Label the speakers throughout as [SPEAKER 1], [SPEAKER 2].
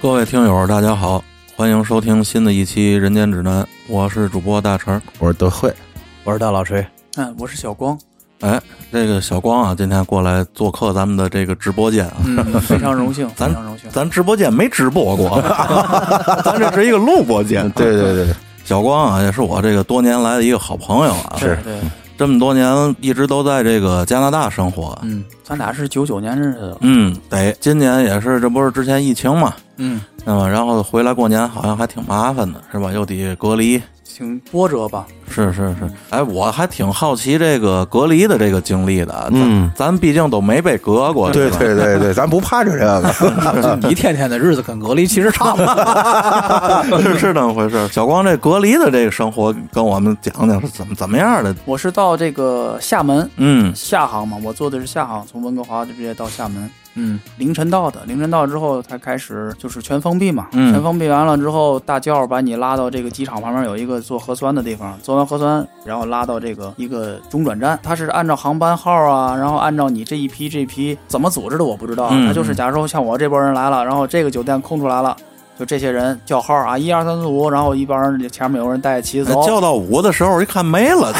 [SPEAKER 1] 各位听友，大家好，欢迎收听新的一期《人间指南》，我是主播大成。
[SPEAKER 2] 我说德惠，
[SPEAKER 3] 我是大老锤，
[SPEAKER 4] 嗯，我是小光，
[SPEAKER 1] 哎，这个小光啊，今天过来做客咱们的这个直播间啊，
[SPEAKER 4] 嗯，非常荣幸，非
[SPEAKER 1] 咱
[SPEAKER 4] 常荣幸。
[SPEAKER 1] 咱直播间没直播过， 咱这是一个录播间。
[SPEAKER 2] 对对对，
[SPEAKER 1] 小光啊，也是我这个多年来的一个好朋友啊，
[SPEAKER 4] 对对，
[SPEAKER 1] 这么多年一直都在这个加拿大生活。
[SPEAKER 4] 嗯，咱俩是九九年认识的，
[SPEAKER 1] 嗯，得，今年也是，这不是之前疫情嘛，
[SPEAKER 4] 嗯，
[SPEAKER 1] 那么然后回来过年好像还挺麻烦的，是吧？又得隔离。
[SPEAKER 4] 挺波折吧？
[SPEAKER 1] 是是是，哎，我还挺好奇这个隔离的这个经历的。啊咱
[SPEAKER 2] 嗯，
[SPEAKER 1] 咱毕竟都没被隔过，
[SPEAKER 2] 对
[SPEAKER 1] 吧
[SPEAKER 2] 对对对，咱不怕这 个，
[SPEAKER 3] 就一天天的日子跟隔离其实差不多。
[SPEAKER 1] 是是那么回事。小光这隔离的这个生活，跟我们讲讲是怎么怎么样的？
[SPEAKER 4] 我是到这个厦门
[SPEAKER 1] 嗯
[SPEAKER 4] 厦航嘛，我坐的是厦航，从温哥华直接到厦门，
[SPEAKER 3] 嗯，
[SPEAKER 4] 凌晨到的。凌晨到之后，他开始就是全封闭嘛，
[SPEAKER 1] 嗯
[SPEAKER 4] 全封闭完了之后，大轿把你拉到这个机场旁边有一个做核酸的地方，做完核酸，然后拉到这个一个中转站，他是按照航班号啊，然后按照你这一批这一批怎么组织的我不知道，
[SPEAKER 1] 嗯
[SPEAKER 4] 他就是假如说像我这波人来了，然后这个酒店空出来了。就这些人叫号啊，一二三四五，然后一帮人前面有人带旗走，
[SPEAKER 1] 叫到五的时候一看没 了，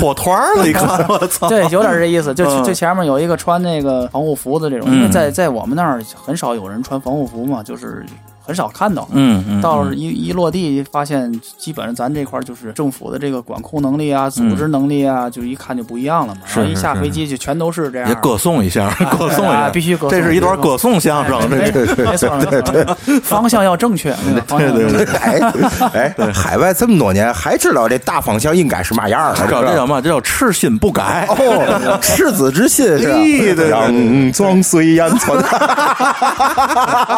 [SPEAKER 1] 脱团儿了，一 看我操！
[SPEAKER 4] 对，有点这意思。就
[SPEAKER 1] 嗯
[SPEAKER 4] 最前面有一个穿那个防护服的这种，
[SPEAKER 1] 嗯
[SPEAKER 4] 因为在在我们那儿很少有人穿防护服嘛，就是很少看到。
[SPEAKER 1] 嗯嗯，
[SPEAKER 4] 到
[SPEAKER 1] 嗯
[SPEAKER 4] 一一落地，发现基本上咱这块儿就是政府的这个管控能力啊、组织能力啊，就一看就不一样了嘛。
[SPEAKER 1] 嗯是
[SPEAKER 4] 然后一
[SPEAKER 1] 是
[SPEAKER 4] 下
[SPEAKER 1] 是
[SPEAKER 4] 飞机就全都是这样
[SPEAKER 1] 也
[SPEAKER 4] 的，
[SPEAKER 1] 歌颂一下，歌颂一
[SPEAKER 4] 啊
[SPEAKER 1] 下，
[SPEAKER 4] 必须歌颂
[SPEAKER 1] 这是一段歌颂相声，这
[SPEAKER 4] 哎
[SPEAKER 1] 是
[SPEAKER 2] 对对
[SPEAKER 4] 没错没错没错，方向要正确，对 吧方向要正确。
[SPEAKER 2] 哎哎，海外这么多年还知道这大方向应该是嘛样儿
[SPEAKER 4] 哎
[SPEAKER 1] 这叫
[SPEAKER 2] 了，
[SPEAKER 1] 这
[SPEAKER 2] 是
[SPEAKER 1] 叫
[SPEAKER 2] 吧
[SPEAKER 1] 嘛？这叫赤心不改。
[SPEAKER 2] 哦，哎赤子之心是吧？
[SPEAKER 1] 对对对
[SPEAKER 2] 让装虽然存，啊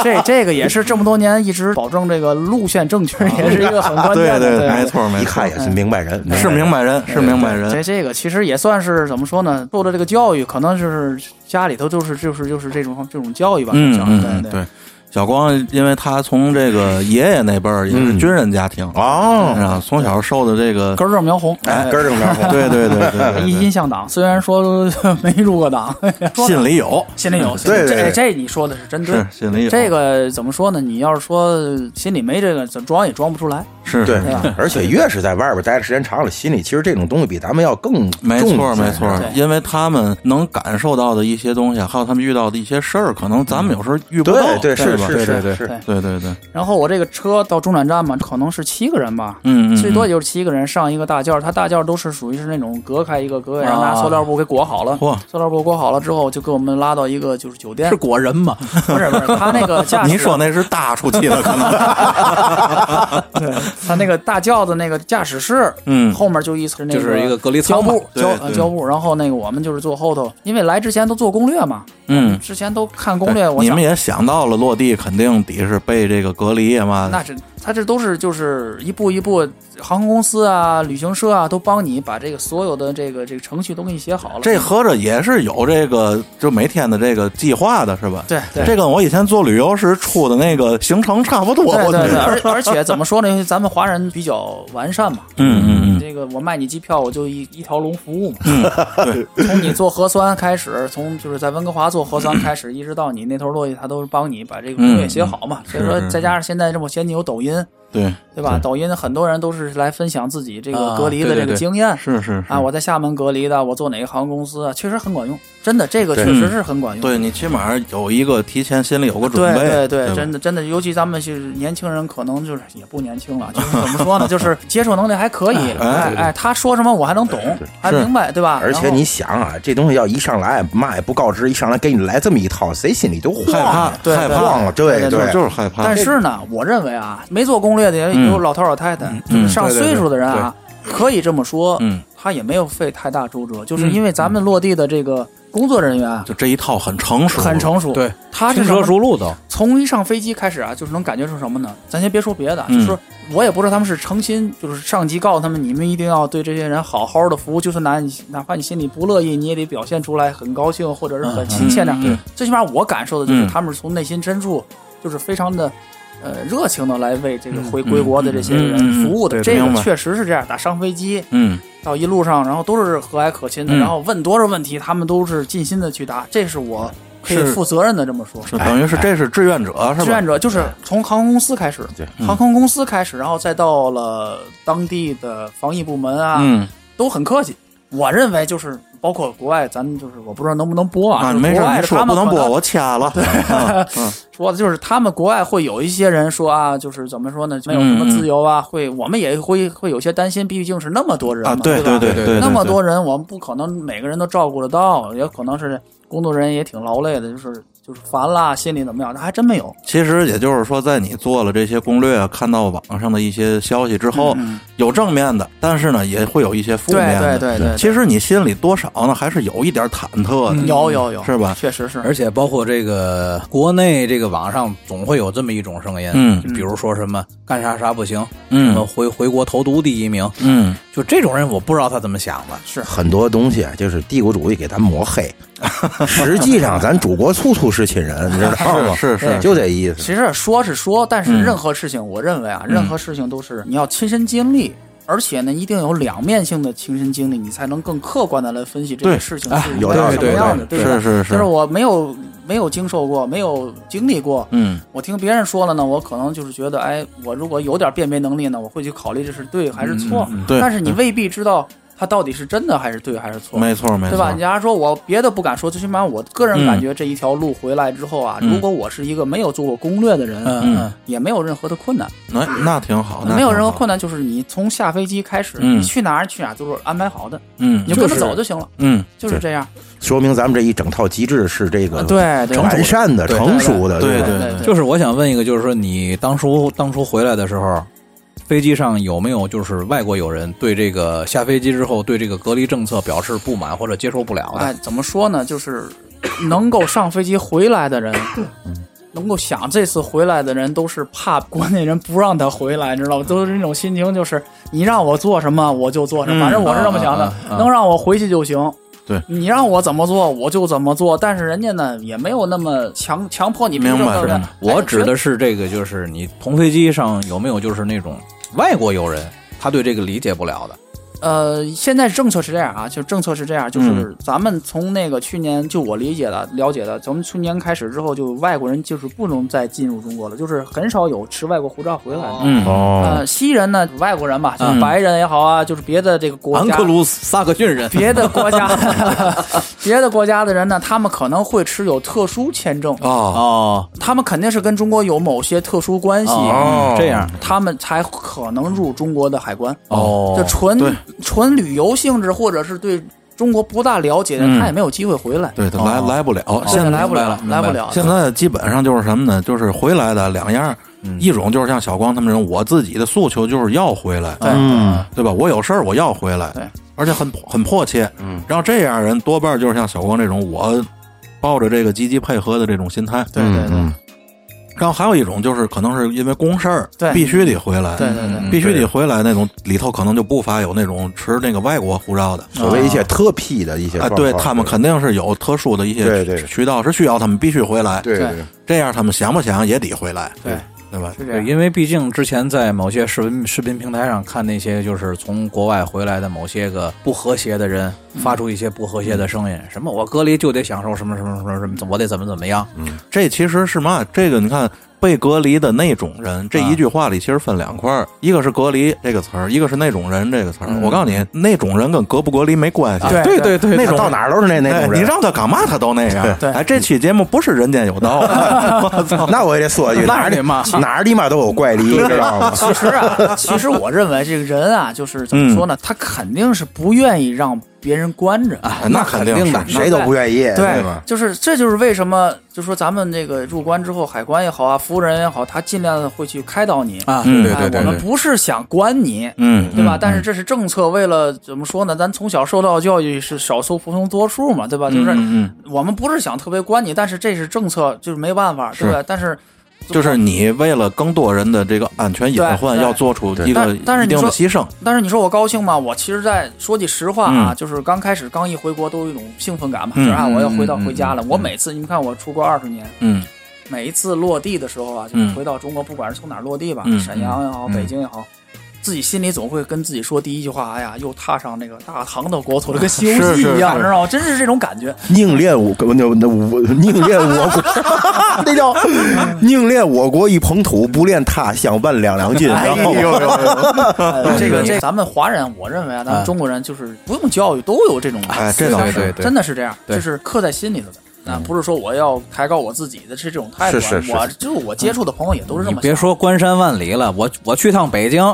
[SPEAKER 4] 这这个也是这么多年一直保证这个路线正确，也是一个很关键
[SPEAKER 1] 啊对
[SPEAKER 4] 的。对，
[SPEAKER 1] 没错没
[SPEAKER 2] 一
[SPEAKER 1] 错
[SPEAKER 2] 看，也是明白人，
[SPEAKER 1] 是明白人，是明白人。
[SPEAKER 4] 这这个其实也算是怎么说呢？受的这个教育，可能就是家里头就是就是就是这种这种教育吧。
[SPEAKER 1] 嗯
[SPEAKER 4] 好像
[SPEAKER 1] 嗯
[SPEAKER 4] 对
[SPEAKER 1] 嗯，对。小光，因为他从这个爷爷那辈儿也是军人家庭
[SPEAKER 2] 哦，
[SPEAKER 1] 啊，从小受的这个，
[SPEAKER 4] 根正苗红，
[SPEAKER 1] 嗯
[SPEAKER 4] 哎，
[SPEAKER 2] 根儿正苗红，
[SPEAKER 1] 对对对对
[SPEAKER 4] 一音向党，虽然说 没入过党，
[SPEAKER 1] 对，心里有，
[SPEAKER 4] 心里
[SPEAKER 2] 对
[SPEAKER 4] 有，心里
[SPEAKER 2] 对
[SPEAKER 4] 这
[SPEAKER 2] 对
[SPEAKER 4] 这你说的是真对
[SPEAKER 1] 是。心里有
[SPEAKER 4] 这个怎么说呢？你要是说心里没这个，怎么装也装不出来。
[SPEAKER 1] 是
[SPEAKER 2] 对
[SPEAKER 4] 对吧，
[SPEAKER 2] 而且越是在外边待的时间长了，心里其实这种东西比咱们要更
[SPEAKER 1] 没错，
[SPEAKER 2] 重视
[SPEAKER 1] 没错，
[SPEAKER 4] 对
[SPEAKER 1] 因为他们能感受到的一些东西，还有他们遇到的一些事儿，可能咱们有时候遇不到
[SPEAKER 2] 对。对是
[SPEAKER 1] 吧对
[SPEAKER 2] 是
[SPEAKER 1] 对
[SPEAKER 2] 是
[SPEAKER 4] 对
[SPEAKER 2] 是，
[SPEAKER 1] 对对对，
[SPEAKER 4] 然后我这个车到中转站嘛，可能是七个人吧，
[SPEAKER 1] 嗯，嗯
[SPEAKER 4] 最多也就是七个人上一个大轿，他大轿都是属于是那种隔开一个隔开，然后拿
[SPEAKER 3] 啊
[SPEAKER 4] 塑料布给裹好了，
[SPEAKER 1] 嚯
[SPEAKER 4] 塑料布裹好了之后就给我们拉到一个就是酒店
[SPEAKER 3] 是，果人嘛？
[SPEAKER 4] 不是不是，他那个 驾驶，
[SPEAKER 1] 你说那是大出去了，可 能，
[SPEAKER 4] 他那个大轿子那个驾驶室。
[SPEAKER 1] 嗯，
[SPEAKER 4] 后面就一层那
[SPEAKER 3] 就是一个隔离
[SPEAKER 4] 胶
[SPEAKER 3] 舱嘛
[SPEAKER 4] 布，
[SPEAKER 1] 对
[SPEAKER 4] 胶
[SPEAKER 1] 对
[SPEAKER 4] 呃胶布，然后那个我们就是坐后头，因为来之前都做攻略嘛，
[SPEAKER 1] 嗯，
[SPEAKER 4] 之前都看 攻略，我
[SPEAKER 1] 你
[SPEAKER 4] 想
[SPEAKER 1] 们也想到了，落地肯定得是被这个隔离啊嘛，
[SPEAKER 4] 那是他这都是就是一步一步，航空公司啊、旅行社啊都帮你把这个所有的这个这个程序都给你写好了，
[SPEAKER 1] 这合着也是有这个就每天的这个计划的是吧？
[SPEAKER 4] 对对，
[SPEAKER 1] 这跟我以前做旅游时出的那个行程差不多。
[SPEAKER 4] 对
[SPEAKER 1] 我觉
[SPEAKER 4] 对对，
[SPEAKER 1] 得，
[SPEAKER 4] 而而且怎么说呢？咱们华人比较完善嘛。
[SPEAKER 1] 嗯嗯嗯，嗯
[SPEAKER 4] 这个我卖你机票，我就一一条龙服务嘛。 从你做核酸开始，从就是在温哥华做核酸开始，一直到你那头落地，他都是帮你把这个
[SPEAKER 1] 嗯
[SPEAKER 4] 攻略写好嘛。所以说，再加上现在这么先进有抖音，
[SPEAKER 1] 对，
[SPEAKER 4] 对吧？抖音很多人都是来分享自己这个
[SPEAKER 3] 啊
[SPEAKER 4] 隔离的
[SPEAKER 1] 对对
[SPEAKER 4] 这个
[SPEAKER 1] 对
[SPEAKER 4] 经验
[SPEAKER 1] 是是
[SPEAKER 4] 啊。我在厦门隔离的，我做哪个航空公司啊？确实很管用，真的，这个确实是很管用。
[SPEAKER 1] 嗯对你起码有一个提前心里有个准
[SPEAKER 4] 对
[SPEAKER 1] 备，
[SPEAKER 4] 对
[SPEAKER 1] 对吧，
[SPEAKER 4] 真的真的，尤其咱们就是年轻人，可能就是也不年轻了，就是怎么说呢，就是 接受能力还可以，哎哎，他说什么我还能懂，还明白，对吧？
[SPEAKER 2] 而且
[SPEAKER 4] 然后
[SPEAKER 2] 你想啊，这东西要一上来嘛也不告知，一上来给你来这么一套，谁心里都慌
[SPEAKER 1] 害怕
[SPEAKER 2] 啊
[SPEAKER 4] 对
[SPEAKER 1] 害
[SPEAKER 4] 对
[SPEAKER 1] 怕，
[SPEAKER 2] 慌了。对
[SPEAKER 4] 对
[SPEAKER 1] 就是就
[SPEAKER 2] 对，
[SPEAKER 1] 是害怕。
[SPEAKER 4] 但是呢，我认为啊，没做攻略的也
[SPEAKER 1] 嗯
[SPEAKER 4] 有老头老太太，就是上岁数的人啊，可以这么说，
[SPEAKER 1] 嗯，
[SPEAKER 4] 他也没有费太大周折，就是因为咱们落地的这个工作人员啊
[SPEAKER 1] 就这一套很成熟，
[SPEAKER 4] 很成熟，，
[SPEAKER 3] 对，
[SPEAKER 4] 他是
[SPEAKER 3] 轻
[SPEAKER 4] 什么
[SPEAKER 3] 车熟路都。
[SPEAKER 4] 从一上飞机开始啊，就是能感觉出什么呢？咱先别说别的，
[SPEAKER 1] 嗯
[SPEAKER 4] 就是说我也不知道他们是诚心，就是上级告诉他们，你们一定要对这些人好好的服务，就算哪你哪怕你心里不乐意，你也得表现出来，很高兴或者是很亲切那样。
[SPEAKER 1] 嗯嗯嗯
[SPEAKER 4] 最起码我感受的就是
[SPEAKER 1] 嗯
[SPEAKER 4] 他们是从内心深处，就是非常的。呃，热情的来为这个回归国的这些人服务的，
[SPEAKER 1] 嗯嗯嗯嗯嗯
[SPEAKER 4] 这
[SPEAKER 1] 明
[SPEAKER 4] 个
[SPEAKER 1] 白
[SPEAKER 4] 确实是这样。打上飞机
[SPEAKER 1] 嗯，
[SPEAKER 4] 到一路上，然后都是和蔼可亲的，
[SPEAKER 1] 嗯
[SPEAKER 4] 然后问多少问题，他们都是尽心的去答。这是我可以负责任的这么说。
[SPEAKER 1] 嗯就等于是这是志愿者是吧？
[SPEAKER 4] 哎
[SPEAKER 1] 嗯
[SPEAKER 4] 志愿者就是从航空公司开始，
[SPEAKER 2] 对
[SPEAKER 4] 航空公司开始，然后再到了当地的防疫部门啊，
[SPEAKER 1] 嗯，
[SPEAKER 4] 都很客气。我认为就是包括国外，咱们就是我不知道能不能播啊，
[SPEAKER 1] 啊，
[SPEAKER 4] 就是
[SPEAKER 1] 没事
[SPEAKER 4] 国，外
[SPEAKER 1] 你
[SPEAKER 4] 的
[SPEAKER 1] 说
[SPEAKER 4] 他
[SPEAKER 1] 不
[SPEAKER 4] 们
[SPEAKER 1] 能
[SPEAKER 4] 可
[SPEAKER 1] 播，我掐了。嗯
[SPEAKER 4] 说的就是他们国外会有一些人说啊，就是怎么说呢，没有什么自由啊，会我们也会会有些担心，毕 竟是那么多人
[SPEAKER 1] 嗯嗯啊，
[SPEAKER 4] 嘛，
[SPEAKER 1] 对
[SPEAKER 4] 吧？
[SPEAKER 1] 对
[SPEAKER 3] 对
[SPEAKER 1] 对，
[SPEAKER 4] 那么
[SPEAKER 1] 对
[SPEAKER 4] 多人，我们不可能每个人都照顾得到，也可能是工作人员也挺劳累的，就是就是烦啦，心里怎么样？他还真没有。
[SPEAKER 1] 其实也就是说，在你做了这些攻略，看到网上的一些消息之后，有正面的，但是呢，也会有一些负
[SPEAKER 4] 对
[SPEAKER 1] 面的。
[SPEAKER 4] 嗯对对对，嗯
[SPEAKER 1] 其实你心里多少呢，还是有一点忐忑的，
[SPEAKER 4] 有有有，
[SPEAKER 1] 哦是吧？
[SPEAKER 4] 确实是。
[SPEAKER 3] 而且包括这个国内这个网上总会有这么一种声音，
[SPEAKER 1] 嗯
[SPEAKER 3] 就比如说什么干啥啥不行，什么
[SPEAKER 1] 嗯
[SPEAKER 3] 回回国投毒第一名，
[SPEAKER 1] 嗯，
[SPEAKER 3] 就这种人我不知道他怎么想的，
[SPEAKER 2] 很多东西啊就是帝国主义给咱抹黑，实际上咱祖国处处是亲人，你知道吗？
[SPEAKER 1] 是是是
[SPEAKER 2] 就这意思。
[SPEAKER 4] 其实说是说，但
[SPEAKER 1] 嗯
[SPEAKER 4] 是任何事情，我认为啊，任何事情都是你要亲身经历，而且呢，一定有两面性的亲身经历，你才能更客观的来分析这
[SPEAKER 1] 对哎
[SPEAKER 4] 个事情是一
[SPEAKER 2] 有
[SPEAKER 4] 个
[SPEAKER 2] 道理
[SPEAKER 4] 什么样的，
[SPEAKER 1] 对
[SPEAKER 4] 对吧？
[SPEAKER 1] 是是是
[SPEAKER 4] 就是我没有没有经受过，没有经历过，
[SPEAKER 1] 嗯
[SPEAKER 4] 我听别人说了呢，我可能就是觉得，哎，我如果有点辨别能力呢，我会去考虑这是对还是错。
[SPEAKER 1] 嗯嗯对
[SPEAKER 4] 但是你未必知道它到底是真的还是对还是错，
[SPEAKER 1] 没错没
[SPEAKER 4] 对
[SPEAKER 1] 错，
[SPEAKER 4] 吧？你假如说我别的不敢说，最起码我个人感觉这一条路回来之后啊，
[SPEAKER 1] 嗯
[SPEAKER 4] 如果我是一个没有做过攻略的人，
[SPEAKER 3] 嗯嗯，
[SPEAKER 4] 也没有任何的困难，
[SPEAKER 1] 那那挺好，哦那
[SPEAKER 4] 没有任何
[SPEAKER 1] 挺好
[SPEAKER 4] 困难，就是你从下飞机开始，
[SPEAKER 1] 嗯
[SPEAKER 4] 你去哪儿去哪儿都是安排好的，
[SPEAKER 1] 嗯
[SPEAKER 4] 你就跟着
[SPEAKER 3] 就是
[SPEAKER 4] 走就行了，
[SPEAKER 1] 嗯
[SPEAKER 4] 就是这样。啊
[SPEAKER 2] 说明咱们这一整套机制是这
[SPEAKER 1] 啊
[SPEAKER 2] 个
[SPEAKER 4] 对对
[SPEAKER 2] 完善的、
[SPEAKER 3] 对
[SPEAKER 2] 成熟的，
[SPEAKER 1] 对
[SPEAKER 2] 吧
[SPEAKER 1] 对
[SPEAKER 4] 对
[SPEAKER 3] 就是我想问一个，就是说你当初当初回来的时候，飞机上有没有就是外国友人对这个下飞机之后对这个隔离政策表示不满或者接受不了
[SPEAKER 4] 哎，
[SPEAKER 3] 的？
[SPEAKER 4] 怎么说呢？就是能够上飞机回来的人，能够想这次回来的人，都是怕国内人不让他回来，你知道吗？都是那种心情，就是你让我做什么我就做什么，反正我是这么想的，
[SPEAKER 3] 啊啊啊
[SPEAKER 4] 能让我回去就行。
[SPEAKER 1] 对
[SPEAKER 4] 你让我怎么做我就怎么做，但是人家呢也没有那么强强迫你必须
[SPEAKER 1] 明白
[SPEAKER 4] 要这么干
[SPEAKER 1] 明白
[SPEAKER 3] 我指的是这个，就是你同飞机上有没有就是那种外国友人，他对这个理解不了的？
[SPEAKER 4] 呃，现在政策是这样啊，就政策是这样，
[SPEAKER 3] 嗯
[SPEAKER 4] 就是咱们从那个去年，就我理解的、了解的，咱们去年开始之后，就外国人就是不能再进入中国了，就是很少有持外国护照回来的。
[SPEAKER 1] 嗯
[SPEAKER 2] 哦，
[SPEAKER 4] 呃，西人呢，外国人吧，就是
[SPEAKER 1] 嗯
[SPEAKER 4] 白人也好啊，就是别的这个国
[SPEAKER 3] 昂
[SPEAKER 4] 家
[SPEAKER 3] 克，鲁萨克逊人，
[SPEAKER 4] 别的国 家， 别的国家的人呢，他们可能会持有特殊签证，
[SPEAKER 1] 哦
[SPEAKER 3] 哦
[SPEAKER 4] 他们肯定是跟中国有某些特殊关系，
[SPEAKER 3] 哦，这样
[SPEAKER 4] 他们才可能入中国的海关。
[SPEAKER 3] 哦
[SPEAKER 4] 就纯
[SPEAKER 1] 对
[SPEAKER 4] 纯旅游性质，或者是对中国不大了解的，
[SPEAKER 1] 嗯
[SPEAKER 4] 他也没有机会回来，
[SPEAKER 1] 对，他
[SPEAKER 2] 哦
[SPEAKER 1] 来来不了，
[SPEAKER 4] 现
[SPEAKER 1] 现
[SPEAKER 4] 在
[SPEAKER 1] 在
[SPEAKER 4] 来不了，
[SPEAKER 3] 明白
[SPEAKER 4] 来
[SPEAKER 3] 了
[SPEAKER 4] 不了。
[SPEAKER 1] 现在基本上就是什么呢？就是回来的两样儿，
[SPEAKER 2] 嗯
[SPEAKER 1] 一种就是像小光他们人，我自己的诉求就是要回来，
[SPEAKER 4] 对
[SPEAKER 2] 嗯，
[SPEAKER 1] 对吧？我有事儿我要回来，
[SPEAKER 4] 对，
[SPEAKER 1] 而且很很迫切。
[SPEAKER 2] 嗯，
[SPEAKER 1] 然后这样人多半就是像小光这种，我抱着这个积极配合的这种心态。
[SPEAKER 4] 对对对
[SPEAKER 2] 嗯
[SPEAKER 1] 然后还有一种就是可能是因为公事儿，
[SPEAKER 4] 对
[SPEAKER 1] 必须得回来，
[SPEAKER 4] 对对对
[SPEAKER 1] 必须得回来那种里头可能就不乏有那种持那个外国护照的。
[SPEAKER 2] 所谓一些特批的一些
[SPEAKER 1] 啊，
[SPEAKER 2] 状况
[SPEAKER 1] 对他们肯定是有特殊的一些
[SPEAKER 2] 对对
[SPEAKER 1] 渠渠道是需要他们必须回来，
[SPEAKER 2] 对
[SPEAKER 4] 对
[SPEAKER 2] 对
[SPEAKER 1] 这样他们想不想也得回来，
[SPEAKER 4] 对
[SPEAKER 1] 对吧？
[SPEAKER 4] 是这
[SPEAKER 3] 对，
[SPEAKER 4] 样。
[SPEAKER 3] 因为毕竟之前在某些视频视频平台上看那些就是从国外回来的某些个不和谐的人发出一些不和谐的声音，什么我隔离就得享受什么什么什么什么，我得怎么怎么样，
[SPEAKER 1] 这其实是嘛？这个你看被隔离的那种人，
[SPEAKER 4] 啊
[SPEAKER 1] 这一句话里其实分两块儿，一个是隔离这个词儿，一个是那种人这个词儿。我告诉你，那种人跟隔不隔离没关系。
[SPEAKER 4] 嗯
[SPEAKER 3] 啊
[SPEAKER 4] 对对对
[SPEAKER 1] 对那种
[SPEAKER 2] 到哪儿都是那那
[SPEAKER 1] 哎
[SPEAKER 2] 种
[SPEAKER 1] 你
[SPEAKER 2] 人。
[SPEAKER 1] 让他干嘛他都那样。
[SPEAKER 4] 对
[SPEAKER 1] 哎，这期节目不是人间有 道，我操
[SPEAKER 2] 那我也得 说一句，
[SPEAKER 3] 那
[SPEAKER 2] 哪儿
[SPEAKER 3] 得骂
[SPEAKER 2] 哪儿你妈都有怪力，知道吗？
[SPEAKER 4] 其实 啊，其实我认为这个人啊，就是怎么说
[SPEAKER 3] 嗯
[SPEAKER 4] 呢？他肯定是不愿意让别人关着。
[SPEAKER 3] 啊
[SPEAKER 1] 哎那肯定是
[SPEAKER 3] 那肯定的
[SPEAKER 2] 谁都不愿意，
[SPEAKER 4] 对
[SPEAKER 2] 吧？，
[SPEAKER 4] 就是这就是为什么，就说咱们这个入关之后，海关也好啊，服务人员也好，他尽量的会去开导你。
[SPEAKER 3] 啊，
[SPEAKER 1] 嗯
[SPEAKER 3] 对
[SPEAKER 4] 哎
[SPEAKER 3] 对对
[SPEAKER 4] 我
[SPEAKER 3] 对
[SPEAKER 4] 们。不是想关你，
[SPEAKER 1] 嗯，
[SPEAKER 4] 对吧？
[SPEAKER 1] 嗯
[SPEAKER 4] 但是这是政策，为了怎么说呢？咱从小受到教育是少数服从多数嘛，对吧？就是
[SPEAKER 1] 嗯
[SPEAKER 4] 我们不是想特别关你，但是这是政策，就是没办法，对吧？但是
[SPEAKER 1] 就是你为了更多人的这个安全隐患，
[SPEAKER 4] 对对
[SPEAKER 1] 要做出一个
[SPEAKER 4] 但但是
[SPEAKER 1] 一
[SPEAKER 4] 你
[SPEAKER 1] 定
[SPEAKER 4] 说
[SPEAKER 1] 的牺牲。
[SPEAKER 4] 但是你说我高兴吗？我其实在说句实话啊，就是刚开始刚一回国都有一种兴奋感嘛，
[SPEAKER 1] 嗯
[SPEAKER 4] 就是啊我要回到
[SPEAKER 3] 嗯嗯
[SPEAKER 4] 回家了。
[SPEAKER 3] 嗯
[SPEAKER 4] 我每次你们看我出国二十年，
[SPEAKER 1] 嗯
[SPEAKER 4] 每一次落地的时候啊，就是
[SPEAKER 1] 嗯
[SPEAKER 4] 回到中国，不管是从哪儿落地吧，
[SPEAKER 1] 嗯
[SPEAKER 4] 沈阳也好，
[SPEAKER 1] 嗯
[SPEAKER 4] 北京也好，自己心里总会跟自己说第一句话：“哎呀，又踏上那个大唐的国土了，跟《西游
[SPEAKER 1] 是
[SPEAKER 4] 记
[SPEAKER 1] 是》
[SPEAKER 4] 一样，
[SPEAKER 1] 是
[SPEAKER 4] 知道吗？真是这种感觉。
[SPEAKER 2] 宁恋我国，那那我宁恋我国， 那叫宁恋我国一捧土，不恋他乡万两两金。然后
[SPEAKER 4] 哎这个
[SPEAKER 3] 嗯
[SPEAKER 4] 这咱们华人，我认为啊，咱们
[SPEAKER 3] 嗯
[SPEAKER 4] 中国人就是不用教育都有这种
[SPEAKER 1] 哎
[SPEAKER 4] 思
[SPEAKER 1] 这倒
[SPEAKER 4] 想
[SPEAKER 1] 是
[SPEAKER 4] 是
[SPEAKER 3] 对对
[SPEAKER 4] 真的是这样，
[SPEAKER 3] 对
[SPEAKER 4] 这是刻在心里头的。啊，不是说我要抬高我自己的是这种态度啊，
[SPEAKER 2] 是是是
[SPEAKER 4] 我就是我接触的朋友也都是这
[SPEAKER 3] 你
[SPEAKER 4] 么想
[SPEAKER 3] 别说关山万里了，我我去趟北京，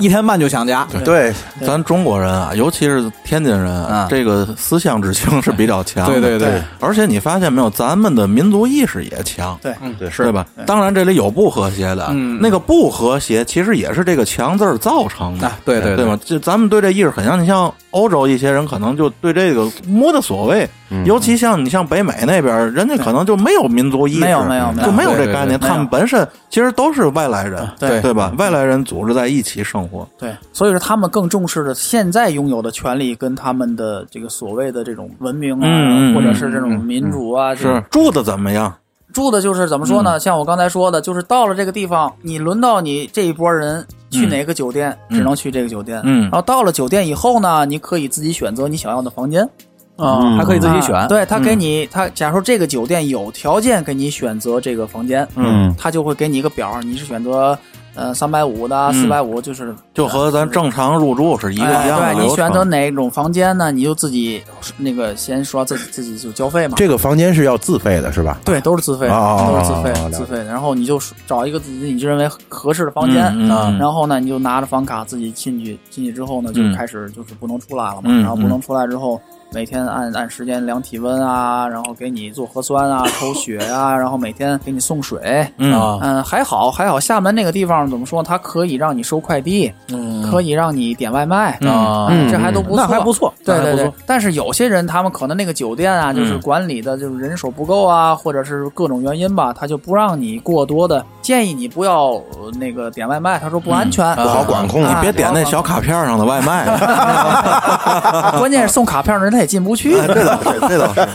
[SPEAKER 3] 一天半就想家。
[SPEAKER 2] 对，
[SPEAKER 1] 咱中国人啊，尤其是天津人，
[SPEAKER 3] 啊
[SPEAKER 1] 这个思乡之情是比较强的。
[SPEAKER 3] 对对对，
[SPEAKER 1] 而且你发现没有，咱们的民族意识也强。
[SPEAKER 4] 对
[SPEAKER 2] 对
[SPEAKER 1] 是吧？
[SPEAKER 4] 嗯
[SPEAKER 1] 当然，这里有不和谐的，那个不和谐其实也是这个“强”字儿造成的
[SPEAKER 3] 啊，对对
[SPEAKER 1] 对
[SPEAKER 3] 对
[SPEAKER 1] 吗？就咱们对这意识很像，你像欧洲一些人可能就对这个没的所谓，尤其像你像北美那边儿，人家可能就没有民族意识，
[SPEAKER 4] 没有没有没有
[SPEAKER 1] 就没有这
[SPEAKER 3] 对对
[SPEAKER 1] 概念，
[SPEAKER 4] 对啊
[SPEAKER 1] 他们本身其实都是外来人，
[SPEAKER 4] 对
[SPEAKER 1] 对吧？外来人组织在一起生活，
[SPEAKER 4] 对，所以说他们更重视的现在拥有的权利跟他们的这个所谓的这种文明啊，
[SPEAKER 1] 嗯嗯嗯
[SPEAKER 4] 或者是这种民主啊，这种
[SPEAKER 1] 是住的怎么样？
[SPEAKER 4] 住的就是怎么说呢？
[SPEAKER 1] 嗯
[SPEAKER 4] 像我刚才说的，就是到了这个地方，你轮到你这一波人去哪个酒店，只能去这个酒店。
[SPEAKER 1] 嗯
[SPEAKER 4] 然后到了酒店以后呢，你可以自己选择你想要的房间。
[SPEAKER 3] 嗯，还可以自己选。
[SPEAKER 4] 啊对他给
[SPEAKER 1] 嗯
[SPEAKER 4] 你，他假如说这个酒店有条件给你选择这个房间，
[SPEAKER 2] 嗯，
[SPEAKER 4] 他就会给你一个表儿，你是选择呃三百五的、四百五，就是
[SPEAKER 1] 就和咱正常入住嗯是一个一样的
[SPEAKER 4] 哎、对你
[SPEAKER 1] 流
[SPEAKER 4] 选择
[SPEAKER 1] 程。
[SPEAKER 4] 哪种房间呢？你就自己那个先说自己自己就交费嘛。
[SPEAKER 2] 这个房间是要自费的，是吧？
[SPEAKER 4] 对，都是自费的，
[SPEAKER 2] 哦
[SPEAKER 4] 都是自费
[SPEAKER 2] 哦
[SPEAKER 4] 的，
[SPEAKER 2] 了解
[SPEAKER 4] 自费的。然后你就找一个自己你认为合适的房间，
[SPEAKER 1] 嗯嗯
[SPEAKER 4] 啊
[SPEAKER 1] 嗯
[SPEAKER 4] 然后呢，你就拿着房卡自己进去，进去之后呢，就
[SPEAKER 1] 嗯
[SPEAKER 4] 开始就是不能出来了嘛。
[SPEAKER 1] 嗯
[SPEAKER 4] 然后不能出来之后，每天按按时间量体温啊，然后给你做核酸啊、抽血啊，然后每天给你送水。
[SPEAKER 1] 嗯，
[SPEAKER 3] 啊，
[SPEAKER 4] 嗯，还好还好，厦门那个地方怎么说？它可以让你收快递，
[SPEAKER 3] 嗯
[SPEAKER 4] 可以让你点外卖，
[SPEAKER 3] 啊，
[SPEAKER 4] 这还都不错，
[SPEAKER 3] 那还不错，
[SPEAKER 4] 嗯对
[SPEAKER 3] 那还
[SPEAKER 4] 对
[SPEAKER 3] 不
[SPEAKER 4] 对
[SPEAKER 3] 错，嗯
[SPEAKER 4] 但是有些人他们可能那个酒店啊，就是管理的就是人手不够啊，或者是各种原因吧，他就不让你过多的建议你不要呃那个点外卖，他说不安全，
[SPEAKER 3] 不
[SPEAKER 2] 好管控
[SPEAKER 1] 你
[SPEAKER 4] 啊
[SPEAKER 1] 别点那小卡片上的外 卖，
[SPEAKER 4] 啊 关键是送卡片的人他也进不 去，
[SPEAKER 1] 这倒是，这倒是。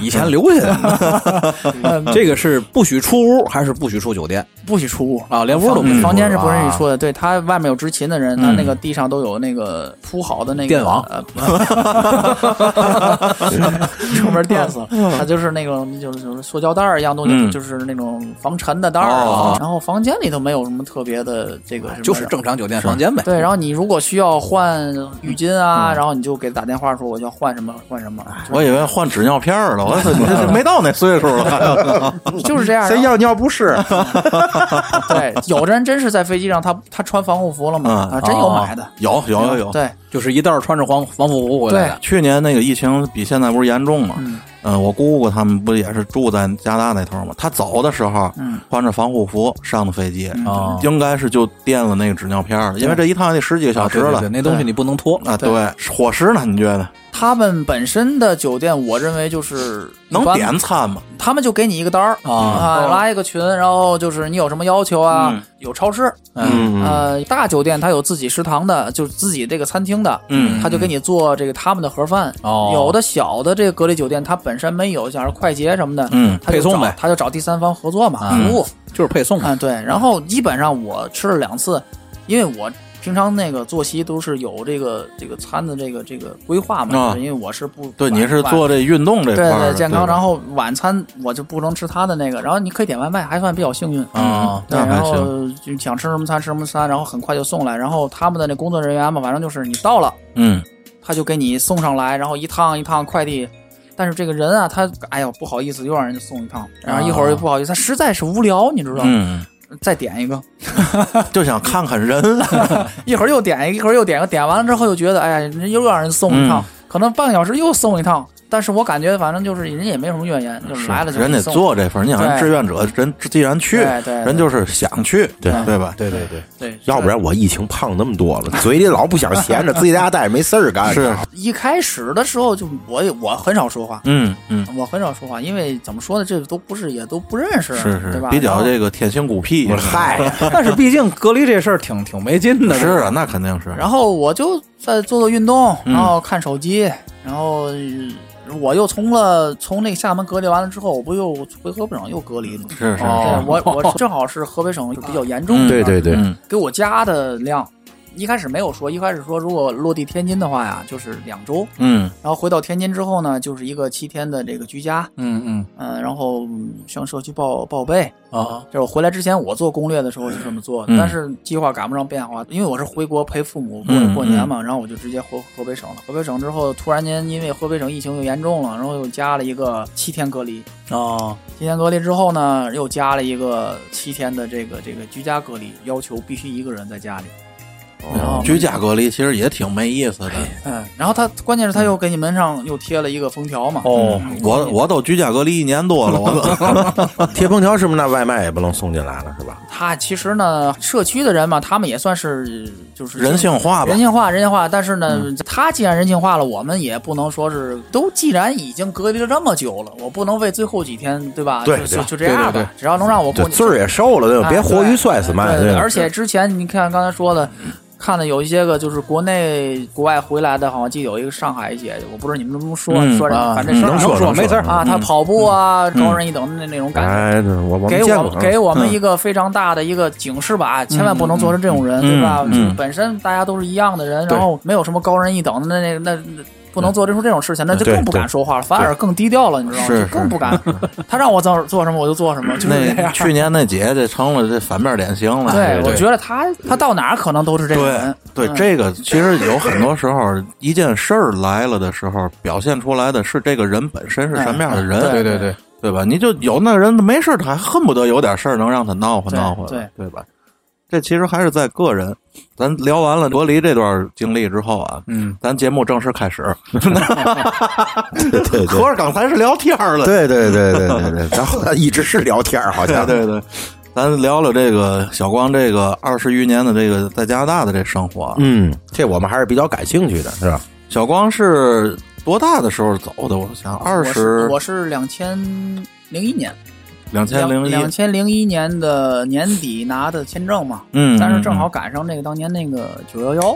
[SPEAKER 3] 以前留下的。 这个是不许出屋，还是不许出酒店
[SPEAKER 4] 不许出屋。
[SPEAKER 3] 啊？连屋都不许出
[SPEAKER 4] 嗯房房间是不允许
[SPEAKER 3] 啊嗯
[SPEAKER 4] 出的，对他外面有执勤的人，他那个地上都有那个铺好的那个
[SPEAKER 3] 电网
[SPEAKER 4] 呃 出门电死了。它就是那种就是就是塑胶袋儿一样东
[SPEAKER 1] 嗯
[SPEAKER 4] 西，就是那种防尘的袋儿
[SPEAKER 1] 哦
[SPEAKER 4] 啊。然后房间里头没有什么特别的这个什么的，
[SPEAKER 3] 啊就是正常酒店房间呗。
[SPEAKER 4] 对。然后你如果需要换浴巾
[SPEAKER 3] 嗯
[SPEAKER 4] 啊，然后你就给他打电话说我要换什么换什么，
[SPEAKER 1] 我以为换纸尿片儿了，我说你这没到那岁数了，
[SPEAKER 4] 就是这样。
[SPEAKER 2] 谁要尿不湿？
[SPEAKER 4] 对，有的人真是在飞机上他他穿防护服了嘛
[SPEAKER 1] 嗯
[SPEAKER 4] 啊，真
[SPEAKER 3] 哦
[SPEAKER 4] 有 买的。
[SPEAKER 1] 有有有有。
[SPEAKER 4] 对，
[SPEAKER 3] 就是一袋儿穿着防防护服回来的。
[SPEAKER 1] 去年那个疫情比现在不是严重嘛？
[SPEAKER 4] 嗯
[SPEAKER 1] 嗯，我姑姑他们不也是住在加拿大那头嘛？她走的时候
[SPEAKER 4] 嗯哦
[SPEAKER 1] 穿着防护服上的飞机，
[SPEAKER 3] 啊，
[SPEAKER 1] 应该是就垫了那个纸尿片儿了，因为这一趟得十几个
[SPEAKER 4] 啊
[SPEAKER 1] 小时
[SPEAKER 3] 对对
[SPEAKER 1] 了
[SPEAKER 3] 对那嗯东西你不能脱
[SPEAKER 1] 啊。对，伙食呢？你觉得
[SPEAKER 4] 他们本身的酒店，我认为就是一
[SPEAKER 1] 能
[SPEAKER 4] 般
[SPEAKER 1] 点餐吗？
[SPEAKER 4] 他们就给你一个单儿
[SPEAKER 3] 啊
[SPEAKER 4] 拉一个群，然后就是你有什么要求啊？有超市，
[SPEAKER 2] 嗯
[SPEAKER 4] 呃，大酒店它有自己食堂的，就是自己这个餐厅的，
[SPEAKER 1] 嗯
[SPEAKER 4] 他就给你做这个他们的盒饭。
[SPEAKER 3] 哦
[SPEAKER 4] 有的小的这个隔离酒店，它本身没有，像是快捷什么的，
[SPEAKER 1] 嗯
[SPEAKER 4] 它就
[SPEAKER 3] 配送
[SPEAKER 4] 找
[SPEAKER 3] 呗
[SPEAKER 4] 它就找第三方合作嘛，
[SPEAKER 3] 嗯
[SPEAKER 4] 服务。
[SPEAKER 3] 就是配 送嘛。
[SPEAKER 4] 嗯，对。然后基本上我吃了两次，因为我。平常那个作息都是有这个这个餐的这个这个规划嘛，
[SPEAKER 1] 啊
[SPEAKER 4] 就是因为我是不
[SPEAKER 1] 对，你是
[SPEAKER 4] 晚
[SPEAKER 1] 做这运动这块
[SPEAKER 4] 对
[SPEAKER 1] 儿的，
[SPEAKER 4] 健康。
[SPEAKER 1] 吧
[SPEAKER 4] 然后晚餐我就不能吃他的那个，然后你可以点外卖，还算比较幸运。嗯
[SPEAKER 1] 啊
[SPEAKER 4] 对，
[SPEAKER 1] 那还
[SPEAKER 4] 然后
[SPEAKER 1] 行
[SPEAKER 4] 就想吃什么餐吃什么餐，然后很快就送来。然后他们的那工作人员嘛，反正就是你到了，
[SPEAKER 1] 嗯，
[SPEAKER 4] 他就给你送上来，然后一趟一趟快递。但是这个人啊，他哎呦不好意思，又让人家送一趟，然后一会儿又不好意思，他实在是无聊，你知道吗？
[SPEAKER 1] 啊嗯，
[SPEAKER 4] 再点一个，
[SPEAKER 1] 就想看看人，
[SPEAKER 4] 嗯一会儿又点一个，一会儿又点一个，点完了之后又觉得，哎呀，人家又让人送一
[SPEAKER 1] 嗯
[SPEAKER 4] 趟，可能半个小时又送一趟。但是我感觉反正就是人家也没什么怨言，就是来了就
[SPEAKER 1] 人得
[SPEAKER 4] 送
[SPEAKER 1] 做这份儿。你想，人
[SPEAKER 4] 对
[SPEAKER 1] 志愿者人既然去，
[SPEAKER 4] 对对
[SPEAKER 1] 人就是想去，对
[SPEAKER 4] 对
[SPEAKER 1] 对吧？
[SPEAKER 2] 对对对，
[SPEAKER 4] 对，
[SPEAKER 2] 要不然我疫情胖那么多了，嘴里老不想闲着，自己在家待着没事儿干。啊
[SPEAKER 1] 是，
[SPEAKER 4] 一开始的时候就我也我很少说话，
[SPEAKER 1] 嗯嗯，
[SPEAKER 4] 我很少说话，因为怎么说呢，这个都不是也都不认识，
[SPEAKER 1] 是
[SPEAKER 4] 对
[SPEAKER 1] 是
[SPEAKER 4] 吧？，
[SPEAKER 1] 比
[SPEAKER 4] 然
[SPEAKER 1] 较
[SPEAKER 4] 后
[SPEAKER 1] 这个天心孤僻
[SPEAKER 2] 我。说 嗨，
[SPEAKER 3] 哎但是毕竟隔离这事儿挺挺没劲的。
[SPEAKER 1] 是啊，那肯定是。
[SPEAKER 4] 然后我就在做做运动，
[SPEAKER 1] 嗯
[SPEAKER 4] 然后看手机，然后呃我又从了从那个厦门隔离完了之后，我不又回河北省又隔离吗？
[SPEAKER 1] 是是，
[SPEAKER 3] 哦
[SPEAKER 4] 对我我正好是河北省比较严重
[SPEAKER 1] 嗯
[SPEAKER 2] 对
[SPEAKER 4] 的，
[SPEAKER 2] 对对，
[SPEAKER 1] 嗯
[SPEAKER 4] 给我家的量一开始没有说，一开始说如果落地天津的话呀，就是两周，
[SPEAKER 1] 嗯
[SPEAKER 4] 然后回到天津之后呢，就是一个七天的这个居家，
[SPEAKER 3] 嗯嗯
[SPEAKER 4] 嗯、然后嗯向社区报报备。
[SPEAKER 3] 啊，
[SPEAKER 4] 就是我回来之前，我做攻略的时候是这么做的，
[SPEAKER 1] 嗯
[SPEAKER 4] 但是计划赶不上变化，因为我是回国陪父母过
[SPEAKER 1] 嗯
[SPEAKER 4] 过年嘛，然后我就直接回河北省了。河北省之后，突然间因为河北省疫情又严重了，然后又加了一个七天隔离。
[SPEAKER 3] 哦，
[SPEAKER 4] 七天隔离之后呢，又加了一个七天的这个这个居家隔离，要求必须一个人在家里。
[SPEAKER 2] 啊
[SPEAKER 4] 哦
[SPEAKER 1] 嗯，居家隔离其实也挺没意思的。
[SPEAKER 4] 嗯，然后他关键是他又给你门上又贴了一个封条嘛。
[SPEAKER 1] 哦，我我都居家隔离一年多了，我都
[SPEAKER 2] 贴封条是不是那外卖也不能送进来了，是吧？
[SPEAKER 4] 他其实呢，社区的人嘛，他们也算是就 是
[SPEAKER 1] 人性化吧
[SPEAKER 4] 人。性化，人性化。但是呢，他既然人性化了，我们也不能说是都既然已经隔离了这么久了，我不能为最后几天对吧？
[SPEAKER 2] 对
[SPEAKER 4] 就
[SPEAKER 2] 对
[SPEAKER 4] 就就这样吧，
[SPEAKER 3] 对对对
[SPEAKER 4] 只要能让我
[SPEAKER 2] 这
[SPEAKER 4] 过
[SPEAKER 2] 字儿也瘦了，对吧？
[SPEAKER 4] 哦啊
[SPEAKER 2] 别活鱼摔死
[SPEAKER 4] 对
[SPEAKER 2] 卖。
[SPEAKER 4] 对
[SPEAKER 2] 吧
[SPEAKER 4] 而且之前你看刚才说的，看的有一些个就是国内国外回来的，好像记得有一个上海一姐，我不知道你们能不能说、
[SPEAKER 1] 嗯
[SPEAKER 4] 说这，
[SPEAKER 3] 啊
[SPEAKER 4] 反正事儿
[SPEAKER 2] 能
[SPEAKER 3] 说
[SPEAKER 2] 能
[SPEAKER 3] 没事儿
[SPEAKER 4] 啊，她跑步啊，高人一等的那那种感觉。
[SPEAKER 2] 哎，对我我们
[SPEAKER 4] 给
[SPEAKER 2] 见
[SPEAKER 4] 我
[SPEAKER 2] 过
[SPEAKER 4] 们，给我们
[SPEAKER 1] 嗯
[SPEAKER 4] 一个非常大的一个警示吧，千万不能做成这种人，对吧？
[SPEAKER 1] 嗯嗯
[SPEAKER 4] 就是本身大家都是一样的人，然后没有什么高人一等的，那那那不能做出这种事情，那就
[SPEAKER 2] 对
[SPEAKER 4] 更不敢说话了，反而更低调了，你知道吗？
[SPEAKER 1] 是
[SPEAKER 4] 就更不敢。 他让我做做什么我就做什么，就是这
[SPEAKER 1] 那
[SPEAKER 4] 样。
[SPEAKER 1] 去年那姐姐成了这反面典型了。
[SPEAKER 4] 对，我
[SPEAKER 3] 对
[SPEAKER 4] 觉得他他到哪儿可能都是这种
[SPEAKER 1] 对
[SPEAKER 4] 人。
[SPEAKER 1] 对，
[SPEAKER 4] 嗯
[SPEAKER 1] 这个其实有很多时候，一件事儿来了的时候，表现出来的是这个人本身是什么样的人，
[SPEAKER 3] 对对对，
[SPEAKER 1] 对吧？你就有那人没事儿，他还恨不得有点事儿能让他闹和
[SPEAKER 4] 对
[SPEAKER 1] 闹和，
[SPEAKER 4] 对
[SPEAKER 1] 对吧？这其实还是在个人。咱聊完了隔离这段经历之后啊，
[SPEAKER 3] 嗯，
[SPEAKER 1] 咱节目正式开始。
[SPEAKER 2] 对对 对
[SPEAKER 1] 合着刚才是聊天儿了，
[SPEAKER 2] 对对对对对对，咱后来一直是聊天儿，好像
[SPEAKER 1] 对对，咱聊聊这个小光这个二十余年的这个在加拿大的这生活啊。
[SPEAKER 2] 嗯，这我们还是比较感兴趣的，是吧？
[SPEAKER 1] 小光是多大的时候走的？我想二
[SPEAKER 4] 我是
[SPEAKER 1] 十
[SPEAKER 4] 我是两千零一年，
[SPEAKER 1] 两千零一，
[SPEAKER 4] 两千零一年的年底拿的签证嘛，
[SPEAKER 1] 嗯，
[SPEAKER 4] 但是正
[SPEAKER 1] 嗯
[SPEAKER 4] 好赶上那个当年那个九幺幺，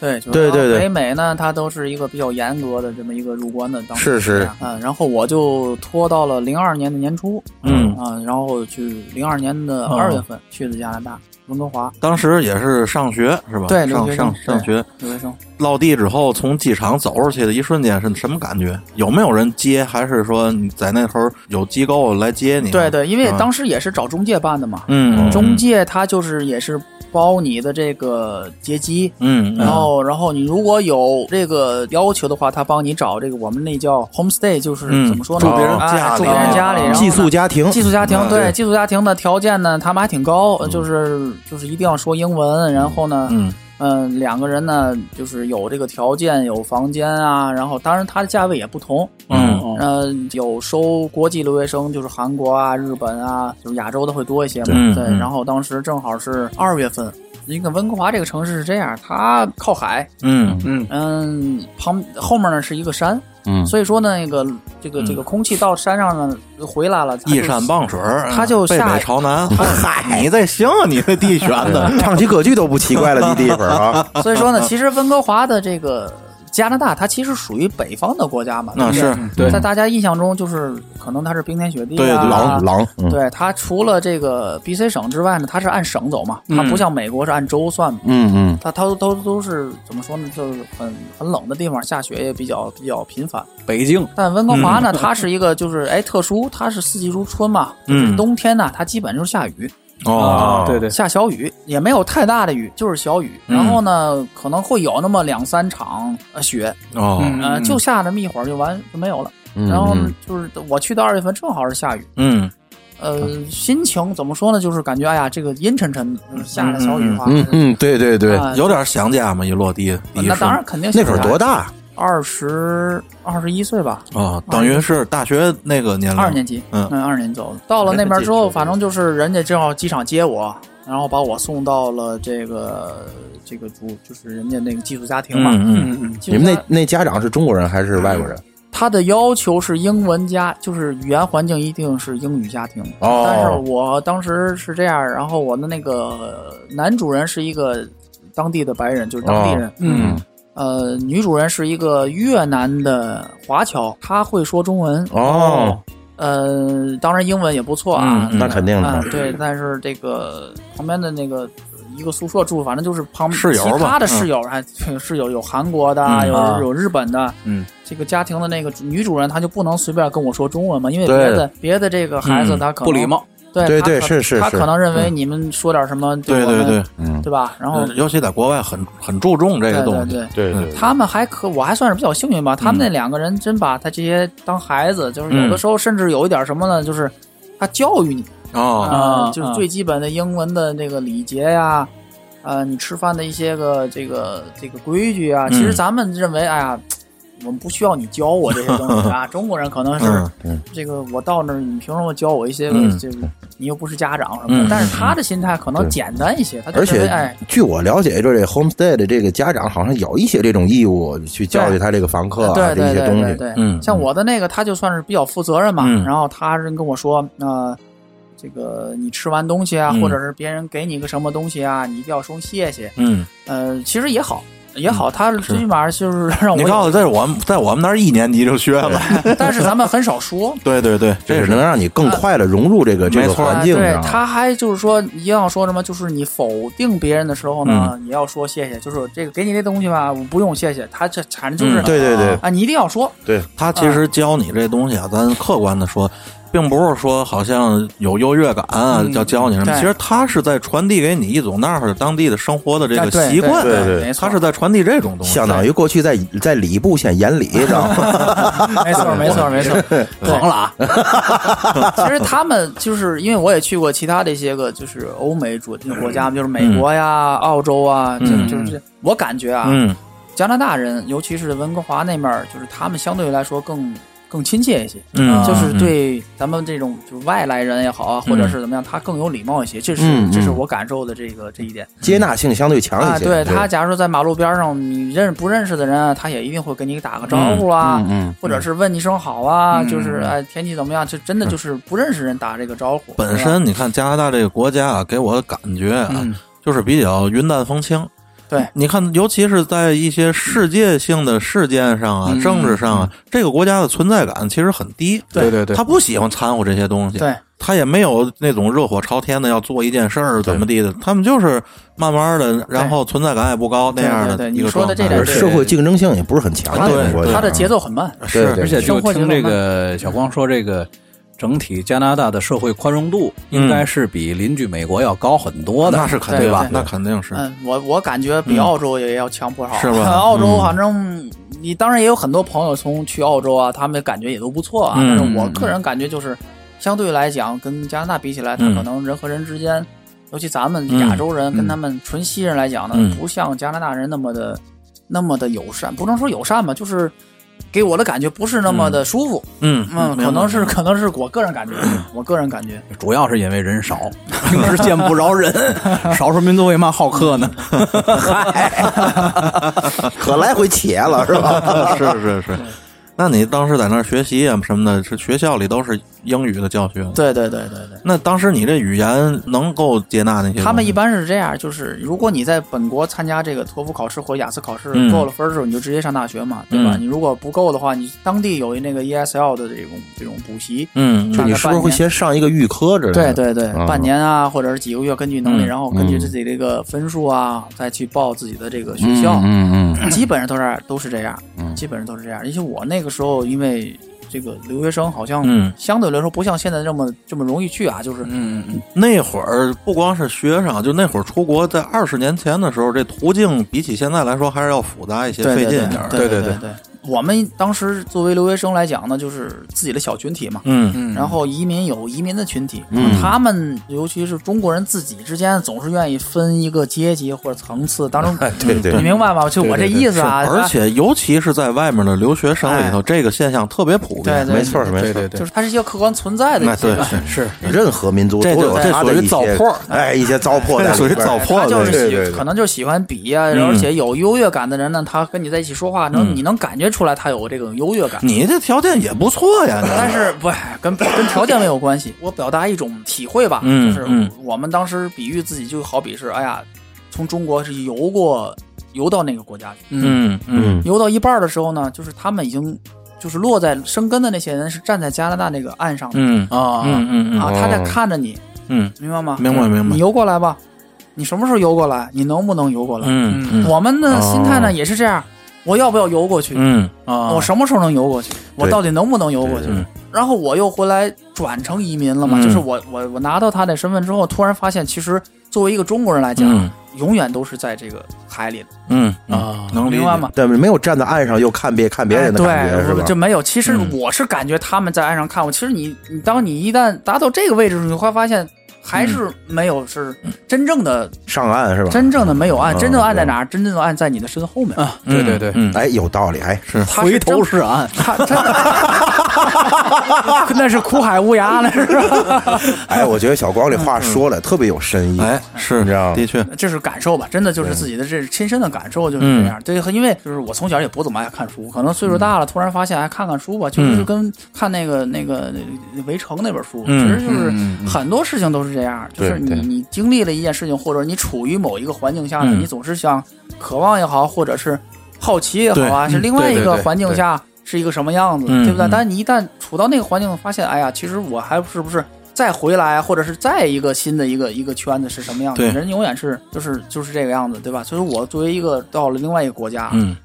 [SPEAKER 4] 对911
[SPEAKER 2] 对对对
[SPEAKER 4] 北美呢，它都是一个比较严格的这么一个入关的当时
[SPEAKER 2] 是是
[SPEAKER 4] 啊，嗯然后我就拖到了零二年的年初，
[SPEAKER 1] 嗯哦
[SPEAKER 4] 啊，然后去零二年的二月份去的加拿大温哥华
[SPEAKER 1] 当时也是上学是吧？
[SPEAKER 4] 对留
[SPEAKER 1] 上
[SPEAKER 4] 学
[SPEAKER 1] 上
[SPEAKER 4] 生
[SPEAKER 1] 上
[SPEAKER 4] 对
[SPEAKER 1] 学
[SPEAKER 4] 留学生，
[SPEAKER 1] 落地之后，从机场走出去的一瞬间是什么感觉？有没有人接？还是说你在那头有机构来接你？
[SPEAKER 4] 对，对，因为
[SPEAKER 1] 嗯
[SPEAKER 4] 当时也是找中介办的嘛，
[SPEAKER 1] 嗯，
[SPEAKER 4] 中介他就是也是包你的这个接机，
[SPEAKER 1] 嗯，嗯，
[SPEAKER 4] 然后，然后你如果有这个要求的话，他帮你找这个我们那叫 homestay，就是
[SPEAKER 1] 嗯
[SPEAKER 4] 怎么说呢？
[SPEAKER 1] 住别
[SPEAKER 2] 哦
[SPEAKER 1] 人
[SPEAKER 4] 哎
[SPEAKER 3] 啊
[SPEAKER 1] 家
[SPEAKER 4] 住
[SPEAKER 1] 里
[SPEAKER 4] 别人家里，然后
[SPEAKER 2] 啊寄
[SPEAKER 4] 呢
[SPEAKER 2] 宿家庭，
[SPEAKER 4] 寄宿家庭
[SPEAKER 1] 嗯，对
[SPEAKER 4] 对寄宿家庭的条件呢，他们还挺高，呃就是就是一定要说英文，然后呢，
[SPEAKER 1] 嗯
[SPEAKER 4] 嗯，两个人呢就是有这个条件，有房间啊，然后当然它的价位也不同，
[SPEAKER 1] 嗯
[SPEAKER 3] 嗯
[SPEAKER 4] 嗯，有收国际留学生，就是韩国啊、日本啊，就是亚洲的会多一些嘛。
[SPEAKER 1] 对
[SPEAKER 4] 对，
[SPEAKER 1] 嗯
[SPEAKER 4] 然后当时正好是二月份，因为温哥华这个城市是这样，它靠海，
[SPEAKER 1] 嗯
[SPEAKER 3] 嗯
[SPEAKER 4] 嗯，旁后面呢是一个山，
[SPEAKER 2] 嗯
[SPEAKER 4] 所以说呢，那个这个这个空气到山上呢回来了，它就
[SPEAKER 1] 依嗯山傍水儿，
[SPEAKER 4] 他就
[SPEAKER 1] 背
[SPEAKER 4] 下
[SPEAKER 1] 北朝 南。嗨，你这行，你这地选的，
[SPEAKER 2] 唱起歌剧都不奇怪了，这地方啊，
[SPEAKER 4] 所以说呢，其实温哥华的这个加拿大，它其实属于北方的国家嘛，
[SPEAKER 1] 那
[SPEAKER 3] 啊
[SPEAKER 4] 对不对
[SPEAKER 1] 是
[SPEAKER 3] 对
[SPEAKER 4] 在大家印象中，就是可能它是冰天雪地、啊，
[SPEAKER 1] 对对
[SPEAKER 2] 狼狼，嗯
[SPEAKER 4] 对它除了这个 B C 省之外呢，它是按省走嘛，
[SPEAKER 1] 嗯
[SPEAKER 4] 它不像美国是按州算嘛。
[SPEAKER 2] 嗯嗯，
[SPEAKER 4] 它它都都都是怎么说呢？就是很很冷的地方，下雪也比较比较频繁。
[SPEAKER 3] 北京
[SPEAKER 4] 但温哥华呢，它是一个就是哎特殊，它是四季如春嘛，
[SPEAKER 1] 嗯
[SPEAKER 4] 冬天呢它基本就是下雨，
[SPEAKER 1] 哦，
[SPEAKER 3] 啊对对，
[SPEAKER 4] 下小雨，也没有太大的雨，就是小雨。
[SPEAKER 1] 嗯
[SPEAKER 4] 然后呢，可能会有那么两三场呃雪，
[SPEAKER 1] 哦，
[SPEAKER 3] 嗯
[SPEAKER 4] 呃，就下那么一会儿就完就没有了。
[SPEAKER 2] 嗯
[SPEAKER 4] 然后
[SPEAKER 2] 嗯
[SPEAKER 4] 就是我去的二月份正好是下雨，
[SPEAKER 1] 嗯
[SPEAKER 4] 呃，心情怎么说呢？就是感觉哎呀，这个阴沉沉的，就是下着小雨的话，
[SPEAKER 2] 嗯嗯，对对对，
[SPEAKER 4] 啊
[SPEAKER 1] 有点想家嘛，一落地第一
[SPEAKER 4] 那
[SPEAKER 1] 瞬
[SPEAKER 4] 当然肯定
[SPEAKER 2] 那会儿多大？
[SPEAKER 4] 二十二十一岁吧，
[SPEAKER 1] 哦，等于是大学那个年龄，
[SPEAKER 4] 二年级，
[SPEAKER 1] 嗯
[SPEAKER 4] 嗯，二年级走的。到了那边之
[SPEAKER 1] 那
[SPEAKER 4] 后，
[SPEAKER 1] 个
[SPEAKER 2] 嗯
[SPEAKER 4] 反正就是人家正好机场接我，然后把我送到了这个这个主，就是人家那个寄宿家庭嘛。
[SPEAKER 1] 嗯嗯
[SPEAKER 3] 嗯嗯，
[SPEAKER 4] 寄
[SPEAKER 2] 你
[SPEAKER 4] 宿
[SPEAKER 2] 们
[SPEAKER 4] 家
[SPEAKER 2] 那那家长是中国人还是外国人？
[SPEAKER 4] 他的要求是英文加，就是语言环境一定是英语家庭。
[SPEAKER 2] 哦
[SPEAKER 4] 但是我当时是这样，然后我的那个男主人是一个当地的白人，就是当地人。
[SPEAKER 2] 哦
[SPEAKER 3] 嗯
[SPEAKER 4] 呃，女主人是一个越南的华侨，她会说中文。
[SPEAKER 2] 哦，
[SPEAKER 4] 呃，当然英文也不错啊。
[SPEAKER 1] 嗯嗯
[SPEAKER 2] 那肯定
[SPEAKER 4] 啊
[SPEAKER 2] 的，，
[SPEAKER 4] 对，但是这个旁边的那个一一个宿舍住，反正就是旁
[SPEAKER 1] 室友吧
[SPEAKER 4] 其他的
[SPEAKER 1] 嗯
[SPEAKER 4] 室友还室友有韩国的，
[SPEAKER 1] 嗯
[SPEAKER 4] 有
[SPEAKER 3] 啊
[SPEAKER 4] 有日本的，
[SPEAKER 1] 嗯，
[SPEAKER 4] 这个家庭的那个女主人她就不能随便跟我说中文嘛，因为别
[SPEAKER 2] 对
[SPEAKER 4] 的别的这个孩子
[SPEAKER 1] 嗯
[SPEAKER 4] 他可能
[SPEAKER 3] 不礼，貌，
[SPEAKER 4] 对
[SPEAKER 2] 对
[SPEAKER 4] 他
[SPEAKER 2] 对
[SPEAKER 4] 可
[SPEAKER 2] 是是
[SPEAKER 4] 他
[SPEAKER 2] 是
[SPEAKER 4] 可能认为你们说点什么
[SPEAKER 1] 对
[SPEAKER 4] 我们
[SPEAKER 1] 对对，
[SPEAKER 2] 嗯，
[SPEAKER 4] 对吧？然后
[SPEAKER 1] 呃尤其在国外很很注重这
[SPEAKER 4] 对
[SPEAKER 1] 个
[SPEAKER 4] 对
[SPEAKER 1] 东西。
[SPEAKER 4] 对。
[SPEAKER 2] 对
[SPEAKER 1] 对
[SPEAKER 2] 对，
[SPEAKER 4] 他们还可，我还算是比较幸
[SPEAKER 1] 嗯
[SPEAKER 4] 运吧。他们那两个人真把他这些当孩子，就是有的时候甚至有一点什么呢，就是他教育你
[SPEAKER 1] 哦，
[SPEAKER 4] 啊、
[SPEAKER 3] 啊
[SPEAKER 4] 就是最基本的英文的那个礼节呀，呃，你吃饭的一些个这个这个规矩啊。
[SPEAKER 1] 嗯
[SPEAKER 4] 其实咱们认为，哎呀，我们不需要你教我这些东西啊。 中国人可能是
[SPEAKER 1] 嗯
[SPEAKER 4] 这个，我到那儿你凭什么教我一些个
[SPEAKER 1] 嗯
[SPEAKER 4] 这个？你又不是家长什么
[SPEAKER 1] 嗯
[SPEAKER 4] 的。但是他的心态可能简单一些，他就
[SPEAKER 2] 而
[SPEAKER 4] 认为，
[SPEAKER 2] 且
[SPEAKER 4] 哎，
[SPEAKER 2] 据我了解，就是这 homestay 的这个家长好像有一些这种义务去教育他这个房客啊
[SPEAKER 4] 对
[SPEAKER 2] 这
[SPEAKER 4] 对
[SPEAKER 2] 些
[SPEAKER 4] 对
[SPEAKER 2] 东
[SPEAKER 4] 对
[SPEAKER 2] 西。
[SPEAKER 4] 对，
[SPEAKER 1] 嗯
[SPEAKER 4] 像我的那个，他就算是比较负责任嘛，
[SPEAKER 1] 嗯
[SPEAKER 4] 然后他人跟我说，呃，这个你吃完东西啊，
[SPEAKER 1] 嗯
[SPEAKER 4] 或者是别人给你个什么东西啊，你一定要说谢谢。
[SPEAKER 1] 嗯，
[SPEAKER 4] 呃，其实也好，也好，他最起码就是 让
[SPEAKER 1] 你
[SPEAKER 4] 我
[SPEAKER 1] 告
[SPEAKER 4] 有，
[SPEAKER 1] 诉在我们在我们那儿一年级就学了，
[SPEAKER 4] 但是咱们很少说。
[SPEAKER 1] 对 对对，
[SPEAKER 2] 这
[SPEAKER 1] 这
[SPEAKER 2] 是
[SPEAKER 1] 是
[SPEAKER 2] 能让你更快的融入这个这
[SPEAKER 1] 没
[SPEAKER 2] 个
[SPEAKER 1] 错
[SPEAKER 2] 环
[SPEAKER 4] 啊，
[SPEAKER 2] 境
[SPEAKER 4] 对，
[SPEAKER 2] 上。
[SPEAKER 4] 他还就是说，一定要说什么，就是你否定别人的时候呢，也要说谢谢，就是这个给你这东西吧，我不用谢谢，他这反正就是、
[SPEAKER 1] 嗯
[SPEAKER 2] 对对对
[SPEAKER 4] 啊，你一定要说，
[SPEAKER 2] 对，
[SPEAKER 1] 他其
[SPEAKER 4] 啊
[SPEAKER 1] 实教你这东西啊，咱客观的说，并不是说好像有优越感啊，
[SPEAKER 4] 嗯
[SPEAKER 1] 要教你什么。
[SPEAKER 4] 对
[SPEAKER 1] 其实他是在传递给你一种那儿当地的生活的这
[SPEAKER 4] 啊
[SPEAKER 1] 个
[SPEAKER 4] 对
[SPEAKER 1] 习惯，
[SPEAKER 4] 对
[SPEAKER 2] 对
[SPEAKER 4] 对
[SPEAKER 2] 对
[SPEAKER 4] 没错，
[SPEAKER 1] 他是在传递这种东西。
[SPEAKER 2] 相当于过去在在礼部县演 礼，知道吗？
[SPEAKER 4] 没错，没错，没错，
[SPEAKER 3] 黄了啊，
[SPEAKER 4] 其实他们就是因为我也去过其他的一些个就是欧美主国家，就是美国呀、澳洲啊，就
[SPEAKER 1] 嗯
[SPEAKER 4] 就是这我感觉啊，
[SPEAKER 1] 嗯
[SPEAKER 4] 加拿大人尤其是温哥华那面儿，就是他们相对来说更更亲切一些，
[SPEAKER 1] 嗯，
[SPEAKER 4] 啊就是对咱们这种就是外来人也好啊，或者是怎么样，他更有礼貌一些，这
[SPEAKER 2] 嗯
[SPEAKER 4] 是
[SPEAKER 2] 嗯
[SPEAKER 4] 这是我感受的这个这一点
[SPEAKER 2] 接纳性相对强
[SPEAKER 4] 啊。
[SPEAKER 2] 一些。
[SPEAKER 4] 对他，假如说在马路边上你认不认识的人啊，他也一定会跟你打个招呼啊，
[SPEAKER 2] 嗯嗯，
[SPEAKER 4] 或者是问一声好啊，
[SPEAKER 1] 嗯
[SPEAKER 4] 就是哎天气怎么样？就真的就是不认识人打这个招呼。
[SPEAKER 1] 本
[SPEAKER 4] 对吧
[SPEAKER 1] 身你看加拿大这个国家啊，给我的感觉啊，
[SPEAKER 4] 嗯
[SPEAKER 1] 就是比较云淡风轻。
[SPEAKER 4] 对
[SPEAKER 1] 你看，尤其是在一些世界性的事件上啊、
[SPEAKER 4] 嗯
[SPEAKER 1] 政治上啊，这个国家的存在感其实很低。
[SPEAKER 4] 对
[SPEAKER 3] 对
[SPEAKER 1] 他不喜欢掺和这些东西，
[SPEAKER 4] 对
[SPEAKER 1] 他也没啊有那种热火朝天的要做一件事儿怎么地的，他们就是慢慢的，然后存在感也不高那
[SPEAKER 4] 对
[SPEAKER 1] 样
[SPEAKER 4] 嗯对对
[SPEAKER 1] 一
[SPEAKER 4] 你
[SPEAKER 1] 个
[SPEAKER 4] 说
[SPEAKER 1] 状
[SPEAKER 4] 的这
[SPEAKER 1] 态。
[SPEAKER 4] 点
[SPEAKER 2] 而
[SPEAKER 4] 是
[SPEAKER 2] 社会竞争性也不是很强
[SPEAKER 1] 对
[SPEAKER 2] 的国家。啊
[SPEAKER 4] 他的节奏很慢，
[SPEAKER 2] 对
[SPEAKER 1] 是
[SPEAKER 2] 对
[SPEAKER 3] 而且就
[SPEAKER 4] 生活节奏
[SPEAKER 3] 听这个小光说，这个整体加拿大的社会宽容度应该是比邻居美国要高很多的，
[SPEAKER 1] 那是肯定
[SPEAKER 4] 对
[SPEAKER 1] 吧
[SPEAKER 4] 对？
[SPEAKER 1] 那肯定是。
[SPEAKER 4] 嗯，我我感觉比澳洲也要强不少，
[SPEAKER 1] 是吧 嗯
[SPEAKER 4] 澳洲反正你当然也有很多朋友从去澳洲啊，他们感觉也都不错啊，
[SPEAKER 1] 嗯
[SPEAKER 4] 但是我个人感觉就是相对来讲跟加拿大比起来，他
[SPEAKER 1] 嗯
[SPEAKER 4] 可能人和人之间，尤其咱们
[SPEAKER 1] 嗯
[SPEAKER 4] 亚洲人跟他们纯西人来讲呢
[SPEAKER 1] 嗯，
[SPEAKER 4] 不像加拿大人那么的那么的友善，不能说友善吧，就是给我的感觉不是那么的舒服。
[SPEAKER 1] 嗯
[SPEAKER 4] 嗯，可能是可能是我个人 感觉，我个人感觉。
[SPEAKER 3] 主要是因为人少，平时见不着人，少数民族为嘛好客呢？
[SPEAKER 2] 可来回且了是 吧？
[SPEAKER 1] 是是是。那你当时在那儿学习啊什么的，是学校里都是英语的教学吗。
[SPEAKER 4] 对对对对对。
[SPEAKER 1] 那当时你这语言能够接纳那些东西吗？
[SPEAKER 4] 他们一般是这样，就是如果你在本国参加这个托福考试或雅思考试
[SPEAKER 1] 嗯
[SPEAKER 4] 够了分儿之后，你就直接上大学嘛，对吧？
[SPEAKER 1] 嗯
[SPEAKER 4] 你如果不够的话，你当地有那个 ESL 的这种这种补习，
[SPEAKER 1] 嗯
[SPEAKER 2] 就你是不是会先上一个预科之类
[SPEAKER 4] 对
[SPEAKER 2] 的？
[SPEAKER 4] 对对，
[SPEAKER 2] 嗯
[SPEAKER 4] 半年啊，或者是几个月，根据能力，
[SPEAKER 1] 嗯
[SPEAKER 4] 然后根据自己这个分数啊，再去报自己的这个学校，
[SPEAKER 2] 嗯嗯嗯
[SPEAKER 4] 基本上都是都是这样，
[SPEAKER 2] 嗯
[SPEAKER 4] 基本上都是这样。而且我那个时候因为这个留学生好像
[SPEAKER 1] 嗯
[SPEAKER 4] 相对来说不像现在这么这么容易去啊，就是
[SPEAKER 3] 嗯嗯，
[SPEAKER 1] 那会儿不光是学生，就那会儿出国，在二十年前的时候，这途径比起现在来说还是要复杂一些，
[SPEAKER 4] 对
[SPEAKER 1] 费
[SPEAKER 4] 对
[SPEAKER 1] 劲一点儿。
[SPEAKER 4] 对
[SPEAKER 3] 对
[SPEAKER 4] 对
[SPEAKER 3] 对
[SPEAKER 4] 对。我们当时作为留学生来讲呢，就是自己的小群体嘛，
[SPEAKER 1] 嗯
[SPEAKER 3] 嗯
[SPEAKER 4] 然后移民有移民的群体，
[SPEAKER 2] 嗯
[SPEAKER 4] 他们尤其是中国人自己之间总是愿意分一个阶级或者层次当中，
[SPEAKER 2] 对对
[SPEAKER 4] 你明白吗？就我这意思啊，
[SPEAKER 1] 而且尤其是在外面的留学生里头，这个现象特别普
[SPEAKER 4] 对
[SPEAKER 1] 遍。
[SPEAKER 4] 对
[SPEAKER 2] 没错没
[SPEAKER 3] 对
[SPEAKER 2] 错，
[SPEAKER 4] 它
[SPEAKER 3] 对对
[SPEAKER 4] 就，是它是一个客观存在的
[SPEAKER 1] 那
[SPEAKER 4] 一
[SPEAKER 1] 对
[SPEAKER 4] 些，
[SPEAKER 1] 是
[SPEAKER 3] 是
[SPEAKER 2] 任何民族
[SPEAKER 1] 这
[SPEAKER 2] 都
[SPEAKER 1] 就
[SPEAKER 2] 有他的
[SPEAKER 1] 这属于
[SPEAKER 2] 一些
[SPEAKER 1] 糟粕
[SPEAKER 2] 哎，一些糟 粕在
[SPEAKER 1] 这
[SPEAKER 2] 里
[SPEAKER 1] 属于
[SPEAKER 2] 边
[SPEAKER 1] 糟粕
[SPEAKER 4] 他就
[SPEAKER 1] 对
[SPEAKER 2] 对对
[SPEAKER 4] 是
[SPEAKER 2] 对
[SPEAKER 4] 喜可能就是喜欢比呀、
[SPEAKER 1] 嗯
[SPEAKER 4] 而且有优越感的人呢，他跟你在一起说话能、
[SPEAKER 1] 嗯
[SPEAKER 4] 你能感觉出来他有这种优越感。
[SPEAKER 1] 你这条件也不错呀，
[SPEAKER 4] 但
[SPEAKER 1] 你
[SPEAKER 4] 是不跟跟条件没有关系，我表达一种体会吧，
[SPEAKER 1] 嗯
[SPEAKER 4] 就是
[SPEAKER 1] 嗯
[SPEAKER 4] 我们当时比喻自己就好比是，哎呀，从中国是游过游到那个国家去，
[SPEAKER 1] 嗯嗯
[SPEAKER 2] 嗯
[SPEAKER 4] 游到一半儿的时候呢，就是他们已经就是落在生根的那些人是站在加拿大那个岸上的、
[SPEAKER 1] 嗯
[SPEAKER 3] 啊，
[SPEAKER 1] 嗯嗯
[SPEAKER 4] 啊，
[SPEAKER 2] 哦
[SPEAKER 4] 他在看着你，
[SPEAKER 1] 嗯，
[SPEAKER 4] 明白吗？
[SPEAKER 1] 明白明白
[SPEAKER 4] 你游过来吧，你什么时候游过来？你能不能游过来？
[SPEAKER 1] 嗯嗯
[SPEAKER 4] 我们的心态呢、
[SPEAKER 1] 哦
[SPEAKER 4] 也是这样，我要不要游过去？
[SPEAKER 1] 嗯
[SPEAKER 3] 啊，
[SPEAKER 4] 我什么时候能游过去？我到底能不能游过去
[SPEAKER 2] 嗯
[SPEAKER 1] 对对对？
[SPEAKER 4] 然后我又回来转成移民了嘛，
[SPEAKER 1] 嗯
[SPEAKER 4] 就是我我我拿到他的身份之后，突然发现，其实作为一个中国人来讲，
[SPEAKER 1] 嗯
[SPEAKER 4] 永远都是在这个海里的，
[SPEAKER 1] 嗯
[SPEAKER 3] 啊
[SPEAKER 1] 能理
[SPEAKER 4] 明
[SPEAKER 1] 解
[SPEAKER 4] 白吗？？
[SPEAKER 2] 但没有站在岸上又看别看别人的感
[SPEAKER 4] 嗯哎
[SPEAKER 2] 觉、
[SPEAKER 4] 对，
[SPEAKER 2] 是吧？
[SPEAKER 4] 这没有。其实
[SPEAKER 1] 嗯
[SPEAKER 4] 我是感觉他们在岸上看我，其实你你当你一旦达到这个位置的时候，你会发现还是没有是真正的
[SPEAKER 2] 上岸嗯是吧？
[SPEAKER 4] 真正的没有岸，
[SPEAKER 2] 嗯
[SPEAKER 4] 真正的岸在哪儿？真正的岸在你的身 后面。
[SPEAKER 3] 啊，对对对，
[SPEAKER 1] 嗯
[SPEAKER 2] 哎，有道理，哎，
[SPEAKER 1] 是
[SPEAKER 4] 它是真
[SPEAKER 3] 是岸，
[SPEAKER 4] 他真的，那是苦海无涯，那是，
[SPEAKER 2] 哎，我觉得小光这
[SPEAKER 4] 嗯
[SPEAKER 2] 话说的特别有深意，
[SPEAKER 1] 哎是
[SPEAKER 2] 你知道吗
[SPEAKER 1] 的确
[SPEAKER 4] 这是感受吧？真的就是自己的这亲身的感受就是这
[SPEAKER 1] 嗯
[SPEAKER 4] 样。对，因为就是我从小也不怎么爱看书，可能岁数大了，突然发现哎，看看书吧，就是
[SPEAKER 1] 嗯
[SPEAKER 4] 跟看那个那个《围城》那本书，其
[SPEAKER 1] 嗯
[SPEAKER 4] 实就是
[SPEAKER 3] 嗯
[SPEAKER 4] 很多事情都是这样，就是你
[SPEAKER 2] 对对
[SPEAKER 4] 你经历了一件事情，或者你处于某一个环境下呢，
[SPEAKER 1] 嗯
[SPEAKER 4] 你总是想渴望也好，或者是好奇也好啊，
[SPEAKER 1] 对
[SPEAKER 4] 是另外一
[SPEAKER 3] 对对
[SPEAKER 4] 个
[SPEAKER 3] 对
[SPEAKER 4] 环境下是一个什么样子，
[SPEAKER 1] 嗯
[SPEAKER 4] 对不对
[SPEAKER 1] 嗯？
[SPEAKER 4] 但你一旦处到那个环境，发现哎呀，其实我还是不是再回来，或者是再一个新的一个一个圈子是什么样子？
[SPEAKER 1] 对
[SPEAKER 4] 人永远是就是就是这个样子，对吧？所以我作为一个到了另外一个国家，
[SPEAKER 1] 嗯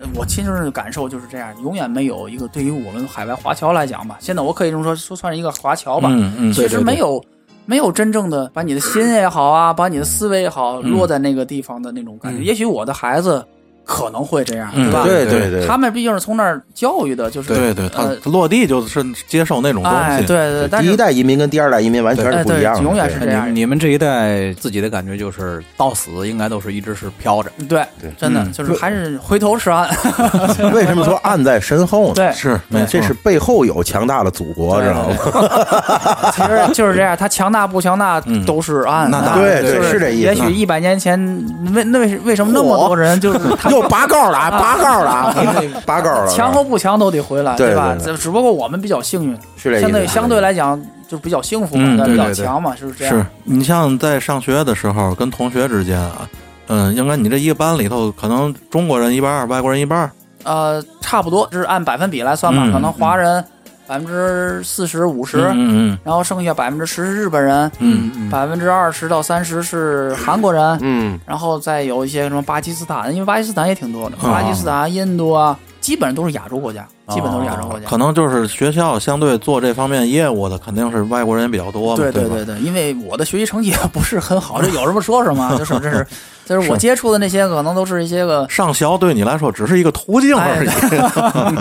[SPEAKER 4] 呃我亲身的感受就是这样，永远没有一个对于我们海外华侨来讲吧，现在我可以这么说，说算是一个华侨吧，
[SPEAKER 1] 嗯嗯
[SPEAKER 4] 其
[SPEAKER 3] 对
[SPEAKER 4] 实
[SPEAKER 3] 对
[SPEAKER 4] 没有没有真正的把你的心也好啊，把你的思维也好，落在那个地方的那种感觉。
[SPEAKER 1] 嗯
[SPEAKER 4] 也许我的孩子可能会这样，
[SPEAKER 1] 嗯
[SPEAKER 4] 对吧？
[SPEAKER 2] 对
[SPEAKER 1] 对
[SPEAKER 2] 对对，
[SPEAKER 4] 他们毕竟是从那儿教育的，就是
[SPEAKER 1] 对对，他
[SPEAKER 4] 呃
[SPEAKER 1] 他落地就是接受那种东
[SPEAKER 4] 哎，
[SPEAKER 1] 西，
[SPEAKER 4] 对对，但
[SPEAKER 2] 第一
[SPEAKER 4] 是
[SPEAKER 2] 代移民跟第二代移民完全是
[SPEAKER 4] 哎
[SPEAKER 2] 不一
[SPEAKER 4] 对
[SPEAKER 2] 样的，，
[SPEAKER 4] 永远是
[SPEAKER 2] 对
[SPEAKER 4] 这样
[SPEAKER 3] 你。你们这一代自己的感觉就是到死应该都是一直是飘着，
[SPEAKER 4] 对
[SPEAKER 2] 对
[SPEAKER 4] 真的
[SPEAKER 1] 嗯
[SPEAKER 4] 就是还是回头 是岸。
[SPEAKER 2] 为什么说岸在身后呢？嗯
[SPEAKER 4] 对，
[SPEAKER 1] 是没错
[SPEAKER 2] 这是背后有强大的祖国，知道吗？
[SPEAKER 4] 其实就是这样，他强大不强大
[SPEAKER 1] 嗯
[SPEAKER 4] 都是岸
[SPEAKER 1] 那
[SPEAKER 4] 啊。
[SPEAKER 1] 当
[SPEAKER 2] 然
[SPEAKER 4] 就
[SPEAKER 2] 对是这意思
[SPEAKER 4] 也许一百年前，为那为为什么那么多人 就是他
[SPEAKER 2] 又拔高了，啊，拔高了，啊，拔高了，
[SPEAKER 4] 强和不强都得回来，
[SPEAKER 2] 对
[SPEAKER 4] 吧？
[SPEAKER 2] 对对
[SPEAKER 4] 这只不过我们比较幸运，
[SPEAKER 2] 是这意思
[SPEAKER 4] 相对相对来讲就比较幸福
[SPEAKER 1] 嗯
[SPEAKER 4] 嘛，
[SPEAKER 1] 对
[SPEAKER 4] 比较
[SPEAKER 3] 对对
[SPEAKER 4] 强嘛，是不是这
[SPEAKER 1] 是
[SPEAKER 4] 样？
[SPEAKER 1] 你像在上学的时候，跟同学之间啊，嗯，应该你这一个班里头，可能中国人一半儿，外国人一半儿，
[SPEAKER 4] 呃，差不多，就是按百分比来算吧
[SPEAKER 1] 嗯，
[SPEAKER 4] 可能华人百分之四十五十，
[SPEAKER 1] 嗯嗯
[SPEAKER 4] 然后剩下百分之十是日本人，
[SPEAKER 1] 嗯
[SPEAKER 4] 百分之二十到三十是韩国人，
[SPEAKER 2] 嗯，
[SPEAKER 4] 然后再有一些什么巴基斯坦，因为巴基斯坦也挺多的，
[SPEAKER 1] 哦
[SPEAKER 4] 巴基斯坦、印度啊，基本上都是亚洲国家，基本都是亚洲国
[SPEAKER 1] 嗯，
[SPEAKER 4] 家
[SPEAKER 1] 可。能就是学校相对做这方面业务的，肯定是外国人比较多嘛，
[SPEAKER 4] 对
[SPEAKER 1] 对吧
[SPEAKER 4] 对对，因为我的学习成绩也不是很好，这有什么说什么 啊，就是这是，就是我接触的那些可能都是一些个
[SPEAKER 1] 上校对你来说只是一个途径而已。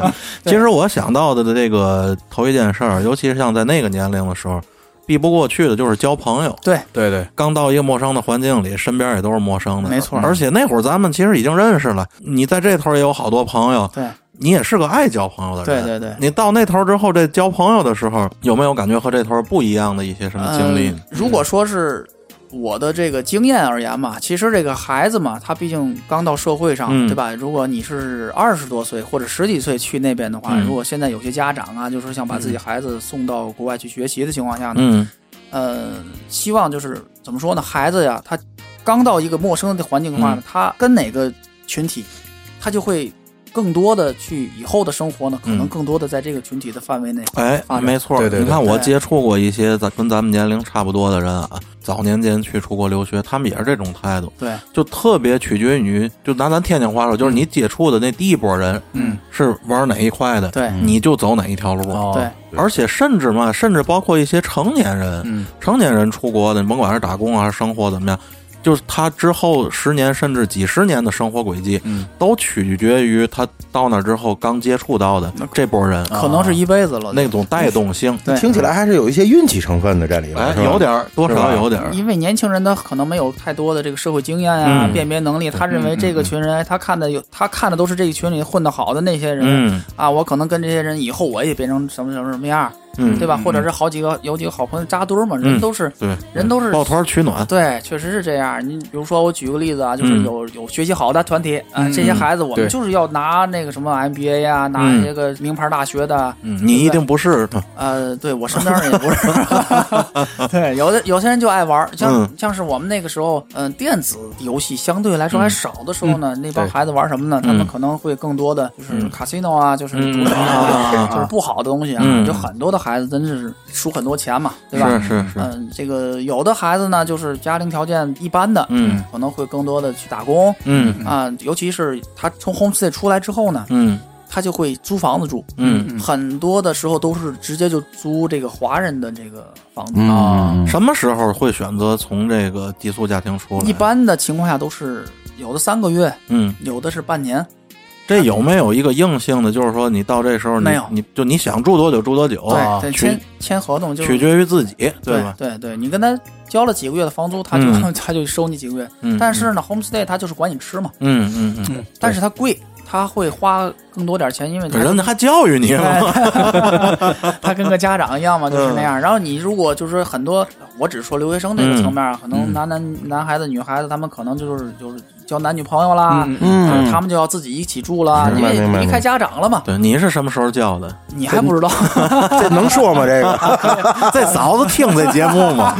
[SPEAKER 4] 哎
[SPEAKER 1] 其实我想到的这个头一件事儿，尤其是像在那个年龄的时候，避不过去的就是交朋友。
[SPEAKER 4] 对
[SPEAKER 3] 对对，
[SPEAKER 1] 刚到一个陌生的环境里，身边也都是陌生的，
[SPEAKER 4] 没错
[SPEAKER 1] 而且那会儿咱们其实已经认识了，你在这头也有好多朋友，
[SPEAKER 4] 对
[SPEAKER 1] 你也是个爱交朋友的
[SPEAKER 4] 对
[SPEAKER 1] 人。
[SPEAKER 4] 对对。
[SPEAKER 1] 你到那头之后，这交朋友的时候，有没有感觉和这头不一样的一些什么经历？
[SPEAKER 4] 呃如果说是我的这个经验而言嘛，其实这个孩子嘛，他毕竟刚到社会上，
[SPEAKER 1] 嗯
[SPEAKER 4] 对吧？如果你是二十多岁或者十几岁去那边的话，
[SPEAKER 1] 嗯
[SPEAKER 4] 如果现在有些家长啊，就是想把自己孩子送到国外去学习的情况下呢，
[SPEAKER 1] 嗯
[SPEAKER 4] 呃，希望就是怎么说呢，孩子呀，他刚到一个陌生的环境的
[SPEAKER 1] 嗯
[SPEAKER 4] 话呢，他跟哪个群体，他就会。更多的去以后的生活呢，可能
[SPEAKER 1] 嗯
[SPEAKER 4] 更多的在这个群体的范围内，
[SPEAKER 1] 哎
[SPEAKER 4] 发，展
[SPEAKER 1] 没错，
[SPEAKER 3] 对对对
[SPEAKER 1] 你看我
[SPEAKER 4] 对
[SPEAKER 1] 接触过一些咱跟咱们年龄差不多的人啊，早年间去出国留学，他们也是这种态度，
[SPEAKER 4] 对，
[SPEAKER 1] 就特别取决于，就拿咱天津话说，就是你接触的那第一波人，
[SPEAKER 4] 嗯，
[SPEAKER 1] 是玩哪一块的，
[SPEAKER 4] 对
[SPEAKER 1] 你就走哪一条路。
[SPEAKER 3] 哦
[SPEAKER 4] 对，
[SPEAKER 1] 而且甚至嘛，甚至包括一些成年人，
[SPEAKER 3] 嗯
[SPEAKER 1] 成年人出国的，甭管是打工啊还是生活怎么样，就是他之后十年甚至几十年的生活轨迹，
[SPEAKER 3] 嗯，
[SPEAKER 1] 都取决于他到那之后刚接触到的这波人，
[SPEAKER 4] 可啊能是一辈子了。
[SPEAKER 1] 哦那种带动性。
[SPEAKER 4] 对
[SPEAKER 2] 嗯听起来还是有一些运气成分的，这里边
[SPEAKER 1] 哎
[SPEAKER 2] 是，吧
[SPEAKER 1] 有点儿，多
[SPEAKER 2] 是吧
[SPEAKER 1] 少有点儿，
[SPEAKER 4] 因为年轻人他可能没有太多的这个社会经验啊、
[SPEAKER 1] 嗯
[SPEAKER 4] 辨别能力，他认为这个群人，哎他看的有他看的都是这一群里混得好的那些人、
[SPEAKER 1] 嗯
[SPEAKER 4] 啊，我可能跟这些人以后我也变成什么什么什么样，
[SPEAKER 1] 嗯，
[SPEAKER 4] 对吧？
[SPEAKER 3] 嗯
[SPEAKER 4] 或者是好几个有几个好朋友扎堆儿嘛，人
[SPEAKER 1] 嗯
[SPEAKER 4] 都是、
[SPEAKER 1] 对，
[SPEAKER 4] 人都是
[SPEAKER 1] 抱团取暖，
[SPEAKER 4] 对，确实是这样。你比如说我举个例子啊，就是
[SPEAKER 1] 嗯
[SPEAKER 4] 有、有学习好的团体啊、
[SPEAKER 3] 嗯
[SPEAKER 4] 这些孩子我们
[SPEAKER 3] 对
[SPEAKER 4] 就是要拿那个什么 MBA 呀、拿
[SPEAKER 1] 嗯
[SPEAKER 4] 一些个名牌大学的，
[SPEAKER 1] 嗯，你一定不是，
[SPEAKER 4] 呃，对我身边 人也不是， 对，有的有些人就爱玩儿，像、
[SPEAKER 1] 嗯
[SPEAKER 4] 像是我们那个时候，嗯、电子游戏相对来说还少的时候呢，那帮
[SPEAKER 3] 对
[SPEAKER 4] 孩子玩什么呢？他
[SPEAKER 1] 嗯
[SPEAKER 4] 们可能会更多的就是
[SPEAKER 1] 嗯
[SPEAKER 4] casino 啊，就是
[SPEAKER 1] 嗯
[SPEAKER 4] 赌场啊，
[SPEAKER 1] 啊啊啊
[SPEAKER 4] 就是不好的东西啊，
[SPEAKER 1] 嗯
[SPEAKER 4] 有很多的孩子真是输很多钱嘛，对吧？
[SPEAKER 1] 是是是，
[SPEAKER 4] 嗯，这个有的孩子呢，就是家庭条件一般的，
[SPEAKER 1] 嗯
[SPEAKER 4] 可能会更多的去打工
[SPEAKER 1] 嗯
[SPEAKER 4] 啊、尤其是他从 homestay 出来之后呢，
[SPEAKER 1] 嗯
[SPEAKER 4] 他就会租房子住，
[SPEAKER 1] 嗯，
[SPEAKER 4] 很多的时候都是直接就租这个华人的这个房子。
[SPEAKER 3] 嗯
[SPEAKER 2] 啊，
[SPEAKER 1] 什么时候会选择从这个寄宿家庭出来？
[SPEAKER 4] 一，般的情况下都是有的三个月，
[SPEAKER 1] 嗯，
[SPEAKER 4] 有的是半年，
[SPEAKER 1] 这有没有一个硬性的，就是说你到这时候你，
[SPEAKER 4] 没有
[SPEAKER 1] 你就你想住多久住多久，啊
[SPEAKER 4] 对，对
[SPEAKER 1] 取
[SPEAKER 4] 签签合同就是
[SPEAKER 1] 取决于自己，
[SPEAKER 4] 对
[SPEAKER 1] 吧？
[SPEAKER 4] 对对，你跟他交了几个月的房租，他就、
[SPEAKER 1] 嗯
[SPEAKER 4] 他就收你几个月。
[SPEAKER 1] 嗯，
[SPEAKER 4] 但是呢，homestay 他就是管你吃嘛，
[SPEAKER 1] 嗯嗯嗯，
[SPEAKER 3] 嗯，
[SPEAKER 4] 但是他贵，他会花更多点钱，因为他
[SPEAKER 1] 人家还教育你
[SPEAKER 4] 哎
[SPEAKER 1] 吗？
[SPEAKER 4] 他跟个家长一样嘛，就是那
[SPEAKER 2] 嗯
[SPEAKER 4] 样。然后你如果就是很多，我只说留学生这个层面啊，可
[SPEAKER 2] 嗯
[SPEAKER 4] 能男男男孩子、女孩子，他们可能就是就是交男女朋友啦，
[SPEAKER 2] 嗯
[SPEAKER 4] 呃他们就要自己一起住啦，
[SPEAKER 2] 明
[SPEAKER 4] 因
[SPEAKER 2] 白
[SPEAKER 4] 为
[SPEAKER 2] 明白
[SPEAKER 4] 离开家长了嘛，
[SPEAKER 1] 对，你是什么时候教的？
[SPEAKER 4] 你还 不知道。
[SPEAKER 2] 这能说吗？这
[SPEAKER 1] 嗯
[SPEAKER 2] 个
[SPEAKER 1] 这嫂子听这节目吗？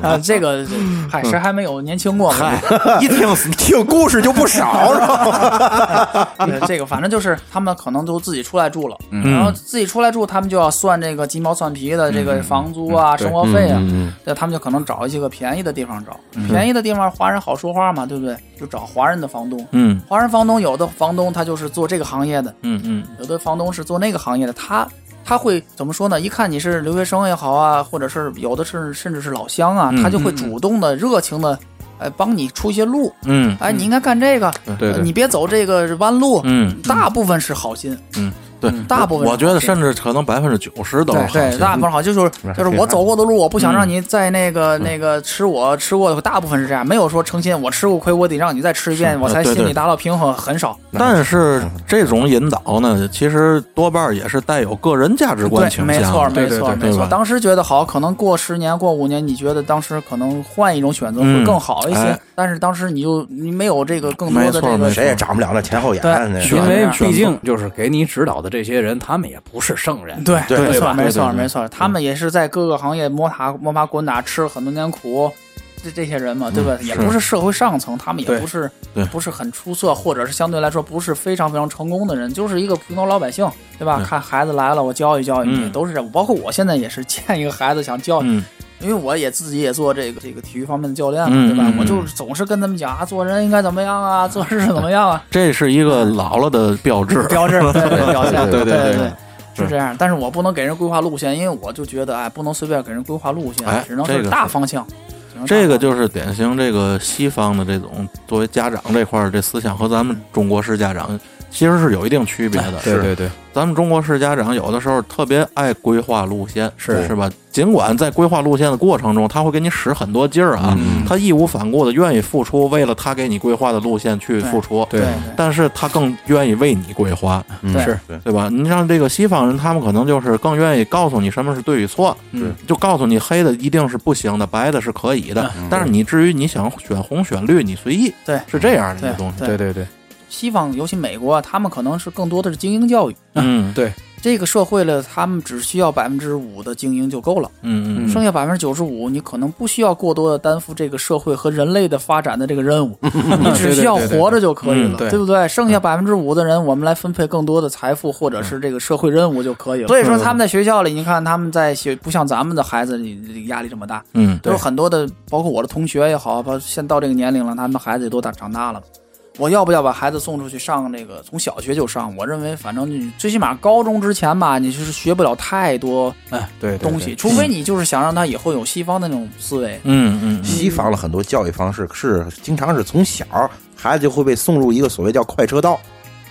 [SPEAKER 4] 啊，这个这嗨，谁还没有年轻过嘛？
[SPEAKER 3] 嗯
[SPEAKER 2] 一听听故事就不少，是吧？
[SPEAKER 4] 对这个反正就是他们可能都自己出来住了，
[SPEAKER 1] 嗯
[SPEAKER 4] 然后自己出来住，他们就要算这个鸡毛蒜皮的这
[SPEAKER 1] 嗯
[SPEAKER 4] 个房租啊、生活费啊，对，他们就可能找一些个便宜的地方找，
[SPEAKER 1] 嗯
[SPEAKER 4] 便宜的地方华人好说话嘛，对不对？就找华人的房东。
[SPEAKER 1] 嗯
[SPEAKER 4] 华人房东有的房东他就是做这个行业的，
[SPEAKER 1] 嗯嗯
[SPEAKER 4] 有的房东是做那个行业的，他他会怎么说呢？一看你是留学生也好啊，或者是有的是甚至是老乡啊，
[SPEAKER 1] 嗯
[SPEAKER 4] 他就会主动的、热情的，哎，帮你出一些路，
[SPEAKER 1] 嗯
[SPEAKER 4] 哎，你应该干这个，
[SPEAKER 3] 对对
[SPEAKER 4] 你别走这个弯路。
[SPEAKER 1] 嗯，
[SPEAKER 4] 大部分是好心，
[SPEAKER 1] 对，
[SPEAKER 4] 嗯大部分
[SPEAKER 1] 我觉得
[SPEAKER 4] 是
[SPEAKER 1] 甚至可能百分之九十都是
[SPEAKER 4] 对
[SPEAKER 1] 好
[SPEAKER 4] 对，
[SPEAKER 1] 心
[SPEAKER 4] 大部分好就是就是我走过的路，我不想
[SPEAKER 1] 嗯
[SPEAKER 4] 让你再那个那个吃我吃过的，大部分是这样，没有说成心我吃过亏，我得让你再吃一遍，我才
[SPEAKER 1] 对
[SPEAKER 4] 心
[SPEAKER 1] 对
[SPEAKER 4] 里达到平衡，很少。
[SPEAKER 1] 但是这种引导呢，其实多半也是带有个人价值观
[SPEAKER 4] 对，
[SPEAKER 1] 倾向
[SPEAKER 4] 没错，
[SPEAKER 1] 的。
[SPEAKER 4] 没
[SPEAKER 3] 对对
[SPEAKER 4] 错，
[SPEAKER 3] 对
[SPEAKER 4] 没
[SPEAKER 1] 对
[SPEAKER 4] 错
[SPEAKER 1] 吧。
[SPEAKER 4] 当时觉得好，可能过十年、过五年，你觉得当时可能换一种选择会更好一
[SPEAKER 1] 嗯
[SPEAKER 4] 些
[SPEAKER 1] 哎，
[SPEAKER 4] 但是当时你就你没有这个更多
[SPEAKER 1] 没错
[SPEAKER 4] 的这
[SPEAKER 1] 没
[SPEAKER 4] 个
[SPEAKER 1] 错
[SPEAKER 2] 谁也长不了那前后眼。
[SPEAKER 4] 对
[SPEAKER 2] 那
[SPEAKER 4] 是
[SPEAKER 3] 因为
[SPEAKER 4] 选择
[SPEAKER 3] 毕竟就是给你指导的这些人，他们也不是圣人，
[SPEAKER 4] 对，
[SPEAKER 2] 对
[SPEAKER 4] 没
[SPEAKER 3] 对
[SPEAKER 4] 错，
[SPEAKER 3] 吧
[SPEAKER 4] 没错，
[SPEAKER 1] 对对对
[SPEAKER 4] 没错，他们也是在各个行业摸爬摸爬滚打，吃了很多年苦，这这些人嘛，对吧？也不是社会上层，他们也
[SPEAKER 3] 对
[SPEAKER 4] 不是
[SPEAKER 1] 嗯对
[SPEAKER 4] 不是很出色，或者是相对来说不是非常非常成功的人，就是一个普通老百姓，对吧？
[SPEAKER 1] 对
[SPEAKER 4] 看孩子来了，我教育教育你，
[SPEAKER 1] 嗯
[SPEAKER 4] 都是这样。包括我现在也是见一个孩子想教育，
[SPEAKER 1] 嗯
[SPEAKER 4] 因为我也自己也做这个这个体育方面的教练嘛，
[SPEAKER 1] 嗯
[SPEAKER 4] 对吧
[SPEAKER 1] 嗯？
[SPEAKER 4] 我就总是跟他们讲啊，做人应该怎么样啊，做事怎么样啊，
[SPEAKER 1] 这是一个老了的标志。
[SPEAKER 4] 标志 对对表现，
[SPEAKER 1] 对对
[SPEAKER 4] 对
[SPEAKER 1] 对对
[SPEAKER 4] 对。是这样，但是我不能给人规划路线，因为我就觉得，哎，不能随便给人规划路线，
[SPEAKER 1] 哎
[SPEAKER 4] 只能
[SPEAKER 1] 这个
[SPEAKER 4] 是
[SPEAKER 1] 是
[SPEAKER 4] 大方向。只能大
[SPEAKER 1] 这个
[SPEAKER 4] 方向
[SPEAKER 1] 就是典型这个西方的这种作为家长这块儿，这思想和咱们中国式家长其实是有一定区别的。
[SPEAKER 3] 哎对对对，
[SPEAKER 1] 咱们中国式家长有的时候特别爱规划路线，
[SPEAKER 3] 是
[SPEAKER 1] 是吧？尽管在规划路线的过程中，他会给你使很多劲儿啊，
[SPEAKER 3] 嗯
[SPEAKER 1] 他义无反顾的愿意付出，为了他给你规划的路线去付出。
[SPEAKER 3] 对
[SPEAKER 1] 但是他更愿意为你规划，
[SPEAKER 2] 嗯
[SPEAKER 4] 对
[SPEAKER 3] 是
[SPEAKER 1] 对吧？你像这个西方人，他们可能就是更愿意告诉你什么是对与错，
[SPEAKER 3] 嗯
[SPEAKER 1] 就告诉你黑的一定是不行的，白的是可以的。但是你至于你想选红选绿，你随意，
[SPEAKER 4] 嗯对
[SPEAKER 1] 是这样的一
[SPEAKER 4] 对
[SPEAKER 1] 个东西。
[SPEAKER 4] 对
[SPEAKER 3] 对对对，
[SPEAKER 4] 西方，尤其美国啊，他们可能是更多的是精英教育，
[SPEAKER 1] 嗯
[SPEAKER 4] 这个社会了，他们只需要百分之五的精英就够了，
[SPEAKER 1] 嗯
[SPEAKER 3] 嗯
[SPEAKER 4] 剩下百分之九十五，你可能不需要过多的担负这个社会和人类的发展的这个任务，你只需要活着就可以
[SPEAKER 1] 嗯
[SPEAKER 4] 了，
[SPEAKER 3] 对
[SPEAKER 4] 对不对？剩下百分之五的人，我们来分配更多的财富或者是这个社会任务就可以了。所嗯以说，他们在学校里，你看他们在学，不像咱们的孩子你这个压力这么大，
[SPEAKER 1] 嗯
[SPEAKER 4] 都有很多的，包括我的同学也好，包括现在到这个年龄了，他们孩子也都大长大了。我要不要把孩子送出去上这个？从小学就上，我认为反正你最起码高中之前吧，你就是学不了太多
[SPEAKER 3] 哎，对
[SPEAKER 4] 东西，，除非你就是想让他以后有西方的那种思维。
[SPEAKER 1] 嗯嗯
[SPEAKER 2] 西方的很多教育方式是经常是从小孩子就会被送入一个所谓叫快车道，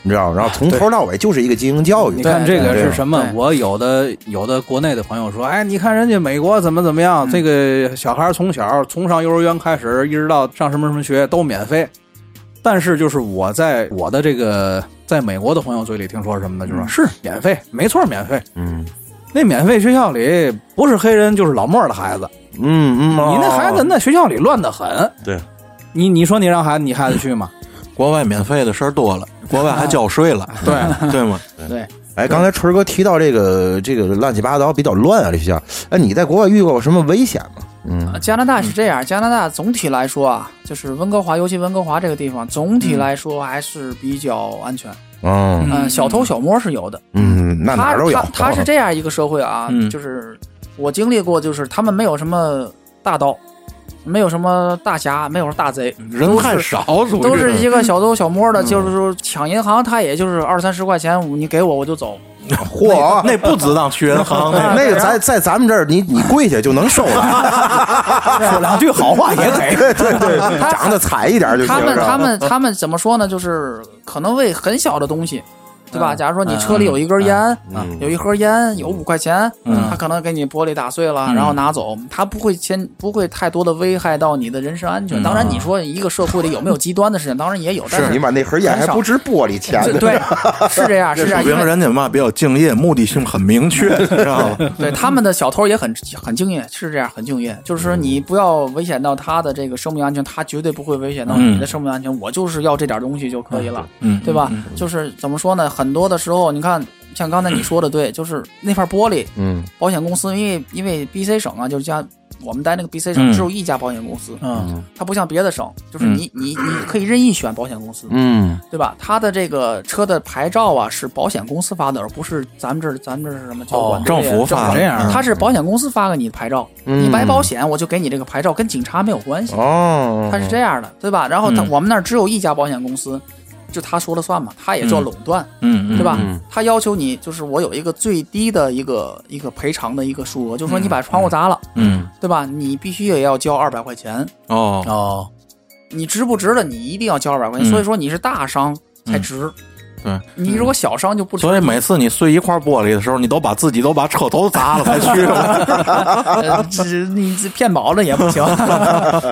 [SPEAKER 2] 你知道吗？然后从头到尾就是一个精英教育
[SPEAKER 3] 你。看
[SPEAKER 4] 对
[SPEAKER 3] 这个
[SPEAKER 2] 对
[SPEAKER 3] 是什么
[SPEAKER 4] 对？
[SPEAKER 3] 我有的有的国内的朋友说，哎，你看人家美国怎么怎么样，这个小孩从小从上幼儿园开始，一直到上什么什么学都免费。但是就是我在我的这个在美国的朋友嘴里听说什么呢？就说是免费，没错，免费。
[SPEAKER 2] 嗯
[SPEAKER 3] 那免费学校里不是黑人就是老墨儿的孩子，
[SPEAKER 2] 嗯嗯，
[SPEAKER 3] 你那
[SPEAKER 2] 哦
[SPEAKER 3] 孩子那学校里乱得很。
[SPEAKER 2] 对，
[SPEAKER 3] 你你说你让孩子你孩子去吗？
[SPEAKER 1] 国外免费的事儿多了，国外还交
[SPEAKER 4] 啊
[SPEAKER 1] 税了，
[SPEAKER 3] 对，
[SPEAKER 1] 对吗？
[SPEAKER 4] 对，
[SPEAKER 2] 哎，刚才春儿哥提到这个这个乱七八糟比较乱啊，这学校。哎，你在国外遇过什么危险吗？嗯
[SPEAKER 4] 呃加拿大是这样，加拿大总体来说啊，就是温哥华，尤其温哥华这个地
[SPEAKER 3] 嗯
[SPEAKER 4] 方，总体来说还是比较安全。
[SPEAKER 2] 嗯
[SPEAKER 4] 嗯，小偷小摸是有的，
[SPEAKER 2] 嗯嗯，那哪
[SPEAKER 4] 他
[SPEAKER 2] 儿都有
[SPEAKER 4] 他。他是这样一个社会啊，
[SPEAKER 1] 嗯
[SPEAKER 4] 就是我经历过，就是他们没有什么大盗，没有什么大侠，没有大
[SPEAKER 2] 嗯
[SPEAKER 4] 贼，
[SPEAKER 1] 人太少，属于
[SPEAKER 4] 都是一个小偷小摸的，就是说抢银行，他也就是二三十块钱，你给我我就走。
[SPEAKER 2] 嚯，
[SPEAKER 1] 那不值当去 银行，那
[SPEAKER 2] 那个在在咱们这儿，你你跪下就能收了。
[SPEAKER 3] 说两句好 话也给。
[SPEAKER 2] 对对对，长得惨一点就行。
[SPEAKER 4] 他们
[SPEAKER 2] 是吧
[SPEAKER 4] 他们他们怎么说呢？就是可能为很小的东西，对吧？
[SPEAKER 3] 嗯
[SPEAKER 4] 假如说你车里有一根烟，
[SPEAKER 2] 嗯
[SPEAKER 4] 啊有一盒烟，有五块钱，
[SPEAKER 1] 嗯
[SPEAKER 4] 他可能给你玻璃打碎了，
[SPEAKER 1] 嗯
[SPEAKER 4] 然后拿走，他不会先不会太多的危害到你的人身安全。
[SPEAKER 1] 嗯
[SPEAKER 4] 当然，你说一个社会里有没有极端的事情，当然也有，但
[SPEAKER 2] 你
[SPEAKER 4] 是
[SPEAKER 2] 把那盒烟还
[SPEAKER 4] 很少
[SPEAKER 2] 不值玻璃钱
[SPEAKER 4] 这
[SPEAKER 2] 呢。
[SPEAKER 4] 对是这样是这样，
[SPEAKER 1] 说
[SPEAKER 4] 因
[SPEAKER 1] 明
[SPEAKER 4] 为
[SPEAKER 1] 人家嘛比较敬业，目的性很明 确，你知道吧？
[SPEAKER 4] 对他们的小偷也很很敬业，是这样很敬业，就是
[SPEAKER 1] 嗯
[SPEAKER 4] 说你不要危险到他的这个生命安全，他绝对不会危险到你的生命安全。我就是要这点东西就可以了。
[SPEAKER 1] 嗯，
[SPEAKER 4] 对吧？就是怎么说呢？很多的时候，你看，像刚才你说的，对，就是那块玻璃，
[SPEAKER 2] 嗯，
[SPEAKER 4] 保险公司，因为因为 B C 省啊，就是家我们待那个 B
[SPEAKER 1] 嗯
[SPEAKER 4] C 省只有一家保险公司，
[SPEAKER 3] 嗯，
[SPEAKER 4] 它不像别的省，就是
[SPEAKER 1] 嗯
[SPEAKER 4] 你你你可以任意选保险公司，
[SPEAKER 2] 嗯，
[SPEAKER 4] 对吧？它的这个车的牌照啊是保险公司发的，而不是咱们这儿咱们这儿是什么交管
[SPEAKER 1] 哦
[SPEAKER 4] 之类的
[SPEAKER 1] 政府发的
[SPEAKER 3] 这样啊
[SPEAKER 4] 它是保险公司发给你的牌照，
[SPEAKER 2] 嗯
[SPEAKER 4] 你买保险我就给你这个牌照，跟警察没有关系。
[SPEAKER 2] 哦，
[SPEAKER 4] 他是这样的，对吧？然后他、
[SPEAKER 1] 嗯
[SPEAKER 4] 我们那儿只有一家保险公司，就他说了算嘛，他也叫
[SPEAKER 1] 嗯
[SPEAKER 4] 垄断，
[SPEAKER 1] 嗯，嗯
[SPEAKER 4] 对吧？
[SPEAKER 2] 嗯
[SPEAKER 4] 他要求你就是我有一个最低的一个一个赔偿的一个数额，就是说你把窗户砸了，
[SPEAKER 1] 嗯，
[SPEAKER 4] 对吧？你必须也要交二百块钱，
[SPEAKER 1] 哦，
[SPEAKER 3] 哦，
[SPEAKER 4] 你值不值的你一定要交二百块
[SPEAKER 1] 嗯
[SPEAKER 4] 钱，所以说你是大伤才值。
[SPEAKER 1] 对嗯
[SPEAKER 4] 你如果小伤就不值，
[SPEAKER 1] 所以每次你碎一块玻璃的时候，你都把自己都把车头砸了才去吧。
[SPEAKER 4] 呃这你这骗保了也不 行。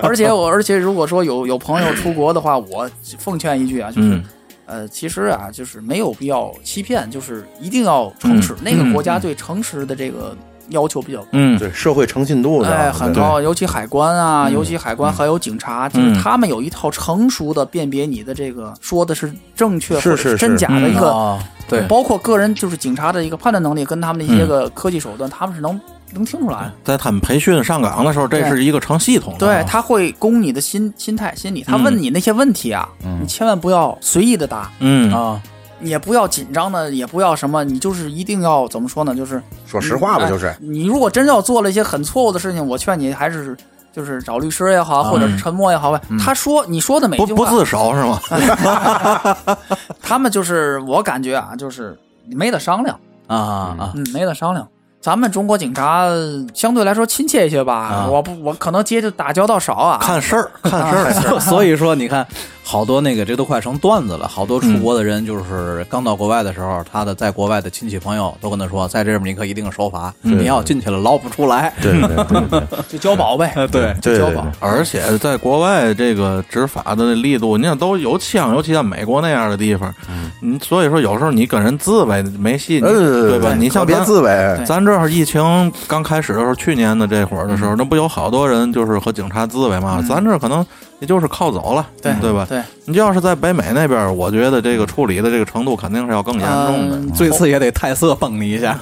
[SPEAKER 4] 而且我，而且如果说有有朋友出国的话，我奉劝一句啊，就是、
[SPEAKER 1] 嗯
[SPEAKER 4] 呃，其实啊，就是没有必要欺骗，就是一定要诚实。
[SPEAKER 1] 嗯
[SPEAKER 4] 那个国
[SPEAKER 1] 嗯
[SPEAKER 4] 家
[SPEAKER 1] 嗯
[SPEAKER 4] 对诚实的这个要求比较高。
[SPEAKER 1] 嗯
[SPEAKER 2] 对社会诚信度的，
[SPEAKER 4] 哎，很
[SPEAKER 2] 对。嗯
[SPEAKER 4] 高，尤其海关啊，尤其海关还有警察，就
[SPEAKER 1] 嗯
[SPEAKER 4] 是他们有一套成熟的辨别你的这个说的是正确或
[SPEAKER 2] 是
[SPEAKER 4] 者
[SPEAKER 2] 是是嗯
[SPEAKER 4] 真假的一个，
[SPEAKER 3] 哦，对，
[SPEAKER 4] 包括个人就是警察的一个判断能力跟他们的一些
[SPEAKER 2] 嗯
[SPEAKER 4] 个科技手段，他们是能能听出来。
[SPEAKER 1] 在他们培训上岗的时候，这是一个成系统的。
[SPEAKER 2] 哦
[SPEAKER 4] 对，他会攻你的心心态心理，他
[SPEAKER 1] 嗯
[SPEAKER 4] 问你那些问题啊，
[SPEAKER 2] 嗯
[SPEAKER 4] 你千万不要随意的答，
[SPEAKER 1] 嗯
[SPEAKER 3] 啊，
[SPEAKER 4] 也不要紧张的，也不要什么，你就是一定要怎么说呢？就是
[SPEAKER 2] 说实话吧，就是
[SPEAKER 4] 哎你如果真要做了一些很错误的事情，我劝你还是就是找律师也好，或者是沉默也好。他说你说的每一
[SPEAKER 1] 不
[SPEAKER 4] 句
[SPEAKER 1] 啊嗯不
[SPEAKER 4] 话，
[SPEAKER 1] 自首是吗？
[SPEAKER 4] 啊他们就是我感觉啊，就是没得商量，
[SPEAKER 3] 啊啊
[SPEAKER 4] 嗯，没得商量。咱们中国警察呃相对来说亲切一些吧，
[SPEAKER 3] 啊
[SPEAKER 4] 我不我可能接就打交道少啊，
[SPEAKER 1] 看事 儿，看事儿。
[SPEAKER 3] 啊！所以说，你看，好多那个这都快成段子了。好多出国的人，就是刚到国外的时候，他的在国外的亲戚朋友都跟他说，在这边你可一定守法，你要进去了捞不出来。
[SPEAKER 2] 对对对对
[SPEAKER 4] 就交 保呗，
[SPEAKER 3] 对
[SPEAKER 4] 就
[SPEAKER 2] 对
[SPEAKER 4] 交
[SPEAKER 2] 对
[SPEAKER 4] 保。
[SPEAKER 1] 而且在国外，这个执法的力度，你想都有枪，尤其像美国那样的地方，嗯，呃所以说有时候你跟人自卫没戏，你
[SPEAKER 2] 嗯，
[SPEAKER 1] 对吧？你像
[SPEAKER 2] 可别
[SPEAKER 1] 咱
[SPEAKER 2] 自卑，
[SPEAKER 1] 咱这儿疫情刚开始的时候，去年的这会儿的时候，那不有好多人就是和警察自卫嘛？咱这儿可能也就是靠走了，
[SPEAKER 4] 嗯对
[SPEAKER 1] 对吧？
[SPEAKER 4] 对，
[SPEAKER 1] 你要是在北美那边，我觉得这个处理的这个程度肯定是要更严重的。
[SPEAKER 4] 嗯，
[SPEAKER 3] 最次也得泰瑟蹦你一下。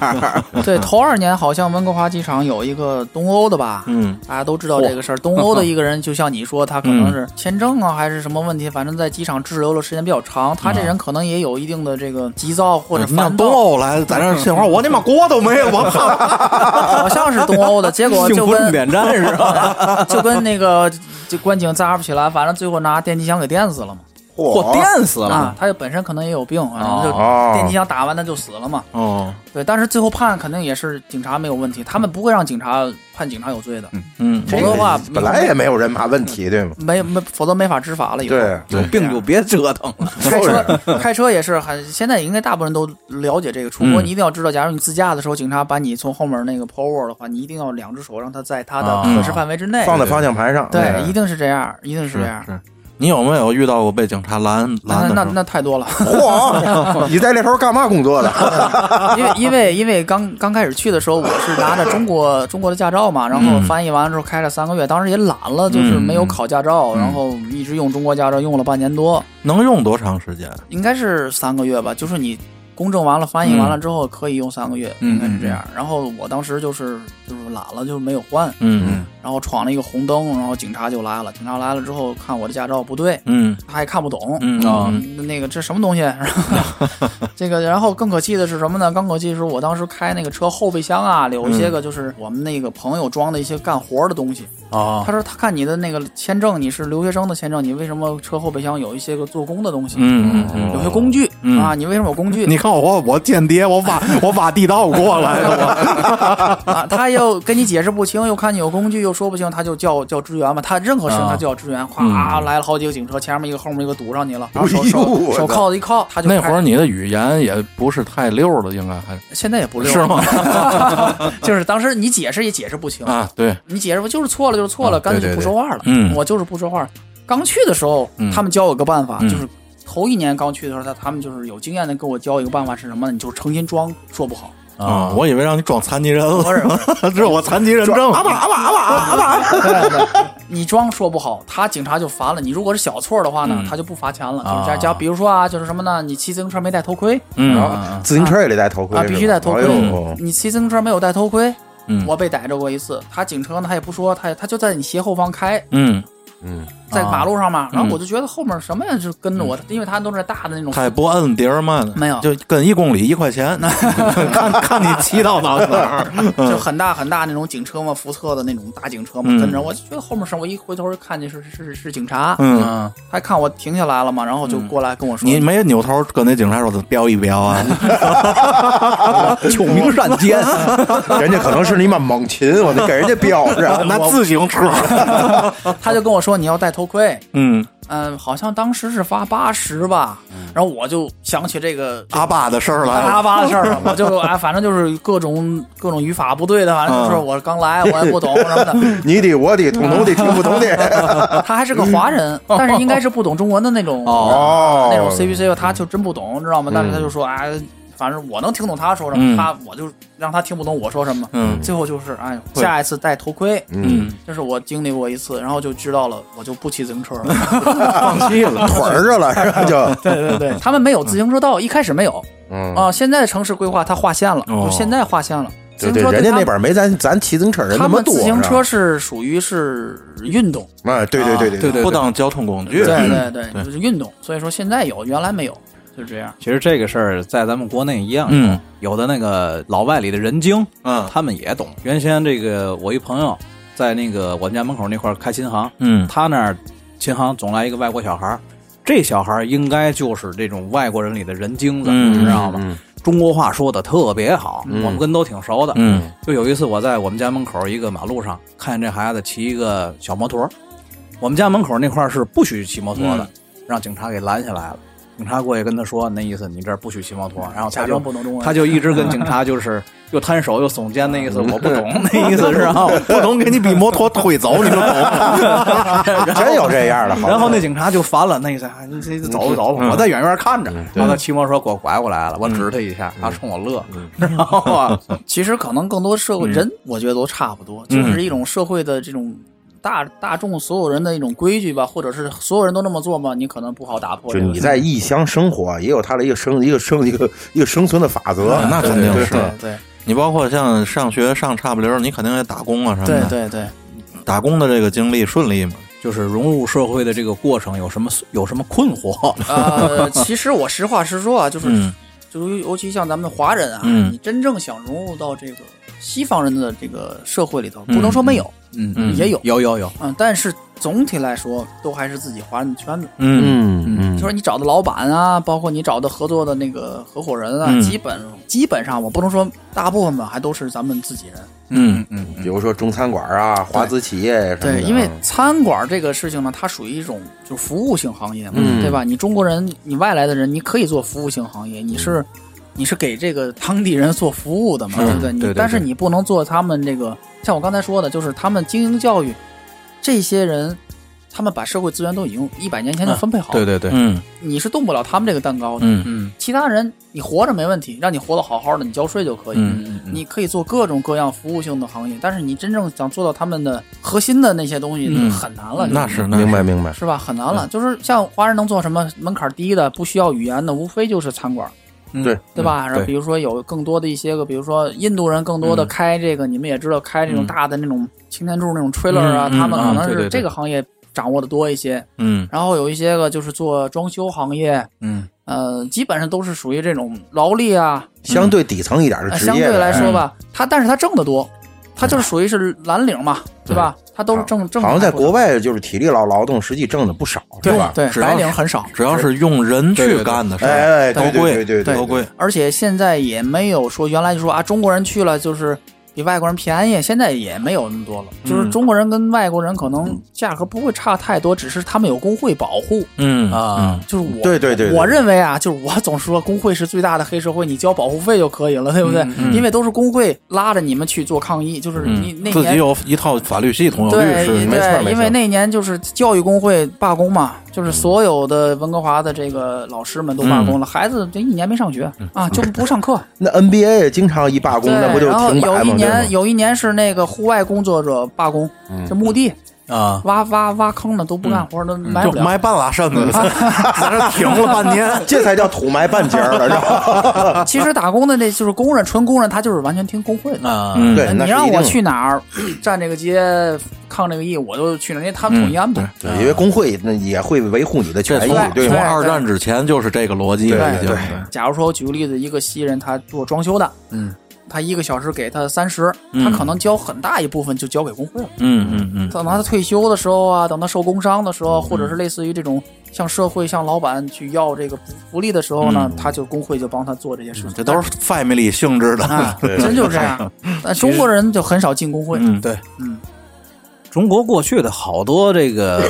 [SPEAKER 4] 对，头二年好像温哥华机场有一个东欧的吧，
[SPEAKER 1] 嗯
[SPEAKER 4] 大家都知道这个事儿。东欧的一个人，就像你说，他可能是签证啊，还是什么问题，反正在机场滞留的时间比较长，他这人可能也有一定的这个急躁或者
[SPEAKER 1] 你
[SPEAKER 3] 哦
[SPEAKER 1] 像
[SPEAKER 4] 烦
[SPEAKER 1] 东
[SPEAKER 4] 躁，
[SPEAKER 1] 欧来，在那儿信花，我你妈国都没有，我操！
[SPEAKER 4] 好像是东欧的，结果
[SPEAKER 3] 幸
[SPEAKER 4] 就
[SPEAKER 3] 福重
[SPEAKER 4] 跟
[SPEAKER 3] 点啊站是吧？
[SPEAKER 4] 就跟那个就观景扎不起来，反正最后拿电击枪给电死了嘛。
[SPEAKER 3] 我电死
[SPEAKER 4] 啊
[SPEAKER 3] 了，，
[SPEAKER 4] 他就本身可能也有病，反正
[SPEAKER 2] 哦
[SPEAKER 4] 就电击枪打完他就死了嘛。
[SPEAKER 1] 哦，
[SPEAKER 4] 对，但是最后判肯定也是警察没有问题，他们不会让警察判警察有罪的，
[SPEAKER 1] 嗯，
[SPEAKER 4] 否则的话
[SPEAKER 2] 本来也没有人嘛问题，对吗？
[SPEAKER 4] 没没，否则没法执法了以后。
[SPEAKER 2] 对，
[SPEAKER 1] 对
[SPEAKER 3] 有病就别折腾 了。
[SPEAKER 4] 开车开车也是很，现在应该大部分人都了解这个。出国
[SPEAKER 1] 嗯
[SPEAKER 4] 你一定要知道，假如你自驾的时候，警察把你从后面那个 power 的话，你一定要两只手让他在他的
[SPEAKER 3] 啊
[SPEAKER 4] 可视范围之内。
[SPEAKER 2] 放在方向盘上，
[SPEAKER 4] 对，一定是这样，一定是
[SPEAKER 1] 是
[SPEAKER 4] 这样。
[SPEAKER 1] 是。你有没有遇到过被警察拦
[SPEAKER 4] 那
[SPEAKER 1] 拦的时候？
[SPEAKER 4] 那那太多了，
[SPEAKER 2] 嚯，你在这头干嘛工作的？
[SPEAKER 4] 因为因为因为刚刚开始去的时候，我是拿着中国中国的驾照嘛，然后
[SPEAKER 1] 嗯
[SPEAKER 4] 翻译完了之后开了三个月，当时也懒了，就是没有考驾照，
[SPEAKER 1] 嗯
[SPEAKER 4] 然后一直用中国驾照用了半年多，
[SPEAKER 1] 能用多长时间？
[SPEAKER 4] 应该是三个月吧，就是你公证完了、翻译完了之后可以用三个月，
[SPEAKER 1] 嗯
[SPEAKER 4] 应该是这样。然后我当时就是就是懒了，就是没有换。
[SPEAKER 1] 嗯
[SPEAKER 4] 然后闯了一个红灯，然后警察就来了。警察来了之后，看我的驾照不对，
[SPEAKER 1] 嗯
[SPEAKER 4] 他也看不懂，
[SPEAKER 1] 嗯啊
[SPEAKER 4] 那个这什么东西？啊 然后 这个，然后更可气的是什么呢？更可气的是我当时开那个车后备箱啊，有
[SPEAKER 1] 嗯
[SPEAKER 4] 一些个就是我们那个朋友装的一些干活的东西。
[SPEAKER 3] 啊
[SPEAKER 4] 他说他看你的那个签证，你是留学生的签证，你为什么车后备箱有一些个做工的东西？
[SPEAKER 1] 嗯嗯嗯，
[SPEAKER 4] 有些工具、
[SPEAKER 1] 嗯
[SPEAKER 4] 啊，你为什么有工 具？
[SPEAKER 1] 你看我我间谍，我 挖我挖地道过来了，
[SPEAKER 4] 啊，他又跟你解释不清，又看你有工具，又说不清，他就叫叫支援嘛。他任何事情
[SPEAKER 3] 啊
[SPEAKER 4] 他就叫支援，
[SPEAKER 1] 嗯
[SPEAKER 4] 咵、来了好几个警车，前面一个，后面一个堵上你了，然啊后手
[SPEAKER 2] 哎呦
[SPEAKER 4] 手
[SPEAKER 2] 我
[SPEAKER 4] 手
[SPEAKER 2] 操
[SPEAKER 4] 铐子一铐，他就
[SPEAKER 1] 那
[SPEAKER 4] 开
[SPEAKER 1] 会儿你的语言也不是太溜了，应该还
[SPEAKER 4] 现在也不溜
[SPEAKER 1] 是 吗？
[SPEAKER 4] 就是当时你解释也解释不清，
[SPEAKER 1] 啊，对，
[SPEAKER 4] 你解释不就是错了就是错了，
[SPEAKER 3] 啊
[SPEAKER 4] 干脆就
[SPEAKER 3] 对对
[SPEAKER 4] 不说话了。
[SPEAKER 1] 嗯
[SPEAKER 4] 我就是不说话。刚去的时候，
[SPEAKER 1] 嗯
[SPEAKER 4] 他们教我个办法，
[SPEAKER 1] 嗯
[SPEAKER 4] 就是头一年刚去的时候，他他们就是有经验的给我教一个办法是什么呢？你就诚心装说不好，
[SPEAKER 1] 啊，
[SPEAKER 3] 啊！
[SPEAKER 1] 我以为让你装残疾人了，
[SPEAKER 4] 不是不
[SPEAKER 1] 这是我残疾人证，
[SPEAKER 4] 对对，你装说不好，他警察就罚了你。如果是小错的话
[SPEAKER 1] 嗯
[SPEAKER 4] 呢，他就不罚钱了。就是加
[SPEAKER 3] 啊
[SPEAKER 4] 加，比如说啊，就是什么呢？你骑自行车没戴头盔，
[SPEAKER 1] 嗯
[SPEAKER 2] 自行车也得戴头盔
[SPEAKER 4] 啊
[SPEAKER 2] 是吧，
[SPEAKER 4] 必须戴头盔
[SPEAKER 2] 哎呦
[SPEAKER 4] 你骑自行车没有戴头盔，
[SPEAKER 1] 嗯
[SPEAKER 4] 我被逮着过一次。他警车呢，他也不说，他也他就在你斜后方开，
[SPEAKER 1] 嗯，
[SPEAKER 2] 嗯，
[SPEAKER 4] 在
[SPEAKER 3] 啊
[SPEAKER 4] 马路上嘛，然后
[SPEAKER 1] 嗯
[SPEAKER 4] 我就觉得后面什么呀，就跟着我，因为他都是大的那种，
[SPEAKER 1] 他也不摁碟儿嘛，
[SPEAKER 4] 没有
[SPEAKER 1] 就跟一公里一块钱，看看你骑到哪儿哪儿，
[SPEAKER 4] 就很大很大那种警车嘛，福特的那种大警车嘛
[SPEAKER 1] 嗯，
[SPEAKER 4] 跟着我就觉得后面上，我一回头看见是是是是警察，
[SPEAKER 1] 嗯，
[SPEAKER 3] 嗯，
[SPEAKER 4] 他看我停下来了嘛，然后就过来跟我说，
[SPEAKER 1] 你没扭头跟那警察说飙一飙 啊，。
[SPEAKER 3] 秋名山间，
[SPEAKER 2] 人家可能是你妈猛禽，我得给人家标着
[SPEAKER 1] 那自行车，
[SPEAKER 4] 他就跟我说你要戴头盔，
[SPEAKER 1] 嗯，
[SPEAKER 4] 嗯，好像当时是罚八十吧，然后我就想起这个。
[SPEAKER 1] 阿爸的事儿来
[SPEAKER 4] 阿
[SPEAKER 1] 了，
[SPEAKER 4] 巴的事儿了，我就啊，反正就是各 种各种语法不对的，反正就是
[SPEAKER 1] 嗯
[SPEAKER 4] 我刚来，我也不懂什么的。
[SPEAKER 2] 你的我的，统统的，听不懂的。
[SPEAKER 4] 他还是个 华人，
[SPEAKER 1] 哦
[SPEAKER 4] 但是应该是不懂中文的那种
[SPEAKER 2] 哦
[SPEAKER 4] 那种 C B C，他就真不懂，知道吗？但是他就说哎，反正我能听懂他说什
[SPEAKER 1] 嗯
[SPEAKER 4] 么，他我就让他听不懂我说什么。
[SPEAKER 1] 嗯
[SPEAKER 4] 最后就是哎，
[SPEAKER 1] 对
[SPEAKER 4] 下一次戴头盔，
[SPEAKER 1] 嗯，
[SPEAKER 4] 这是我经历过一次，然后就知道了，我就不骑自行车了。
[SPEAKER 1] 放弃了，
[SPEAKER 2] 腿儿着了是吧？就
[SPEAKER 4] 对对对，他们没有自行车道，一开始没有
[SPEAKER 2] 嗯，
[SPEAKER 4] 啊，现在城市规划它划线了，
[SPEAKER 1] 哦
[SPEAKER 4] 就现在划线了。自
[SPEAKER 2] 对对，
[SPEAKER 4] 行车
[SPEAKER 2] 人家
[SPEAKER 4] 他
[SPEAKER 2] 那边儿没咱咱骑自行车人那
[SPEAKER 4] 他
[SPEAKER 2] 么
[SPEAKER 4] 们
[SPEAKER 2] 多。
[SPEAKER 4] 自行
[SPEAKER 2] 是吧
[SPEAKER 4] 车是属于是运动，
[SPEAKER 2] 啊，对对对
[SPEAKER 3] 对对
[SPEAKER 1] 不当交通工具，
[SPEAKER 4] 对
[SPEAKER 2] 嗯
[SPEAKER 4] 对
[SPEAKER 1] 对
[SPEAKER 4] 对，就是运动，所以说现在有，原来没有，就这样。
[SPEAKER 3] 其实这个事儿在咱们国内一样，
[SPEAKER 1] 嗯
[SPEAKER 3] 有的那个老外里的人精，
[SPEAKER 1] 嗯
[SPEAKER 3] 他们也懂。原先这个我一朋友在那个我们家门口那块儿开琴行，
[SPEAKER 1] 嗯
[SPEAKER 3] 他那儿琴行总来一个外国小孩儿，这小孩儿应该就是这种外国人里的人精子，
[SPEAKER 1] 嗯
[SPEAKER 3] 你知道吗？中国话说的特别好，我们跟都挺熟的。
[SPEAKER 1] 嗯
[SPEAKER 3] 就有一次我在我们家门口一个马路上看见这孩子骑一个小摩托儿，我们家门口那块儿是不许骑摩托的，让警察给拦下来了。警察过去跟他说，那意思你这儿不许骑摩托，然后他
[SPEAKER 4] 假
[SPEAKER 3] 就
[SPEAKER 4] 装不懂中文，
[SPEAKER 3] 他就一直跟警察就是又摊手又耸肩，那意思我不懂，那意思是啊，
[SPEAKER 1] 不 懂给你比摩托推走，你就懂。
[SPEAKER 2] 对，真有这样的。好
[SPEAKER 3] 然后那警察就烦了，那意思啊你这走吧走吧，我在远远看着。然后他骑摩托车给我拐过来了，我指他一下，他冲我乐， 然后啊，
[SPEAKER 4] 其实可能更多社
[SPEAKER 2] 嗯
[SPEAKER 4] 会人，我觉得都差不多，就是一种社会的这种大大众所有人的一种规矩吧，或者是所有人都那么做嘛，你可能不好打破
[SPEAKER 2] 就
[SPEAKER 4] 这个。
[SPEAKER 2] 你在异乡生活，也有他的一个生一个生一个一个生存的法则。
[SPEAKER 4] 啊
[SPEAKER 1] 那肯定是
[SPEAKER 4] 对对
[SPEAKER 1] 你包括像上学上差不离儿，你肯定也打工啊什么
[SPEAKER 4] 对
[SPEAKER 2] 嗯
[SPEAKER 1] 的。
[SPEAKER 4] 对对，
[SPEAKER 1] 打工的这个经历顺利吗？
[SPEAKER 3] 就是融入社会的这个过程有什么有什么困惑？
[SPEAKER 4] 呃， 其实我实话实说啊，就是
[SPEAKER 1] 嗯
[SPEAKER 4] 就是尤其像咱们华人啊，
[SPEAKER 1] 嗯
[SPEAKER 4] 你真正想融入到这个西方人的这个社会里头，
[SPEAKER 1] 嗯
[SPEAKER 4] 不能说没有，
[SPEAKER 3] 嗯
[SPEAKER 1] 嗯
[SPEAKER 4] 也有，
[SPEAKER 3] 有有有，
[SPEAKER 4] 嗯，但是总体来说都还是自己华人的圈子。
[SPEAKER 1] 嗯
[SPEAKER 2] 嗯
[SPEAKER 4] 就，是你找的老板啊，包括你找的合作的那个合伙人啊，
[SPEAKER 1] 嗯
[SPEAKER 4] 基本基本上我不能说大部分吧，还都是咱们自己人。
[SPEAKER 1] 嗯
[SPEAKER 3] 嗯
[SPEAKER 2] 比如说中餐馆啊，华资企业什么的。啊嗯
[SPEAKER 4] 对，因为餐馆这个事情呢，它属于一种就是服务性行业嘛，
[SPEAKER 2] 嗯
[SPEAKER 4] 对吧？你中国人，你外来的人，你可以做服务性行业，你是你是给这个当地人做服务的嘛，
[SPEAKER 1] 是
[SPEAKER 4] 对不对？你
[SPEAKER 1] 对对
[SPEAKER 4] 但是
[SPEAKER 1] 对
[SPEAKER 4] 你不能做他们这个，像我刚才说的，就是他们精英教育这些人。他们把社会资源都已经一百年前就分配好了，
[SPEAKER 3] 对对对，
[SPEAKER 1] 嗯
[SPEAKER 4] 你是动不了他们这个蛋糕的。
[SPEAKER 1] 嗯
[SPEAKER 3] 嗯
[SPEAKER 4] 其他人你活着没问题，让你活得好好的，你交税就可以。
[SPEAKER 1] 嗯
[SPEAKER 3] 嗯
[SPEAKER 4] 你可以做各种各样服务性的行业，但是你真正想做到他们的核心的那些东西，
[SPEAKER 1] 嗯
[SPEAKER 4] 很难了。
[SPEAKER 1] 那
[SPEAKER 4] 就是
[SPEAKER 1] 那是
[SPEAKER 2] 明白明白。
[SPEAKER 4] 是吧？很难了。就是像华人能做什么门槛低的、不需要语言的，无非就是餐馆。
[SPEAKER 1] 对，
[SPEAKER 4] 对吧？然后
[SPEAKER 3] 对
[SPEAKER 4] 比如说有更多的一些个，比如说印度人更多的开这个，你们也知道开这种大的那种擎天柱那种 trailer 啊，
[SPEAKER 1] 嗯嗯
[SPEAKER 4] 他们可
[SPEAKER 3] 啊
[SPEAKER 4] 能
[SPEAKER 3] 对对
[SPEAKER 4] 是
[SPEAKER 3] 对
[SPEAKER 4] 这个行业掌握的多一些。
[SPEAKER 1] 嗯
[SPEAKER 4] 然后有一些个就是做装修行业，
[SPEAKER 3] 嗯，
[SPEAKER 4] 呃，基本上都是属于这种劳力啊，
[SPEAKER 2] 相对底层一点的嗯
[SPEAKER 4] 呃
[SPEAKER 2] 职
[SPEAKER 4] 相
[SPEAKER 2] 业
[SPEAKER 4] 对
[SPEAKER 2] 呗
[SPEAKER 4] 来说吧，他但是他挣得多，他就是属于是蓝领嘛，对吧？他都是挣挣，
[SPEAKER 2] 好像在国外就是体力劳劳动，实际挣的不少，
[SPEAKER 4] 对
[SPEAKER 2] 是吧？
[SPEAKER 4] 对
[SPEAKER 1] 只要
[SPEAKER 4] 白
[SPEAKER 1] 是
[SPEAKER 4] 领很少，
[SPEAKER 1] 只要是用人去干的事儿，
[SPEAKER 2] 哎哎，
[SPEAKER 1] 都
[SPEAKER 2] 对对
[SPEAKER 1] 贵
[SPEAKER 2] 对对
[SPEAKER 1] 都贵。
[SPEAKER 4] 而且现在也没有说原来就说啊中国人去了就是比外国人便宜，现在也没有那么多了。
[SPEAKER 2] 嗯
[SPEAKER 4] 就是中国人跟外国人可能价格不会差太多，只是他们有工会保护。
[SPEAKER 1] 嗯
[SPEAKER 3] 啊，
[SPEAKER 4] 就是我
[SPEAKER 2] 对对对对
[SPEAKER 4] 我认为啊，就是我总说工会是最大的黑社会，你交保护费就可以了，对不对？
[SPEAKER 2] 嗯
[SPEAKER 4] 因为都是工会拉着你们去做抗议，就是你
[SPEAKER 1] 嗯
[SPEAKER 4] 那
[SPEAKER 1] 自己
[SPEAKER 4] 年。
[SPEAKER 1] 有一套法律系
[SPEAKER 2] 哦
[SPEAKER 1] 统，有律
[SPEAKER 4] 对
[SPEAKER 1] 师，
[SPEAKER 2] 没错没嗯错
[SPEAKER 4] 对，因为那年就是教育工会罢工嘛，就是所有的温哥华的这个老师们都罢
[SPEAKER 2] 嗯
[SPEAKER 4] 工了，孩子这一年没上学 啊，就不上课，
[SPEAKER 2] 那 NBA 也经常一罢嗯工，
[SPEAKER 4] 对，
[SPEAKER 2] 那不就
[SPEAKER 4] 然后
[SPEAKER 2] 停摆
[SPEAKER 4] 有一
[SPEAKER 2] 吗？对吗
[SPEAKER 4] 年，有一年是那个户外工作者罢工，
[SPEAKER 2] 嗯
[SPEAKER 4] 这墓地
[SPEAKER 3] 啊，
[SPEAKER 4] 挖挖挖坑的都不干活，都埋
[SPEAKER 1] 就
[SPEAKER 4] 不了。
[SPEAKER 1] 埋半拉身子，在这停了半年。
[SPEAKER 2] 这才叫土埋半截儿了，知道吗？
[SPEAKER 4] 其实打工的那就是工人，纯工人，他就是完全听工会的。
[SPEAKER 3] 啊，
[SPEAKER 1] 嗯，
[SPEAKER 2] 哎对，那
[SPEAKER 4] 你
[SPEAKER 2] 是
[SPEAKER 4] 让
[SPEAKER 2] 一定
[SPEAKER 4] 我
[SPEAKER 2] 的
[SPEAKER 4] 去哪儿站这个街抗这个义，我就去哪儿，因为他们统一安排。
[SPEAKER 2] 嗯 对，因为工会那也会维护你的
[SPEAKER 1] 这
[SPEAKER 2] 权益
[SPEAKER 1] 从，
[SPEAKER 2] 对
[SPEAKER 1] 从
[SPEAKER 2] 吗？
[SPEAKER 1] 二战之前就是这个逻辑了，已经
[SPEAKER 2] 对
[SPEAKER 4] 假如说我举个例子，一个西人他做装修的，
[SPEAKER 3] 嗯，
[SPEAKER 4] 他一个小时给他三十，他
[SPEAKER 1] 嗯
[SPEAKER 4] 可能交很大一部分就交给工会了。
[SPEAKER 1] 嗯嗯嗯，
[SPEAKER 4] 等到他退休的时候啊，等他受工伤的时候，啊或者是类似于这种向社会、向老板去要这个福利的时候呢，他就工会就帮他做这些事情。
[SPEAKER 1] 嗯这都是 family 性质的。
[SPEAKER 4] 啊，真就是这样。 但中国人就很少进工会，
[SPEAKER 1] 嗯
[SPEAKER 3] 对，
[SPEAKER 4] 嗯，
[SPEAKER 3] 中国过去的好多这个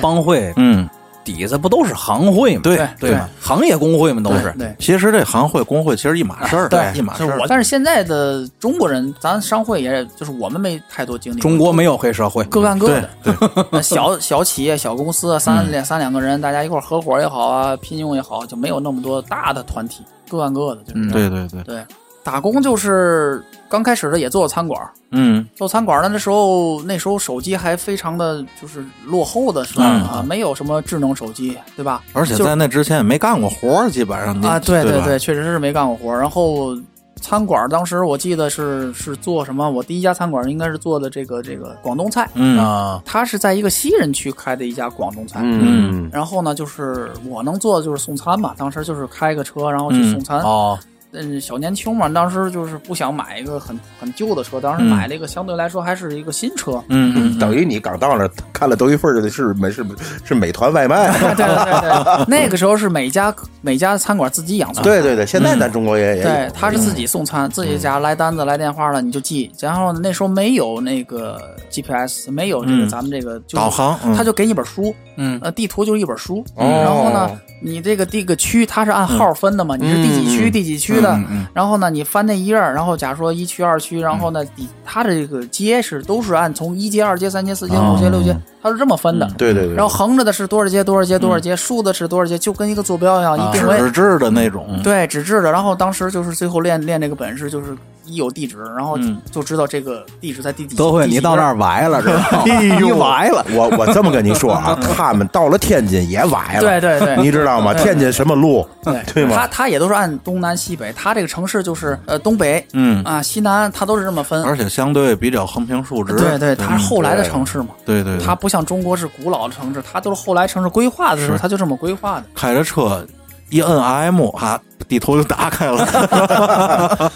[SPEAKER 3] 帮帮会
[SPEAKER 1] 嗯，
[SPEAKER 3] 底子不都是行会吗？
[SPEAKER 1] 对
[SPEAKER 4] 对
[SPEAKER 3] 对吧？行业工会嘛都是，
[SPEAKER 4] 对。
[SPEAKER 1] 其实这行会工会其实一码事儿，
[SPEAKER 4] 对
[SPEAKER 1] 一码事
[SPEAKER 4] 就是
[SPEAKER 1] 儿
[SPEAKER 4] 我，。但是现在的中国人，咱商会也就是我们没太多经历。
[SPEAKER 3] 中国没有黑社会，
[SPEAKER 4] 各干各
[SPEAKER 1] 对嗯
[SPEAKER 4] 的， 那小小企业、小公司啊，三两三两个人，大家一块儿合伙也好啊，拼用也好，就没有那么多大的团体，各干各的。就是
[SPEAKER 3] 嗯
[SPEAKER 4] 这样
[SPEAKER 1] 对对对，
[SPEAKER 4] 对，打工就是刚开始的也做餐馆儿，
[SPEAKER 1] 嗯
[SPEAKER 4] 做餐馆儿的那时候，那时候手机还非常的就是落后的时候
[SPEAKER 1] 嗯
[SPEAKER 4] 啊，没有什么智能手机，对吧？
[SPEAKER 1] 而且
[SPEAKER 4] 就
[SPEAKER 1] 在那之前也没干过活儿，基本上你
[SPEAKER 4] 啊，对
[SPEAKER 1] 对吧
[SPEAKER 4] 对，确实是没干过活儿。然后餐馆儿当时我记得是是做什么？我第一家餐馆儿应该是做的这个这个广东菜，
[SPEAKER 1] 嗯
[SPEAKER 3] 啊，
[SPEAKER 4] 它是在一个西人区开的一家广东菜。
[SPEAKER 2] 嗯，
[SPEAKER 4] 然后呢，就是我能做的就是送餐嘛，当时就是开个车，然后去送餐。
[SPEAKER 3] 哦，
[SPEAKER 4] 嗯，小年轻嘛，当时就是不想买一个很很旧的车，当时
[SPEAKER 1] 嗯
[SPEAKER 4] 买了一个相对来说还是一个新车。
[SPEAKER 1] 嗯嗯，
[SPEAKER 2] 等于你刚到那儿看了德云份儿的是美是是美团外卖，
[SPEAKER 4] 对对对对，那个时候是每家每家餐馆自己养菜。
[SPEAKER 2] 对对对，现在咱中国也也
[SPEAKER 4] 对
[SPEAKER 2] 有，
[SPEAKER 4] 他是自己送餐，自己家来单子来电话了你就记。然后那时候没有那个 GPS，没有这个
[SPEAKER 1] 嗯
[SPEAKER 4] 咱们这个就是
[SPEAKER 1] 导航，嗯
[SPEAKER 4] 他就给你本书，
[SPEAKER 3] 嗯
[SPEAKER 4] 呃，地图就是一本书。
[SPEAKER 2] 哦
[SPEAKER 4] 然后呢，你这个这个区它是按号分的嘛，你是第几区、
[SPEAKER 2] 嗯
[SPEAKER 4] 第几区的。
[SPEAKER 3] 嗯嗯
[SPEAKER 4] 然后呢，你翻那一页儿，然后假如说一区、二区，然后呢，底它这个街是都是按从一街、二街、三街、四街、五街、六街，它是这么分的。
[SPEAKER 2] 对对对，
[SPEAKER 4] 然后横着的是多少街、多少街、多少街，竖的是多少街，就跟一个坐标一样，一定位。
[SPEAKER 1] 啊纸质的那种，
[SPEAKER 4] 对，纸质的。然后当时就是最后练练这个本事，就是一有地址，然后
[SPEAKER 1] 嗯
[SPEAKER 4] 就知道这个地址在第几。
[SPEAKER 3] 德惠，
[SPEAKER 4] 第几
[SPEAKER 3] 你到那
[SPEAKER 4] 页
[SPEAKER 3] 儿崴了是 吧？
[SPEAKER 2] 你崴了，哎我我这么跟你说啊，他们到了天津也崴了，
[SPEAKER 4] 嗯对 对对
[SPEAKER 2] 你知道吗？
[SPEAKER 4] 对
[SPEAKER 2] 天津什么路？嗯对
[SPEAKER 4] 他
[SPEAKER 2] 吗？
[SPEAKER 4] 他也都是按东南西北，他这个城市就是呃东北
[SPEAKER 1] 嗯，
[SPEAKER 4] 啊西南，他都是这么分。
[SPEAKER 1] 而且相对比较横平竖直，嗯
[SPEAKER 4] 对对，它是后来的城市嘛，
[SPEAKER 1] 对对，对
[SPEAKER 4] 它不像中国是古老的城市，它都是后来城市规划的时候，
[SPEAKER 1] 是
[SPEAKER 4] 它就这么规划的。
[SPEAKER 1] 开着车一摁 M，哈，地图就打开 了，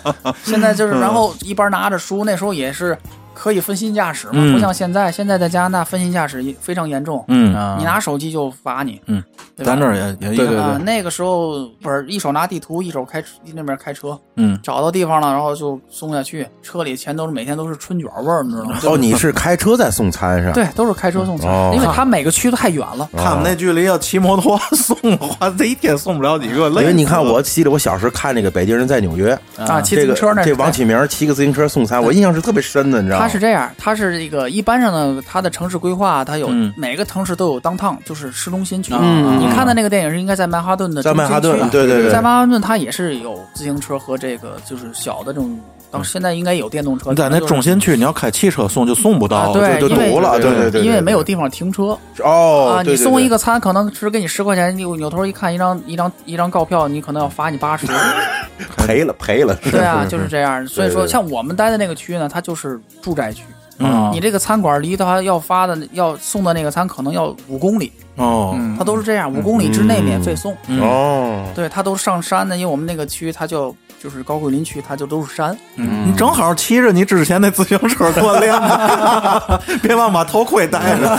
[SPEAKER 4] 现在就是，然后一边拿着书，那时候也是可以分心驾驶嘛，
[SPEAKER 1] 嗯
[SPEAKER 4] 不像现在，现在在加拿大分心驾驶非常严重，
[SPEAKER 1] 嗯，
[SPEAKER 3] 啊
[SPEAKER 4] 你拿手机就罚你。
[SPEAKER 1] 嗯
[SPEAKER 4] 对吧，
[SPEAKER 1] 咱这儿也也
[SPEAKER 3] 对对
[SPEAKER 4] 啊，那个时候不是一手拿地图，一手开那边开车，
[SPEAKER 1] 嗯，
[SPEAKER 4] 找到地方了，然后就送下去。车里全都是每天都是春卷味儿，你知道吗？
[SPEAKER 2] 哦，你是开车在送餐是吧？
[SPEAKER 4] 对，都是开车送餐，
[SPEAKER 2] 哦
[SPEAKER 4] 因为他每个区都太远了。
[SPEAKER 1] 他们那距离要骑摩托送的话，这一天送不了几个，累死了。
[SPEAKER 2] 因为你看，我记得我小时候看那个《北京人在纽约》，
[SPEAKER 4] 啊，骑自
[SPEAKER 2] 这个
[SPEAKER 4] 行车那
[SPEAKER 2] 这王启明骑个自行车送餐，我印象是特别深的，你知道吗？
[SPEAKER 4] 他是这样，他是这个一般上呢，他的城市规划，他有、
[SPEAKER 1] 嗯
[SPEAKER 4] 每个城市都有当趟，就是市中心区。
[SPEAKER 3] 嗯
[SPEAKER 4] 你看的那个电影是应该在曼哈顿的
[SPEAKER 2] 在
[SPEAKER 4] 中心
[SPEAKER 2] 曼哈
[SPEAKER 4] 区
[SPEAKER 2] 顿，对对
[SPEAKER 4] 在
[SPEAKER 2] 对，
[SPEAKER 4] 曼哈顿它也是有自行车和这个就是小的这种
[SPEAKER 2] 嗯
[SPEAKER 4] 当现在应该有电动车，
[SPEAKER 1] 你在那中心区，你要开汽车送就送不
[SPEAKER 4] 啊
[SPEAKER 1] 到，
[SPEAKER 4] 对
[SPEAKER 1] 就就
[SPEAKER 4] 因为
[SPEAKER 1] 堵了。
[SPEAKER 2] 对对对
[SPEAKER 4] 因为没有地方停车
[SPEAKER 2] 哦
[SPEAKER 4] 啊，，
[SPEAKER 2] 对
[SPEAKER 4] 你送
[SPEAKER 2] 对
[SPEAKER 4] 一，
[SPEAKER 2] 对
[SPEAKER 4] 个餐可能只给你十块钱，你扭头一看一张一张一张告票，你可能要罚你八十。
[SPEAKER 2] 赔了赔 了，
[SPEAKER 4] 对啊，就是这样。所以
[SPEAKER 2] 对
[SPEAKER 4] 说，
[SPEAKER 2] 对
[SPEAKER 4] 像我们待的那个区呢，它就是住宅区。
[SPEAKER 1] 嗯
[SPEAKER 4] 你这个餐馆离它要发的要送的那个餐可能要五公里，
[SPEAKER 1] 哦，
[SPEAKER 4] 它都是这样，五公里之内免费送。
[SPEAKER 1] 嗯
[SPEAKER 2] 哦，
[SPEAKER 4] 对，它都是上山的，因为我们那个区它就就是高桂林区，它就都是山。
[SPEAKER 1] 嗯你正好骑着你之前那自行车锻炼吧， 别忘把头盔戴上。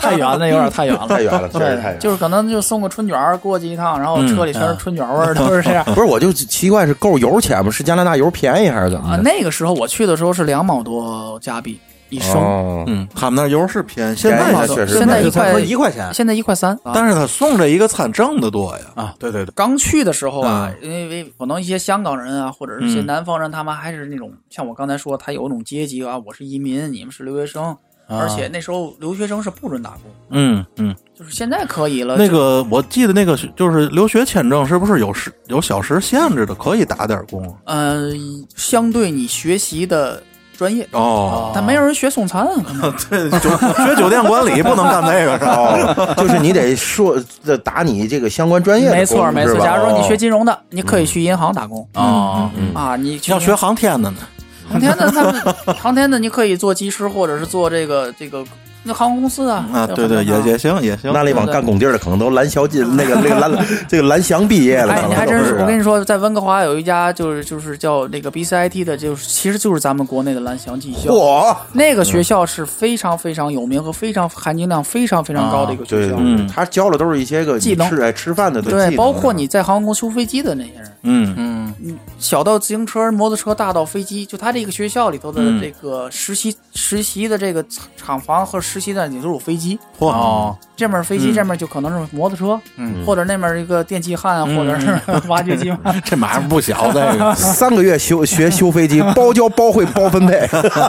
[SPEAKER 4] 太远了，有点太远 了，
[SPEAKER 2] 太远了确实太远了
[SPEAKER 4] 就是可能就送个春卷儿过去一趟，然后车里全是春卷味儿，都是 这样。
[SPEAKER 2] 不是，我就奇怪是够油钱吗？是加拿大油便宜还是怎
[SPEAKER 4] 啊，
[SPEAKER 2] 么的？
[SPEAKER 4] 那个时候我去的时候是两毛多加币一升，
[SPEAKER 2] 哦，
[SPEAKER 1] 嗯，他们那油是便宜，现
[SPEAKER 2] 便
[SPEAKER 1] 在
[SPEAKER 2] 宜那
[SPEAKER 1] 好
[SPEAKER 4] 毛
[SPEAKER 1] 像
[SPEAKER 4] 多
[SPEAKER 2] 确实
[SPEAKER 4] 现在
[SPEAKER 2] 便宜
[SPEAKER 4] 一
[SPEAKER 3] 才
[SPEAKER 4] 块
[SPEAKER 3] 不是一块钱
[SPEAKER 4] 现在一块三。啊
[SPEAKER 1] 但是他送这一个餐挣的多呀。
[SPEAKER 3] 啊，
[SPEAKER 1] 对对对，
[SPEAKER 4] 刚去的时候啊，
[SPEAKER 1] 嗯
[SPEAKER 4] 因为可能一些香港人啊，或者是一些南方人，他们还是那种像我刚才说，他有一种阶级啊，我是移民，你们是留学
[SPEAKER 1] 啊
[SPEAKER 4] 生，
[SPEAKER 3] 啊
[SPEAKER 4] 而且那时候留学生是不准打工，
[SPEAKER 1] 嗯嗯，
[SPEAKER 4] 就是现在可以了。
[SPEAKER 1] 那个我记得那个就是留学签证是不是有时有小时限制的，可以打点工啊？
[SPEAKER 4] 呃，相对你学习的专业，
[SPEAKER 1] 哦，
[SPEAKER 4] 但没有人学送餐啊，可能
[SPEAKER 1] 对，酒学酒店管理不能干这个是吧？
[SPEAKER 2] 哦，就是你得说这打你这个相关专业的工，
[SPEAKER 4] 没错没错。
[SPEAKER 2] 是吧
[SPEAKER 4] 假如
[SPEAKER 1] 哦
[SPEAKER 4] 说你学金融的，你可以去银行打工
[SPEAKER 3] 啊，
[SPEAKER 4] 啊，你去
[SPEAKER 1] 嗯要学航天的呢，
[SPEAKER 4] 航天的，他们航天的你可以做技师，或者是做这个这个那航空公司啊，
[SPEAKER 1] 啊，
[SPEAKER 4] 这
[SPEAKER 1] 对对，
[SPEAKER 4] 很
[SPEAKER 1] 也
[SPEAKER 4] 正常
[SPEAKER 1] 也行也行。
[SPEAKER 2] 哦那里往干工地儿的可能都蓝翔 进那个那个蓝这个蓝翔毕业了，
[SPEAKER 4] 哎，
[SPEAKER 2] 可
[SPEAKER 4] 你
[SPEAKER 2] 能
[SPEAKER 4] 还
[SPEAKER 2] 都啊
[SPEAKER 4] 真是！我跟
[SPEAKER 2] 你
[SPEAKER 4] 你说，在温哥华有一家就是就是叫那个 BCIT 的，就是其实就是咱们国内的蓝翔技校。
[SPEAKER 2] 嚯，
[SPEAKER 4] 那个学校是非常非常有名和非常含金量非常非常高的一个学
[SPEAKER 2] 对
[SPEAKER 4] 校。，
[SPEAKER 1] 嗯
[SPEAKER 2] 他教的都是一些个
[SPEAKER 4] 技能
[SPEAKER 2] 吃哎吃饭的技
[SPEAKER 4] 对，
[SPEAKER 2] 能
[SPEAKER 4] 包括你在航空公司修飞机的那些人，
[SPEAKER 1] 嗯
[SPEAKER 3] 嗯，
[SPEAKER 4] 小到自行车、摩托车，大到飞机，就他这个学校里头的
[SPEAKER 1] 嗯
[SPEAKER 4] 这个实习、实习的这个厂房和实习的里头有飞机，
[SPEAKER 1] 嚯，
[SPEAKER 3] 哦，
[SPEAKER 4] 这面飞机、这面就可能是摩托车，
[SPEAKER 3] 嗯
[SPEAKER 4] 或者那面一个电气焊，啊或者是 挖掘机。
[SPEAKER 1] 这买卖不小，这个
[SPEAKER 2] 啊三个月修学修飞 机，包教包会包分配，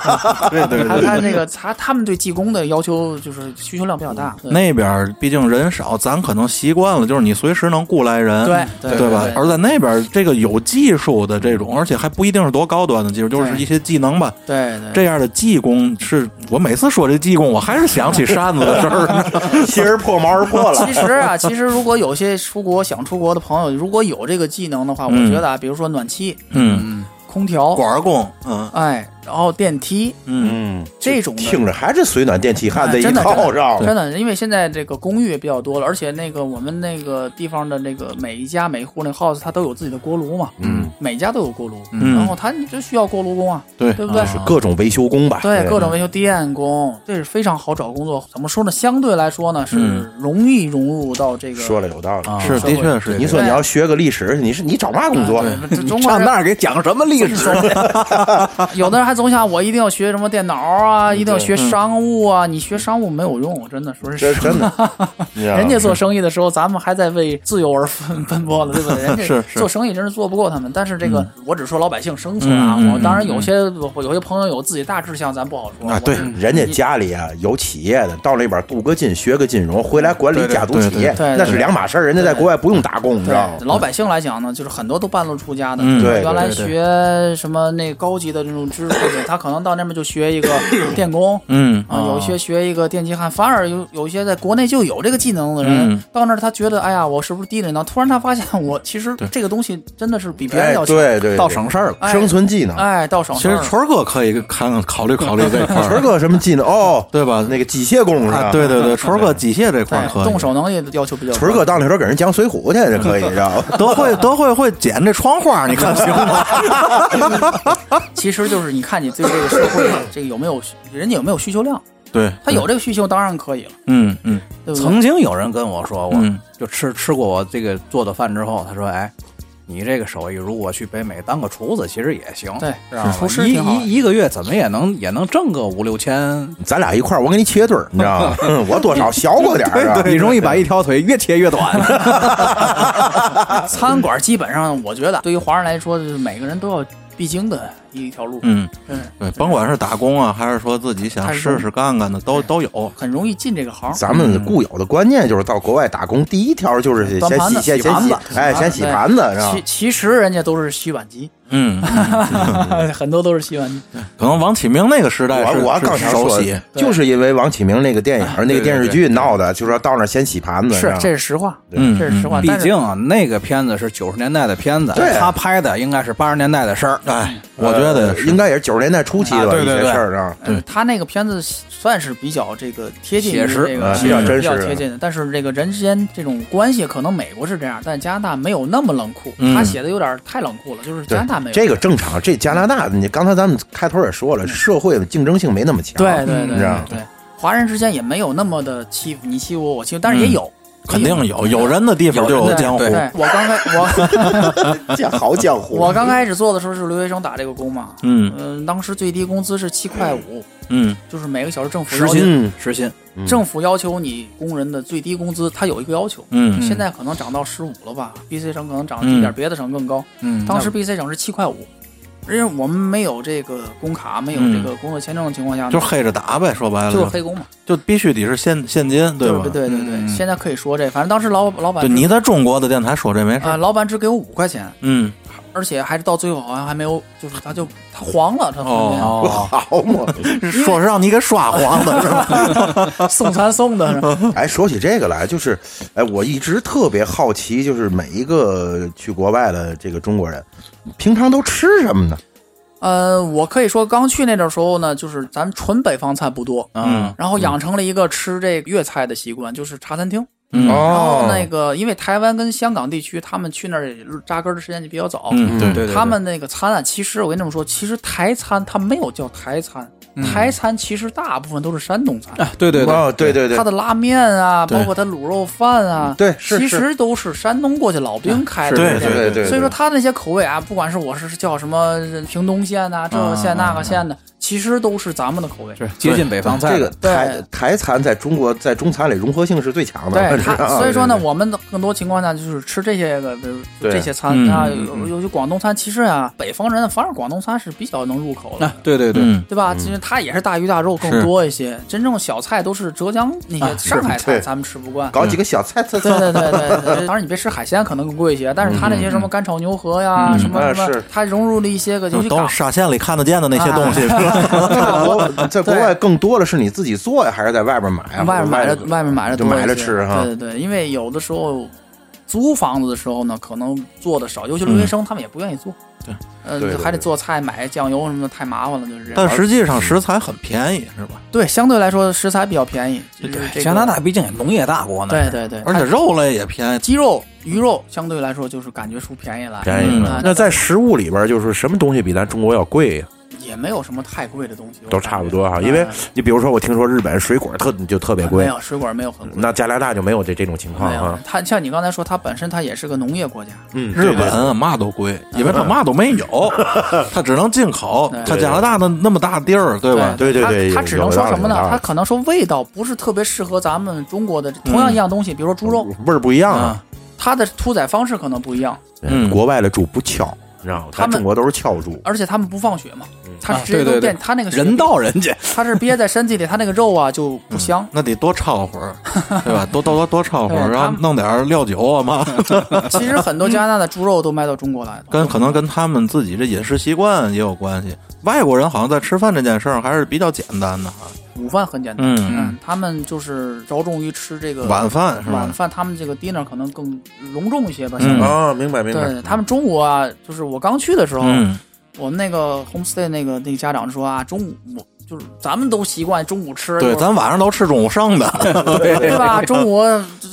[SPEAKER 1] 对 对
[SPEAKER 4] 他他那个他他们对技工的要求就是需求量比较大。对
[SPEAKER 1] 那边儿毕竟人少，咱可能习惯了，就是你随时能雇来人，
[SPEAKER 4] 对对
[SPEAKER 1] 吧
[SPEAKER 4] 对？对
[SPEAKER 1] 而在那边儿，这个有技术的这种，而且还不一定是多高端的技术，就是
[SPEAKER 4] 对
[SPEAKER 1] 一些技能吧。
[SPEAKER 4] 对对，
[SPEAKER 1] 这样的技工是我每次说这技工，我还是想起扇子的事儿 呢。
[SPEAKER 2] 心儿破毛儿破了。
[SPEAKER 4] 其实啊，其实如果有些出国想出国的朋友，如果有这个技能的话，我
[SPEAKER 1] 嗯
[SPEAKER 4] 觉得啊，比如说暖气、
[SPEAKER 1] 嗯，
[SPEAKER 4] 空调，
[SPEAKER 1] 管儿工，嗯
[SPEAKER 4] 哎，然后电梯
[SPEAKER 1] 嗯
[SPEAKER 2] 嗯，
[SPEAKER 4] 这种的。
[SPEAKER 2] 听着还是水暖电气焊
[SPEAKER 4] 哎
[SPEAKER 2] 这一
[SPEAKER 4] 真的
[SPEAKER 2] 套，知道吗？
[SPEAKER 4] 真的，因为现在这个公寓也比较多了，而且那个我们那个地方的那个每一家每一户那 house 它都有自己的锅炉嘛，
[SPEAKER 2] 嗯，
[SPEAKER 4] 每家都有锅炉，
[SPEAKER 1] 嗯
[SPEAKER 4] 然后它你就需要锅炉工啊，
[SPEAKER 1] 对
[SPEAKER 4] 对不对？
[SPEAKER 2] 各种维修工吧，
[SPEAKER 4] 对，各种维修电工，这是非常好找工作。怎么说呢？相对来说呢，是容易融入到这个。啊
[SPEAKER 2] 说了有道理。
[SPEAKER 3] 啊
[SPEAKER 1] 嗯是，的确是。嗯
[SPEAKER 2] 你说你要学个历史，你是你找嘛工作？
[SPEAKER 4] 这中国
[SPEAKER 3] 上
[SPEAKER 4] 人
[SPEAKER 3] 那儿给讲什么历史？
[SPEAKER 4] 有的人还总想我一定要学什么电脑
[SPEAKER 1] 嗯
[SPEAKER 4] 啊，一定要学商务啊。你学商务没有用，啊我真的说
[SPEAKER 2] 这
[SPEAKER 4] 是。
[SPEAKER 2] 真的，你知道吗
[SPEAKER 4] 人家
[SPEAKER 1] 嗯
[SPEAKER 4] 做生意的时候，咱们还在为自由而奔 奔波呢，对不对？
[SPEAKER 1] 是
[SPEAKER 4] 人家
[SPEAKER 1] 是嗯
[SPEAKER 4] 做生意真是做不过他们。但是这个，我只说老百姓生存啊。
[SPEAKER 1] 嗯嗯
[SPEAKER 4] 我当然有些有些朋友有自己大志向，咱不好说。
[SPEAKER 1] 啊
[SPEAKER 4] 我
[SPEAKER 1] 对
[SPEAKER 2] 人家家里啊有企业的，到那边镀个金、学个金融，回来管理家族企业，
[SPEAKER 4] 对对对对
[SPEAKER 2] 那是两码事儿。人家在国外不用打工，你知道
[SPEAKER 4] 对，
[SPEAKER 2] 吗？
[SPEAKER 4] 老百姓来讲呢，就是很多都半路出家的，
[SPEAKER 1] 嗯
[SPEAKER 2] 对
[SPEAKER 4] 原来
[SPEAKER 3] 对对
[SPEAKER 4] 学什么那高级的这种知识背景，他可能到那边就学一个电工。
[SPEAKER 1] 嗯
[SPEAKER 4] 啊，有一些学一个电气焊，反而有有一些在国内就有这个技能的人，
[SPEAKER 1] 嗯
[SPEAKER 4] 到那儿他觉得，哎呀，我是不是低人呢？突然他发现，我其实这个东西真的是比别人
[SPEAKER 2] 哎，
[SPEAKER 4] 要强，
[SPEAKER 2] 对对，
[SPEAKER 3] 到
[SPEAKER 2] 对
[SPEAKER 3] 省事儿了。
[SPEAKER 4] 哎
[SPEAKER 2] 生存技能。
[SPEAKER 4] 哎，到省
[SPEAKER 1] 其
[SPEAKER 4] 事
[SPEAKER 1] 实
[SPEAKER 4] 儿了。
[SPEAKER 1] 春儿哥可以看看考虑考虑这块
[SPEAKER 2] 春 儿
[SPEAKER 1] 儿，
[SPEAKER 2] 哥什么技能？哦，
[SPEAKER 1] 对吧？
[SPEAKER 2] 那个机械工是吧？
[SPEAKER 1] 啊，对。对对，春儿哥机械这块儿可
[SPEAKER 4] 对，
[SPEAKER 1] 以。
[SPEAKER 4] 动手能力要求比较高。
[SPEAKER 2] 春儿哥到那头给人讲水浒去，这可以，你知道吗？
[SPEAKER 1] 德惠德惠会剪这窗花，你看行吗？
[SPEAKER 4] 其实就是你看你对这个社会这个有没有人家有没有需求量，
[SPEAKER 1] 对，
[SPEAKER 4] 他有这个需求当然可以了，
[SPEAKER 1] 嗯嗯
[SPEAKER 4] 对不对？
[SPEAKER 3] 曾经有人跟我说过
[SPEAKER 1] 嗯，
[SPEAKER 3] 就吃吃过我这个做的饭之后，他说：“哎，你这个手艺，如果去北美当个厨子，其实也行，
[SPEAKER 4] 对
[SPEAKER 3] 知道吗
[SPEAKER 4] 是厨师
[SPEAKER 3] 一
[SPEAKER 4] 挺好的
[SPEAKER 3] 一一个月怎么也能也能挣个五六千。
[SPEAKER 2] 咱俩一块儿，我给你切堆儿，你知道吗？ 哼我多少学过点儿，是吧
[SPEAKER 3] 你容易把一条腿越切越 短。
[SPEAKER 4] 餐馆基本上，我觉得对于华人来说，就是每个人都要必经的一条路，
[SPEAKER 1] 嗯，
[SPEAKER 4] 嗯，
[SPEAKER 1] 对，甭管是打工啊，还是说自己想试试干干的，都都有。
[SPEAKER 4] 很容易进这个行。
[SPEAKER 2] 咱们固有的观念就是到国外打工，第一条就是先
[SPEAKER 4] 端盘
[SPEAKER 2] 洗
[SPEAKER 4] 子
[SPEAKER 2] 先
[SPEAKER 4] 洗
[SPEAKER 2] 先
[SPEAKER 4] 盘
[SPEAKER 2] 洗
[SPEAKER 4] 子，
[SPEAKER 2] 哎，先洗盘子，是吧
[SPEAKER 4] 其？其实人家都是洗碗机，
[SPEAKER 1] 嗯，
[SPEAKER 4] 很多都是西湾的。
[SPEAKER 1] 可能王启明那个时代是
[SPEAKER 2] 我我
[SPEAKER 1] 是
[SPEAKER 2] 刚想
[SPEAKER 1] 手
[SPEAKER 2] 说
[SPEAKER 1] 洗，，
[SPEAKER 2] 就是因为王启明那个电影、那个电视
[SPEAKER 1] 对
[SPEAKER 2] 剧闹的，就说到那儿先洗盘子，
[SPEAKER 4] 是，
[SPEAKER 2] 吧
[SPEAKER 4] 这是实话，
[SPEAKER 1] 嗯
[SPEAKER 4] 这是实话。
[SPEAKER 3] 毕
[SPEAKER 4] 但是
[SPEAKER 3] 竟啊，那个片子是九十年代的片子，
[SPEAKER 2] 对
[SPEAKER 3] 他拍的应该是八十年代的事儿。
[SPEAKER 1] 哎，我觉得
[SPEAKER 2] 呃应该也是九十年代初期的吧，
[SPEAKER 3] 啊对对
[SPEAKER 2] 一些
[SPEAKER 3] 对
[SPEAKER 2] 事儿啊，
[SPEAKER 1] 对
[SPEAKER 4] 嗯他那个片子算是比较这个贴近于
[SPEAKER 3] 写实
[SPEAKER 4] 这个
[SPEAKER 2] 嗯
[SPEAKER 4] 比较
[SPEAKER 2] 比较真实
[SPEAKER 4] 比较贴近的，但是这个人之间这种关系，可能美国是这样，但加拿大没有那么冷酷。
[SPEAKER 1] 嗯
[SPEAKER 4] 他写的有点太冷酷了，就是
[SPEAKER 2] 对
[SPEAKER 4] 加拿大没有
[SPEAKER 2] 这个正常。这加拿大，你刚才咱们开头也说了，社会竞争性没那么强，
[SPEAKER 4] 对对
[SPEAKER 2] 你
[SPEAKER 4] 对
[SPEAKER 2] 知道
[SPEAKER 4] 嗯对
[SPEAKER 2] 吗
[SPEAKER 4] 对，华人之间也没有那么的欺负你欺负我，我欺负，但是也有，
[SPEAKER 1] 肯定有
[SPEAKER 4] 也
[SPEAKER 1] 有人的地方就有江湖
[SPEAKER 4] 对，，对我刚开我
[SPEAKER 2] 这好江湖
[SPEAKER 4] 我刚开始做的时候是留学生打这个工嘛，
[SPEAKER 1] 嗯
[SPEAKER 4] 嗯，当时最低工资是七块五，
[SPEAKER 1] 嗯
[SPEAKER 4] 就是每个小时政府
[SPEAKER 3] 实
[SPEAKER 4] 要求
[SPEAKER 2] 嗯
[SPEAKER 3] 心，实心，
[SPEAKER 4] 政府要求你工人的最低工资，它有一个要求，
[SPEAKER 1] 嗯
[SPEAKER 4] 现在可能涨到十五了吧？BC 省可能涨一点，
[SPEAKER 1] 嗯
[SPEAKER 4] 别的省更高。
[SPEAKER 3] 嗯，
[SPEAKER 4] 当时 BC 省是七块五，因为我们没有这个工卡，没有这个工作签证的情况下，
[SPEAKER 1] 嗯就是黑着打呗，说白了
[SPEAKER 4] 就是
[SPEAKER 1] 就
[SPEAKER 4] 黑工嘛，
[SPEAKER 1] 就必须得是现现金，
[SPEAKER 4] 对
[SPEAKER 1] 吧？
[SPEAKER 4] 对对对，
[SPEAKER 3] 嗯
[SPEAKER 4] 现在可以说这，反正当时老老板
[SPEAKER 1] 对，
[SPEAKER 4] 只
[SPEAKER 1] 你在中国的电台说这没事
[SPEAKER 4] 啊、
[SPEAKER 1] 儿，
[SPEAKER 4] 老板只给我五块钱，
[SPEAKER 1] 嗯，
[SPEAKER 4] 而且还是到最后好像还没有，就是他就他黄了，他
[SPEAKER 1] 哦
[SPEAKER 3] 那哦，
[SPEAKER 2] 好嘛。
[SPEAKER 1] 说是让你给刷黄的是吧？
[SPEAKER 4] 送餐送的是吧，
[SPEAKER 2] 哎，说起这个来，就是，哎，我一直特别好奇，就是每一个去国外的这个中国人，平常都吃什么呢？
[SPEAKER 4] 呃，我可以说刚去那阵儿时候呢，就是咱们纯北方菜不多，
[SPEAKER 1] 嗯
[SPEAKER 4] 然后养成了一个吃这个粤菜的习惯，就是茶餐厅。
[SPEAKER 1] 嗯
[SPEAKER 2] 哦
[SPEAKER 4] 然后那个，因为台湾跟香港地区，他们去那儿扎根儿的时间就比较早。
[SPEAKER 1] 嗯，对，
[SPEAKER 3] 对对对，
[SPEAKER 4] 他们那个餐啊，其实我跟你们说，其实台餐它没有叫台餐，
[SPEAKER 2] 嗯
[SPEAKER 4] 台餐其实大部分都是山东餐，
[SPEAKER 3] 啊，对对对，
[SPEAKER 2] 哦，对对对嗯
[SPEAKER 4] 它，的拉面啊，
[SPEAKER 1] 对
[SPEAKER 4] 包括它卤肉饭啊，
[SPEAKER 2] 对是啊
[SPEAKER 4] 其实都是山东过去老兵开的
[SPEAKER 2] 是
[SPEAKER 4] 这
[SPEAKER 1] 对
[SPEAKER 4] 个店。
[SPEAKER 2] 对对，
[SPEAKER 4] 所以说
[SPEAKER 2] 对
[SPEAKER 4] 它那些口味啊，不管是我是叫什么屏东县
[SPEAKER 2] 啊
[SPEAKER 4] 呐、这个县那个县的，其实都是咱们的口味。
[SPEAKER 3] 是接近北方菜
[SPEAKER 2] 这
[SPEAKER 3] 的。
[SPEAKER 2] 个台台餐在中国在中餐里融合性是最强的，
[SPEAKER 4] 对
[SPEAKER 2] 是吧
[SPEAKER 4] 他，所以说呢，
[SPEAKER 2] 对
[SPEAKER 4] 我们的更多情况下就是吃这些个，比如
[SPEAKER 2] 对
[SPEAKER 4] 这些餐
[SPEAKER 1] 嗯
[SPEAKER 4] 啊，
[SPEAKER 1] 嗯
[SPEAKER 4] 尤尤其广东餐，其实啊，北方人反而广东餐是比较能入口的
[SPEAKER 3] 啊。，对对对，
[SPEAKER 1] 嗯
[SPEAKER 4] 对吧？其实它也是大鱼大肉更多一些，真正小菜都是浙江那些
[SPEAKER 3] 啊是
[SPEAKER 4] 上海菜，
[SPEAKER 2] 嗯对
[SPEAKER 4] 咱们吃不惯。
[SPEAKER 2] 搞几个小菜，菜
[SPEAKER 4] 对
[SPEAKER 2] 菜
[SPEAKER 4] 对对对对，当然你别吃海鲜可能更贵一些，但是它那
[SPEAKER 2] 嗯
[SPEAKER 4] 些什么干炒牛河呀，什么
[SPEAKER 2] 哎
[SPEAKER 4] 什么
[SPEAKER 2] 是，
[SPEAKER 4] 它融入了一些个就
[SPEAKER 1] 就是都
[SPEAKER 4] 港
[SPEAKER 1] 是沙县里看得见的那些东西，是吧？
[SPEAKER 2] 在国在国外更多的是你自己做呀，还是在外边买啊？
[SPEAKER 4] 外面买的，嗯外面买的
[SPEAKER 2] 就
[SPEAKER 4] 多一
[SPEAKER 2] 买着
[SPEAKER 4] 些
[SPEAKER 2] 吃哈
[SPEAKER 4] 对对对，因为有的时候租房子的时候呢，可能做的少，尤其留学生他们也不愿意做。
[SPEAKER 1] 对，
[SPEAKER 2] 嗯对
[SPEAKER 4] 呃，
[SPEAKER 2] 对
[SPEAKER 4] 还得做菜、买酱油什么的，太麻烦了，就是这样。
[SPEAKER 1] 但实际上食材很便宜，是吧？
[SPEAKER 4] 对，相对来说食材比较便宜。就是这个
[SPEAKER 3] 加拿大毕竟也农业大国呢，
[SPEAKER 4] 对对对，
[SPEAKER 1] 而且肉类也便宜，
[SPEAKER 4] 鸡肉、鱼肉相对来说就是感觉出便宜来，
[SPEAKER 2] 便宜
[SPEAKER 1] 了
[SPEAKER 4] 嗯
[SPEAKER 2] 那在食物里边，就是什么东西比咱中国要贵呀？
[SPEAKER 4] 也没有什么太贵的东西，我
[SPEAKER 2] 都
[SPEAKER 4] 感觉
[SPEAKER 2] 差不多哈。
[SPEAKER 4] 嗯
[SPEAKER 2] 因为你比如说，我听说日本水果特就特别
[SPEAKER 4] 没
[SPEAKER 2] 贵，
[SPEAKER 4] 有水果没有很贵。
[SPEAKER 2] 那加拿大就没有这这种情况
[SPEAKER 4] 没有
[SPEAKER 2] 哈，。
[SPEAKER 4] 它像你刚才说，它本身它也是个农业国家，
[SPEAKER 2] 嗯，
[SPEAKER 1] 日
[SPEAKER 2] 对对
[SPEAKER 1] 本嘛都贵，因为它嘛都没 有，它只能进口
[SPEAKER 4] 对。
[SPEAKER 1] 它加拿大那那么大地儿，对吧？
[SPEAKER 2] 对对对
[SPEAKER 4] 他
[SPEAKER 2] 有
[SPEAKER 4] 只
[SPEAKER 2] 有
[SPEAKER 4] 能说
[SPEAKER 2] 道理
[SPEAKER 4] 什么呢
[SPEAKER 2] 有道？理
[SPEAKER 4] 他可能说味道不是特别适合咱们中国的同样一样东西，比如说猪肉，
[SPEAKER 2] 味儿不一样啊。
[SPEAKER 1] 啊，
[SPEAKER 4] 它的屠宰方式可能不一样，
[SPEAKER 1] 嗯
[SPEAKER 2] 国外的猪不敲，你知道吗？
[SPEAKER 4] 他们
[SPEAKER 2] 咱中国都是敲猪。
[SPEAKER 4] 而且他们不放血嘛，它
[SPEAKER 3] 啊
[SPEAKER 4] 直接
[SPEAKER 3] 对
[SPEAKER 4] 就
[SPEAKER 3] 对对
[SPEAKER 4] 变，它那个血
[SPEAKER 3] 人，道人家，
[SPEAKER 4] 它是憋在身体里，它那个肉啊就不香。
[SPEAKER 1] 那得多焯会 儿，对吧？多多多多焯会儿，
[SPEAKER 4] 对
[SPEAKER 1] 然
[SPEAKER 4] 他
[SPEAKER 1] 后
[SPEAKER 4] 们
[SPEAKER 1] 弄点儿料酒啊 嘛，
[SPEAKER 4] 其实很多加拿大的猪肉都卖到中国来了，
[SPEAKER 1] 跟可能跟他们自己的饮食习惯也有关系。外国人好像在吃饭这件事儿还是比较简单的啊，
[SPEAKER 4] 午饭很简单，
[SPEAKER 1] 嗯，
[SPEAKER 4] 嗯，他们就是着重于吃这个
[SPEAKER 1] 晚饭是
[SPEAKER 4] 晚
[SPEAKER 1] 吧？
[SPEAKER 4] 饭，他们这个 dinner 可能更隆重一些吧，
[SPEAKER 1] 嗯
[SPEAKER 4] 相对。
[SPEAKER 2] 啊，明白明
[SPEAKER 4] 对他们中午啊，就是我刚去的时候，
[SPEAKER 1] 嗯，
[SPEAKER 4] 我们那个 homestay 那个那个家长说啊，中午我就是咱们都习惯中午吃，
[SPEAKER 1] 对，
[SPEAKER 4] 就是
[SPEAKER 1] 咱晚上都吃中午剩 的，
[SPEAKER 4] 对吧？中午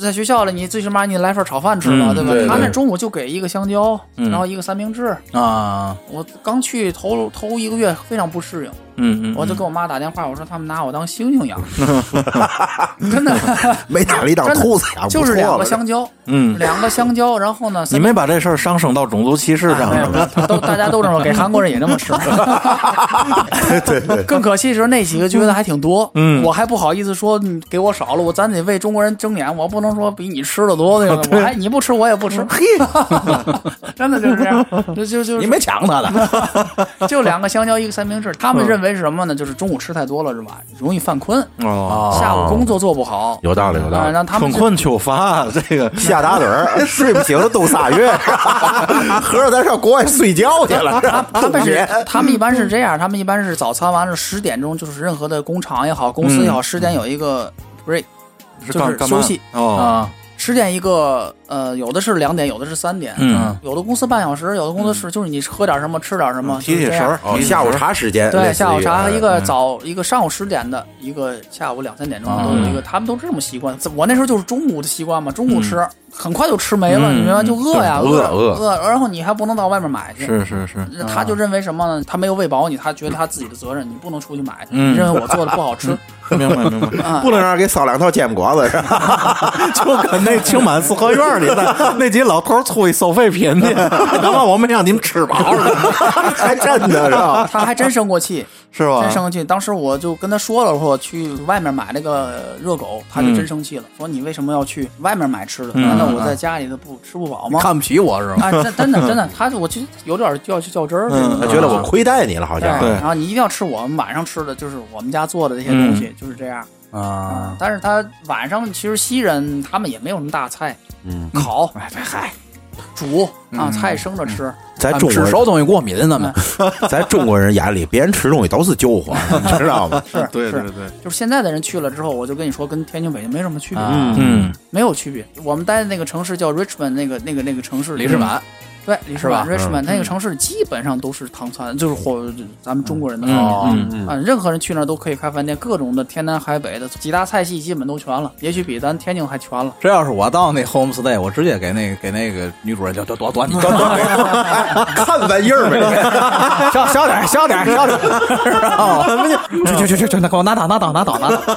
[SPEAKER 4] 在学校里，你最起码你来份炒饭吃吧，
[SPEAKER 1] 嗯
[SPEAKER 4] 对吧？
[SPEAKER 2] 对
[SPEAKER 4] 他那
[SPEAKER 2] 对
[SPEAKER 4] 中午就给一个香蕉，
[SPEAKER 1] 嗯
[SPEAKER 4] 然后一个三明治。
[SPEAKER 3] 啊，
[SPEAKER 4] 我刚去头头一个月非常不适应，
[SPEAKER 1] 嗯嗯，
[SPEAKER 4] 我
[SPEAKER 1] 嗯
[SPEAKER 4] 就给我妈打电话，我说他们拿我当猩猩养，真的
[SPEAKER 2] 没打了一当兔子呀，
[SPEAKER 4] 就
[SPEAKER 2] 不
[SPEAKER 4] 是
[SPEAKER 2] 错
[SPEAKER 4] 两个
[SPEAKER 2] 了
[SPEAKER 4] 香蕉，
[SPEAKER 1] 嗯，
[SPEAKER 4] 两个香蕉，然后呢，
[SPEAKER 1] 你没把这事儿上升到种族歧视
[SPEAKER 5] 啊
[SPEAKER 4] 哎
[SPEAKER 1] 上
[SPEAKER 4] 没有
[SPEAKER 1] 是
[SPEAKER 4] 没
[SPEAKER 1] 吧？
[SPEAKER 4] 有都大家都这么，给韩国人也这么吃。 更可惜的是那几个觉得还挺多，
[SPEAKER 1] 嗯
[SPEAKER 4] 我还不好意思说你给我少了，我咱得为中国人睁眼，我不能说比你吃的多，对吧？我还你不吃我也不吃，嘿， 真的就是这样，就就就
[SPEAKER 3] 你没抢他的，
[SPEAKER 4] 就两个香蕉一个三明治，他们认为是什么呢？就是中午吃太多了是吧？容易犯困，
[SPEAKER 1] 哦，
[SPEAKER 3] 啊，
[SPEAKER 4] 下午工作做不好。
[SPEAKER 5] 有道理，有道
[SPEAKER 4] 啊，
[SPEAKER 5] 理。
[SPEAKER 4] 那他
[SPEAKER 1] 春
[SPEAKER 4] 们是
[SPEAKER 1] 困秋乏，这个
[SPEAKER 2] 下打盹儿， 睡不醒都仨月， 合着咱上国外睡觉去了。
[SPEAKER 4] 他 他们
[SPEAKER 2] 冬
[SPEAKER 4] 是
[SPEAKER 2] 眠
[SPEAKER 4] 他们一般是这样，他们一般是早餐完了十点钟，就是任何的工厂也好，公司也好，十点有一个 break，
[SPEAKER 1] 是
[SPEAKER 4] 就
[SPEAKER 1] 干
[SPEAKER 4] 是
[SPEAKER 1] 干
[SPEAKER 4] 休
[SPEAKER 1] 嘛
[SPEAKER 4] 息。
[SPEAKER 1] 哦，
[SPEAKER 3] 啊，
[SPEAKER 4] 十点一个，呃，有的是两点，有的是三点，
[SPEAKER 1] 嗯，
[SPEAKER 4] 有的公司半小时，有的公司是就是你喝点什么吃点什么，
[SPEAKER 1] 提
[SPEAKER 4] 嗯就是
[SPEAKER 1] 提
[SPEAKER 4] 这
[SPEAKER 1] 神
[SPEAKER 4] 样
[SPEAKER 1] 儿，
[SPEAKER 2] 哦
[SPEAKER 1] 提提
[SPEAKER 2] 下午
[SPEAKER 1] 神儿
[SPEAKER 2] 茶时间，类
[SPEAKER 4] 对，
[SPEAKER 2] 似于啊
[SPEAKER 4] 下午茶一个
[SPEAKER 1] 嗯
[SPEAKER 4] 早一个上午十点的，一个下午两三点钟
[SPEAKER 1] 啊
[SPEAKER 4] 的都有一个，他们都这么习惯。我那时候就是中午的习惯嘛，中午吃很快就吃没了，
[SPEAKER 1] 嗯
[SPEAKER 4] 你明白就饿呀，
[SPEAKER 5] 对
[SPEAKER 4] 饿
[SPEAKER 5] 饿
[SPEAKER 4] 饿，然后你还不能到外面买去。
[SPEAKER 1] 是啊是是，
[SPEAKER 4] 那他就认为什么呢？他没有喂饱你，他觉得他自己的责任，你不能出去买去，
[SPEAKER 1] 嗯
[SPEAKER 4] 你认为我做的不好吃。
[SPEAKER 1] 明白明白。
[SPEAKER 4] 嗯
[SPEAKER 2] 不能让人给烧两套煎饼果子 是吧？
[SPEAKER 1] 就跟那清满四合院里的那几老头儿出去收废品去，他妈我没让你们吃饱了，
[SPEAKER 2] 还真的是
[SPEAKER 1] 嗯
[SPEAKER 2] 吧？
[SPEAKER 4] 他还真生过气，
[SPEAKER 1] 是吧
[SPEAKER 4] 真？生气。当时我就跟他说了，我说我去外面买那个热狗，他就真生气了，说你为什么要去外面买吃的？难道我在家里头不吃不饱吗？
[SPEAKER 3] 看不起我是吗？
[SPEAKER 4] 啊，真真的真的，他我就有点较较真儿，哎
[SPEAKER 1] 嗯
[SPEAKER 5] 他觉得我亏待你了，好像
[SPEAKER 1] 对
[SPEAKER 4] 然后你一定要吃我们晚上吃的，就是我们家做的这些东西，就是这样。
[SPEAKER 3] 啊，
[SPEAKER 4] 但是他晚上其实西人他们也没有什么大菜，
[SPEAKER 5] 嗯，
[SPEAKER 4] 烤，哎嗨，煮啊，菜生着吃，
[SPEAKER 2] 咱
[SPEAKER 3] 他
[SPEAKER 2] 中
[SPEAKER 3] 们
[SPEAKER 2] 国
[SPEAKER 3] 吃
[SPEAKER 2] 人
[SPEAKER 3] 熟东西过敏，他们
[SPEAKER 4] 嗯
[SPEAKER 2] 在中国人眼里，别人吃东西都是救火，你知道吗？
[SPEAKER 4] 是
[SPEAKER 1] 对对
[SPEAKER 4] 是。
[SPEAKER 1] 对，
[SPEAKER 4] 就是现在的人去了之后，我就跟你说，跟天津、北京没什么区别，
[SPEAKER 3] 啊，
[SPEAKER 1] 嗯
[SPEAKER 4] 没有区别。我们待的那个城市叫 Richmond，那个那个那个城市里嗯
[SPEAKER 3] 李世满
[SPEAKER 4] 对，里士满
[SPEAKER 3] 是
[SPEAKER 4] Richmond 那个城市基本上都是唐餐，就是或咱们中国人的饭
[SPEAKER 3] 哦
[SPEAKER 4] 店。
[SPEAKER 1] 嗯
[SPEAKER 4] 啊，任何人去那儿都可以开饭店，各种的天南海北的几大菜系基本都全了，也许比咱天津还全了。
[SPEAKER 3] 这要是我到那 homestay，我直接给那给那个女主人叫叫躲躲你，
[SPEAKER 2] 看玩意儿呗，
[SPEAKER 3] 小小点儿，小点儿，小点儿， 知道吗？去去去去去，那给我拿倒拿倒拿倒拿倒，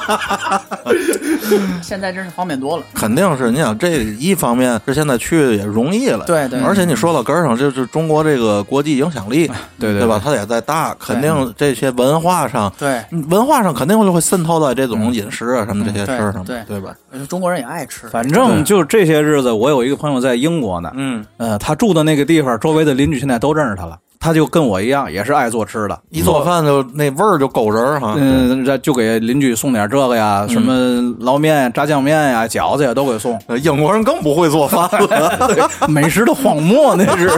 [SPEAKER 4] 现在真是方便多了。
[SPEAKER 1] 肯定是，你想这一方面是现在去也容易了，
[SPEAKER 4] 对对
[SPEAKER 1] 而且你说到根儿上，就是中国这个国际影响力，
[SPEAKER 3] 对
[SPEAKER 1] 对
[SPEAKER 3] 对
[SPEAKER 1] 吧？它也在大，肯定这些文化上，嗯
[SPEAKER 4] 对，
[SPEAKER 1] 文化上肯定就会渗透在这种饮食啊什么这些
[SPEAKER 4] 嗯对
[SPEAKER 1] 事儿上，
[SPEAKER 4] 对
[SPEAKER 1] 对吧？
[SPEAKER 4] 呃中国人也爱吃，
[SPEAKER 3] 反正就这些日子，我有一个朋友在英国呢，
[SPEAKER 1] 嗯，
[SPEAKER 3] 呃，他住的那个地方，周围的邻居现在都认识他了。他就跟我一样，也是爱做吃的，
[SPEAKER 1] 一做饭就那味儿就勾人儿哈，
[SPEAKER 3] 嗯，这就给邻居送点这个呀，什么捞面、炸酱面呀、饺子呀，都给送。
[SPEAKER 1] 呃英国人更不会做饭了，
[SPEAKER 3] 美食的荒漠那是，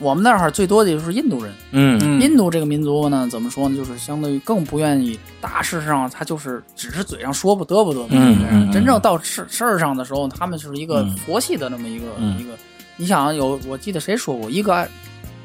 [SPEAKER 4] 我们那儿最多的就是印度人。
[SPEAKER 1] 嗯
[SPEAKER 3] 嗯
[SPEAKER 4] 印度这个民族呢，怎么说呢？就是相对于更不愿意大事上，他就是只是嘴上说不得不得不。
[SPEAKER 1] 嗯
[SPEAKER 4] 对
[SPEAKER 1] 嗯嗯
[SPEAKER 4] 真正到事事儿上的时候，他们是一个佛系的那么一个、
[SPEAKER 1] 嗯
[SPEAKER 4] 一个。你想啊有，我记得谁说过，一个爱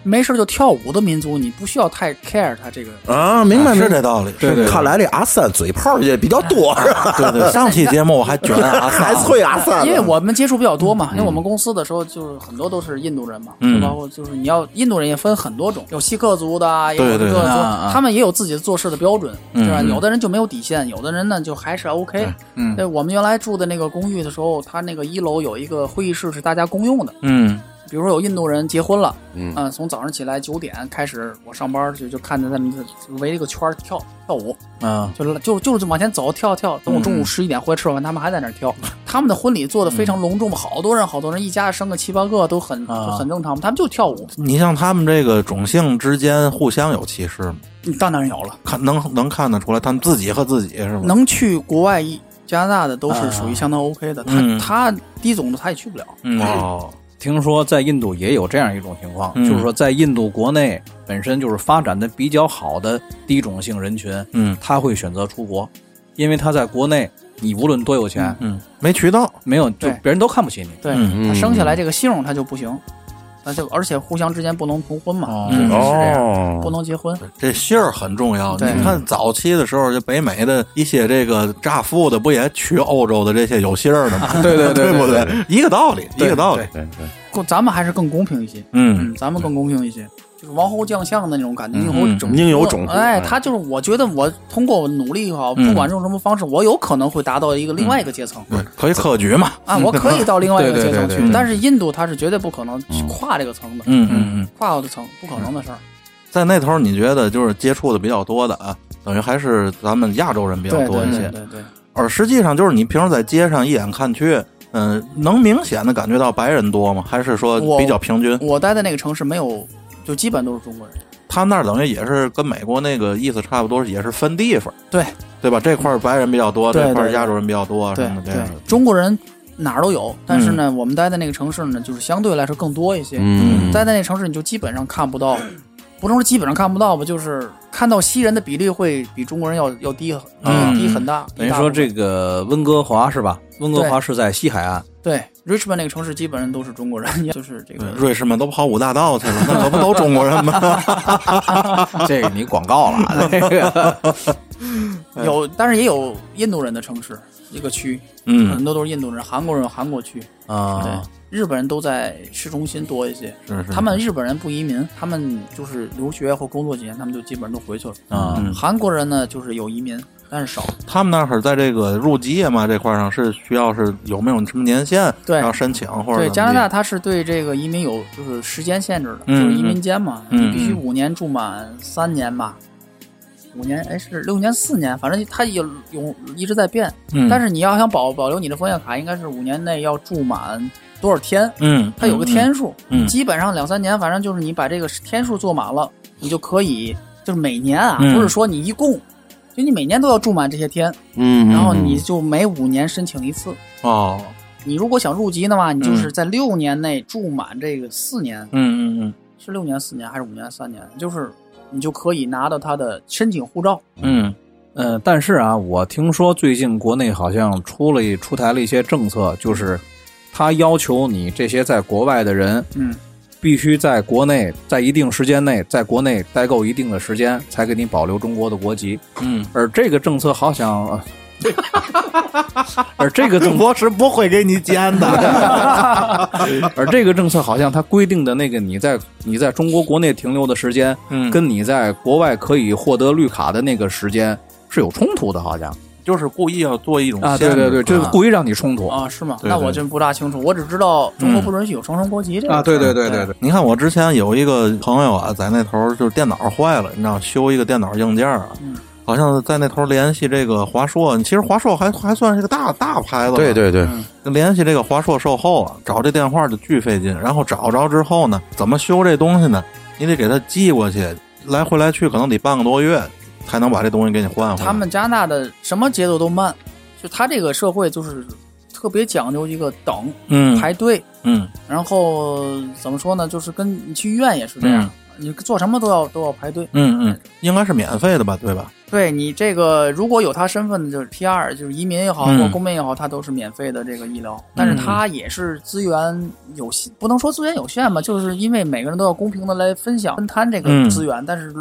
[SPEAKER 4] 没事就跳舞的民族，你不需要太 care 他这个。
[SPEAKER 2] 啊，明白
[SPEAKER 1] 是
[SPEAKER 2] 明白。
[SPEAKER 1] 这道理，
[SPEAKER 3] 对对
[SPEAKER 2] 看来这阿三嘴炮也比较多，是吧
[SPEAKER 1] 对对，上期节目我还卷阿
[SPEAKER 2] 还
[SPEAKER 1] 萨，
[SPEAKER 2] 催阿三了，
[SPEAKER 4] 啊因为我们接触比较多嘛，因为我们公司的时候就是很多都是印度人嘛，
[SPEAKER 1] 嗯
[SPEAKER 4] 就包括就是你要印度人也分很多种，有锡克族的啊，也
[SPEAKER 1] 对
[SPEAKER 4] 有
[SPEAKER 1] 对
[SPEAKER 4] 各个族
[SPEAKER 3] 啊啊
[SPEAKER 4] 他们也有自己的做事的标准，
[SPEAKER 1] 嗯
[SPEAKER 4] 是吧？
[SPEAKER 1] 嗯
[SPEAKER 4] 有的人就没有底线，有的人呢就还是 OK。
[SPEAKER 3] 嗯
[SPEAKER 4] 对，我们原来住的那个公寓的时候，它那个一楼有一个会议室是大家公用的，
[SPEAKER 1] 嗯
[SPEAKER 4] 比如说有印度人结婚了，啊
[SPEAKER 2] 嗯
[SPEAKER 4] 从早上起来九点开始，我上班就就看见他们就围一个圈儿跳跳舞，
[SPEAKER 3] 啊，
[SPEAKER 4] 就是就就是往前走跳跳，等我中午十一点回来吃完，他们还在那儿跳。他们的婚礼做的非常隆重，好多人好多人，一家生个七八个都很
[SPEAKER 3] 啊
[SPEAKER 4] 就很正常，他们就跳舞。
[SPEAKER 1] 你像他们这个种姓之间互相有歧视吗？
[SPEAKER 4] 当然有了，
[SPEAKER 1] 看能能看得出来，他们自己和自己是吗？
[SPEAKER 4] 能去国外一加拿大的都是属于相当 OK 的，
[SPEAKER 1] 嗯
[SPEAKER 4] 他他低总的他也去不了。
[SPEAKER 1] 嗯
[SPEAKER 3] 哦，听说在印度也有这样一种情况，
[SPEAKER 1] 嗯
[SPEAKER 3] 就是说在印度国内本身就是发展的比较好的低种姓人群，
[SPEAKER 1] 嗯
[SPEAKER 3] 他会选择出国，因为他在国内，你无论多有钱，
[SPEAKER 1] 嗯，没渠道，
[SPEAKER 3] 没有就
[SPEAKER 4] 对
[SPEAKER 3] 别人都看不起你。
[SPEAKER 4] 对、
[SPEAKER 1] 嗯
[SPEAKER 4] 他生下来这个姓儿他就不行，那就而且互相之间不能同婚嘛，
[SPEAKER 3] 哦
[SPEAKER 1] 嗯
[SPEAKER 4] 是这样
[SPEAKER 2] 哦
[SPEAKER 4] 不能结婚。
[SPEAKER 1] 这姓儿很重要。你
[SPEAKER 4] 对
[SPEAKER 1] 看早期的时候，就北美的一些这个乍富的，不也娶欧洲的这些有姓儿的吗？
[SPEAKER 3] 对对
[SPEAKER 1] 对不对？一个道理，一个道理。
[SPEAKER 5] 对对，
[SPEAKER 4] 更咱们还是更公平一些，
[SPEAKER 1] 嗯
[SPEAKER 4] 嗯，咱们更公平一些，就是王侯将相的那种感
[SPEAKER 1] 嗯
[SPEAKER 4] 觉，宁侯整
[SPEAKER 2] 宁有种乎
[SPEAKER 4] 哎，
[SPEAKER 2] 嗯
[SPEAKER 4] 他就是我觉得我通过我努力也好，
[SPEAKER 1] 嗯
[SPEAKER 4] 不管用什么方式，我有可能会达到一个另外一个阶层。
[SPEAKER 1] 对，可以科举嘛。
[SPEAKER 4] 啊，我可以到另外一个阶层
[SPEAKER 3] 对对对
[SPEAKER 4] 去
[SPEAKER 1] 对，
[SPEAKER 4] 但是印度他是绝对不可能去跨这个层的，
[SPEAKER 1] 嗯嗯嗯，
[SPEAKER 4] 跨过这层不可能的事儿。
[SPEAKER 1] 在那头儿你觉得就是接触的比较多的啊，等于还是咱们亚洲人比较
[SPEAKER 4] 对
[SPEAKER 1] 多
[SPEAKER 4] 对
[SPEAKER 1] 一
[SPEAKER 4] 对
[SPEAKER 1] 些。
[SPEAKER 4] 对对，
[SPEAKER 1] 而实际上就是你平时在街上一眼看去，嗯，能明显的感觉到白人多吗？还是说
[SPEAKER 4] 我
[SPEAKER 1] 比较平均？
[SPEAKER 4] 我待的那个城市没有，就基本都是中国人，
[SPEAKER 1] 他那儿等于也是跟美国那个意思差不多，也是分地方，
[SPEAKER 4] 对
[SPEAKER 1] 对吧？这块儿白人比较多，
[SPEAKER 4] 对
[SPEAKER 1] 这块儿
[SPEAKER 4] 对
[SPEAKER 1] 亚洲啊人比较多，
[SPEAKER 4] 对
[SPEAKER 1] 什么这
[SPEAKER 4] 对
[SPEAKER 1] 样的，
[SPEAKER 4] 中国人哪儿都有，但是呢，我们待的那个城市呢，就是相对来说更多一些。
[SPEAKER 2] 嗯，
[SPEAKER 4] 待在那城市，你就基本上看不到，不能说基本上看不到吧，就是看到西人的比例会比中国人要要低很
[SPEAKER 1] 嗯
[SPEAKER 4] 低很大。
[SPEAKER 3] 等于
[SPEAKER 4] 低大
[SPEAKER 3] 说
[SPEAKER 4] 部分
[SPEAKER 3] 这个温哥华是吧？温哥华是在西海岸，
[SPEAKER 4] 对 Richmond 那个城市基本上都是中国人， 就是这个
[SPEAKER 1] 对瑞士们都跑五大道去了，那可不都中国人吗？
[SPEAKER 3] 这个你广告了，啊这个
[SPEAKER 4] 有，但是也有印度人的城市一个区，
[SPEAKER 1] 嗯，
[SPEAKER 4] 很多都是印度人，韩国人有韩国区，对
[SPEAKER 3] 啊，，
[SPEAKER 4] 日本人都在市中心多一些。
[SPEAKER 1] 是是，
[SPEAKER 4] 他们日本人不移民，他们就是留学或工作几年，他们就基本上都回去了。
[SPEAKER 3] 啊
[SPEAKER 1] 嗯
[SPEAKER 4] 韩国人呢，就是有移民，但是少。
[SPEAKER 1] 他们那会儿在这个入籍嘛这块儿上是需要是有没有什么年限，
[SPEAKER 4] 对
[SPEAKER 1] 然后申请或者怎
[SPEAKER 4] 对，
[SPEAKER 1] 么
[SPEAKER 4] 加拿大
[SPEAKER 1] 地
[SPEAKER 4] 它是对这个移民有就是时间限制的，
[SPEAKER 1] 嗯
[SPEAKER 4] 就是移民监嘛，
[SPEAKER 1] 嗯
[SPEAKER 4] 你必须五年住满三年吧，五年哎是六年四年，反正它有有一直在变。
[SPEAKER 1] 嗯
[SPEAKER 4] 但是你要想保保留你的枫叶卡，应该是五年内要住满多少天，
[SPEAKER 1] 嗯，
[SPEAKER 4] 它有个天数，
[SPEAKER 1] 嗯嗯
[SPEAKER 4] 基本上两三年，反正就是你把这个天数做满了，你就可以就是每年啊，
[SPEAKER 1] 嗯
[SPEAKER 4] 不是说你一共。就你每年都要住满这些天，
[SPEAKER 2] 嗯，
[SPEAKER 4] 然后你就每五年申请一次。
[SPEAKER 1] 哦，
[SPEAKER 4] 你如果想入籍的话，你就是在六年内住满这个四年，
[SPEAKER 1] 嗯嗯
[SPEAKER 4] 是六年、四年还是五年、三年？就是你就可以拿到他的申请护照。
[SPEAKER 1] 嗯
[SPEAKER 3] 呃，但是啊，我听说最近国内好像出了一出台了一些政策，就是他要求你这些在国外的人
[SPEAKER 4] 嗯，
[SPEAKER 3] 必须在国内，在一定时间内，在国内待够一定的时间，才给你保留中国的国籍。
[SPEAKER 1] 嗯
[SPEAKER 3] 而这个政策好像， 呃而这个政
[SPEAKER 1] 嗯，我是不会给你签的，
[SPEAKER 3] 而这个政策好像它规定的那个你在你在中国国内停留的时间，
[SPEAKER 1] 嗯
[SPEAKER 3] 跟你在国外可以获得绿卡的那个时间是有冲突的，好像
[SPEAKER 1] 就是故意要做一种
[SPEAKER 3] 啊，对
[SPEAKER 1] 限
[SPEAKER 3] 对
[SPEAKER 1] 制
[SPEAKER 3] 对，就是故意让你冲突
[SPEAKER 4] 啊，是吗？
[SPEAKER 1] 对
[SPEAKER 4] 那
[SPEAKER 1] 对嗯
[SPEAKER 4] 我真不大清楚，我只知道中国不允许有双重国籍这个
[SPEAKER 3] 啊，对对对
[SPEAKER 4] 对
[SPEAKER 3] 对对，
[SPEAKER 1] 你看，我之前有一个朋友啊，在那头儿就是电脑坏了，你知道修一个电脑硬件啊，
[SPEAKER 4] 嗯
[SPEAKER 1] 好像在那头儿联系这个华硕，其实华硕还还算是个大大牌子，
[SPEAKER 2] 对，嗯对对，
[SPEAKER 1] 联系这个华硕售后啊，找这电话就巨费劲，然后找着之后呢，怎么修这东西呢？你得给他寄过去，来回来去可能得半个多月才能把这东西给你换回来。
[SPEAKER 4] 他们加拿大的什么节奏都慢，就他这个社会就是特别讲究一个等、
[SPEAKER 1] 嗯
[SPEAKER 4] 排队，
[SPEAKER 1] 嗯
[SPEAKER 4] 然后怎么说呢？就是跟你去医院也是这样，你做什么都要都要排队。
[SPEAKER 1] 嗯嗯，应该是免费的吧，对吧？
[SPEAKER 4] 对你这个，如果有他身份的，就是 PR，就是移民也好，
[SPEAKER 1] 嗯
[SPEAKER 4] 或公民也好，他都是免费的这个医疗。但是他也是资源有限，不能说资源有限吧，就是因为每个人都要公平的来分享分摊这
[SPEAKER 1] 嗯
[SPEAKER 4] 个资源。但是，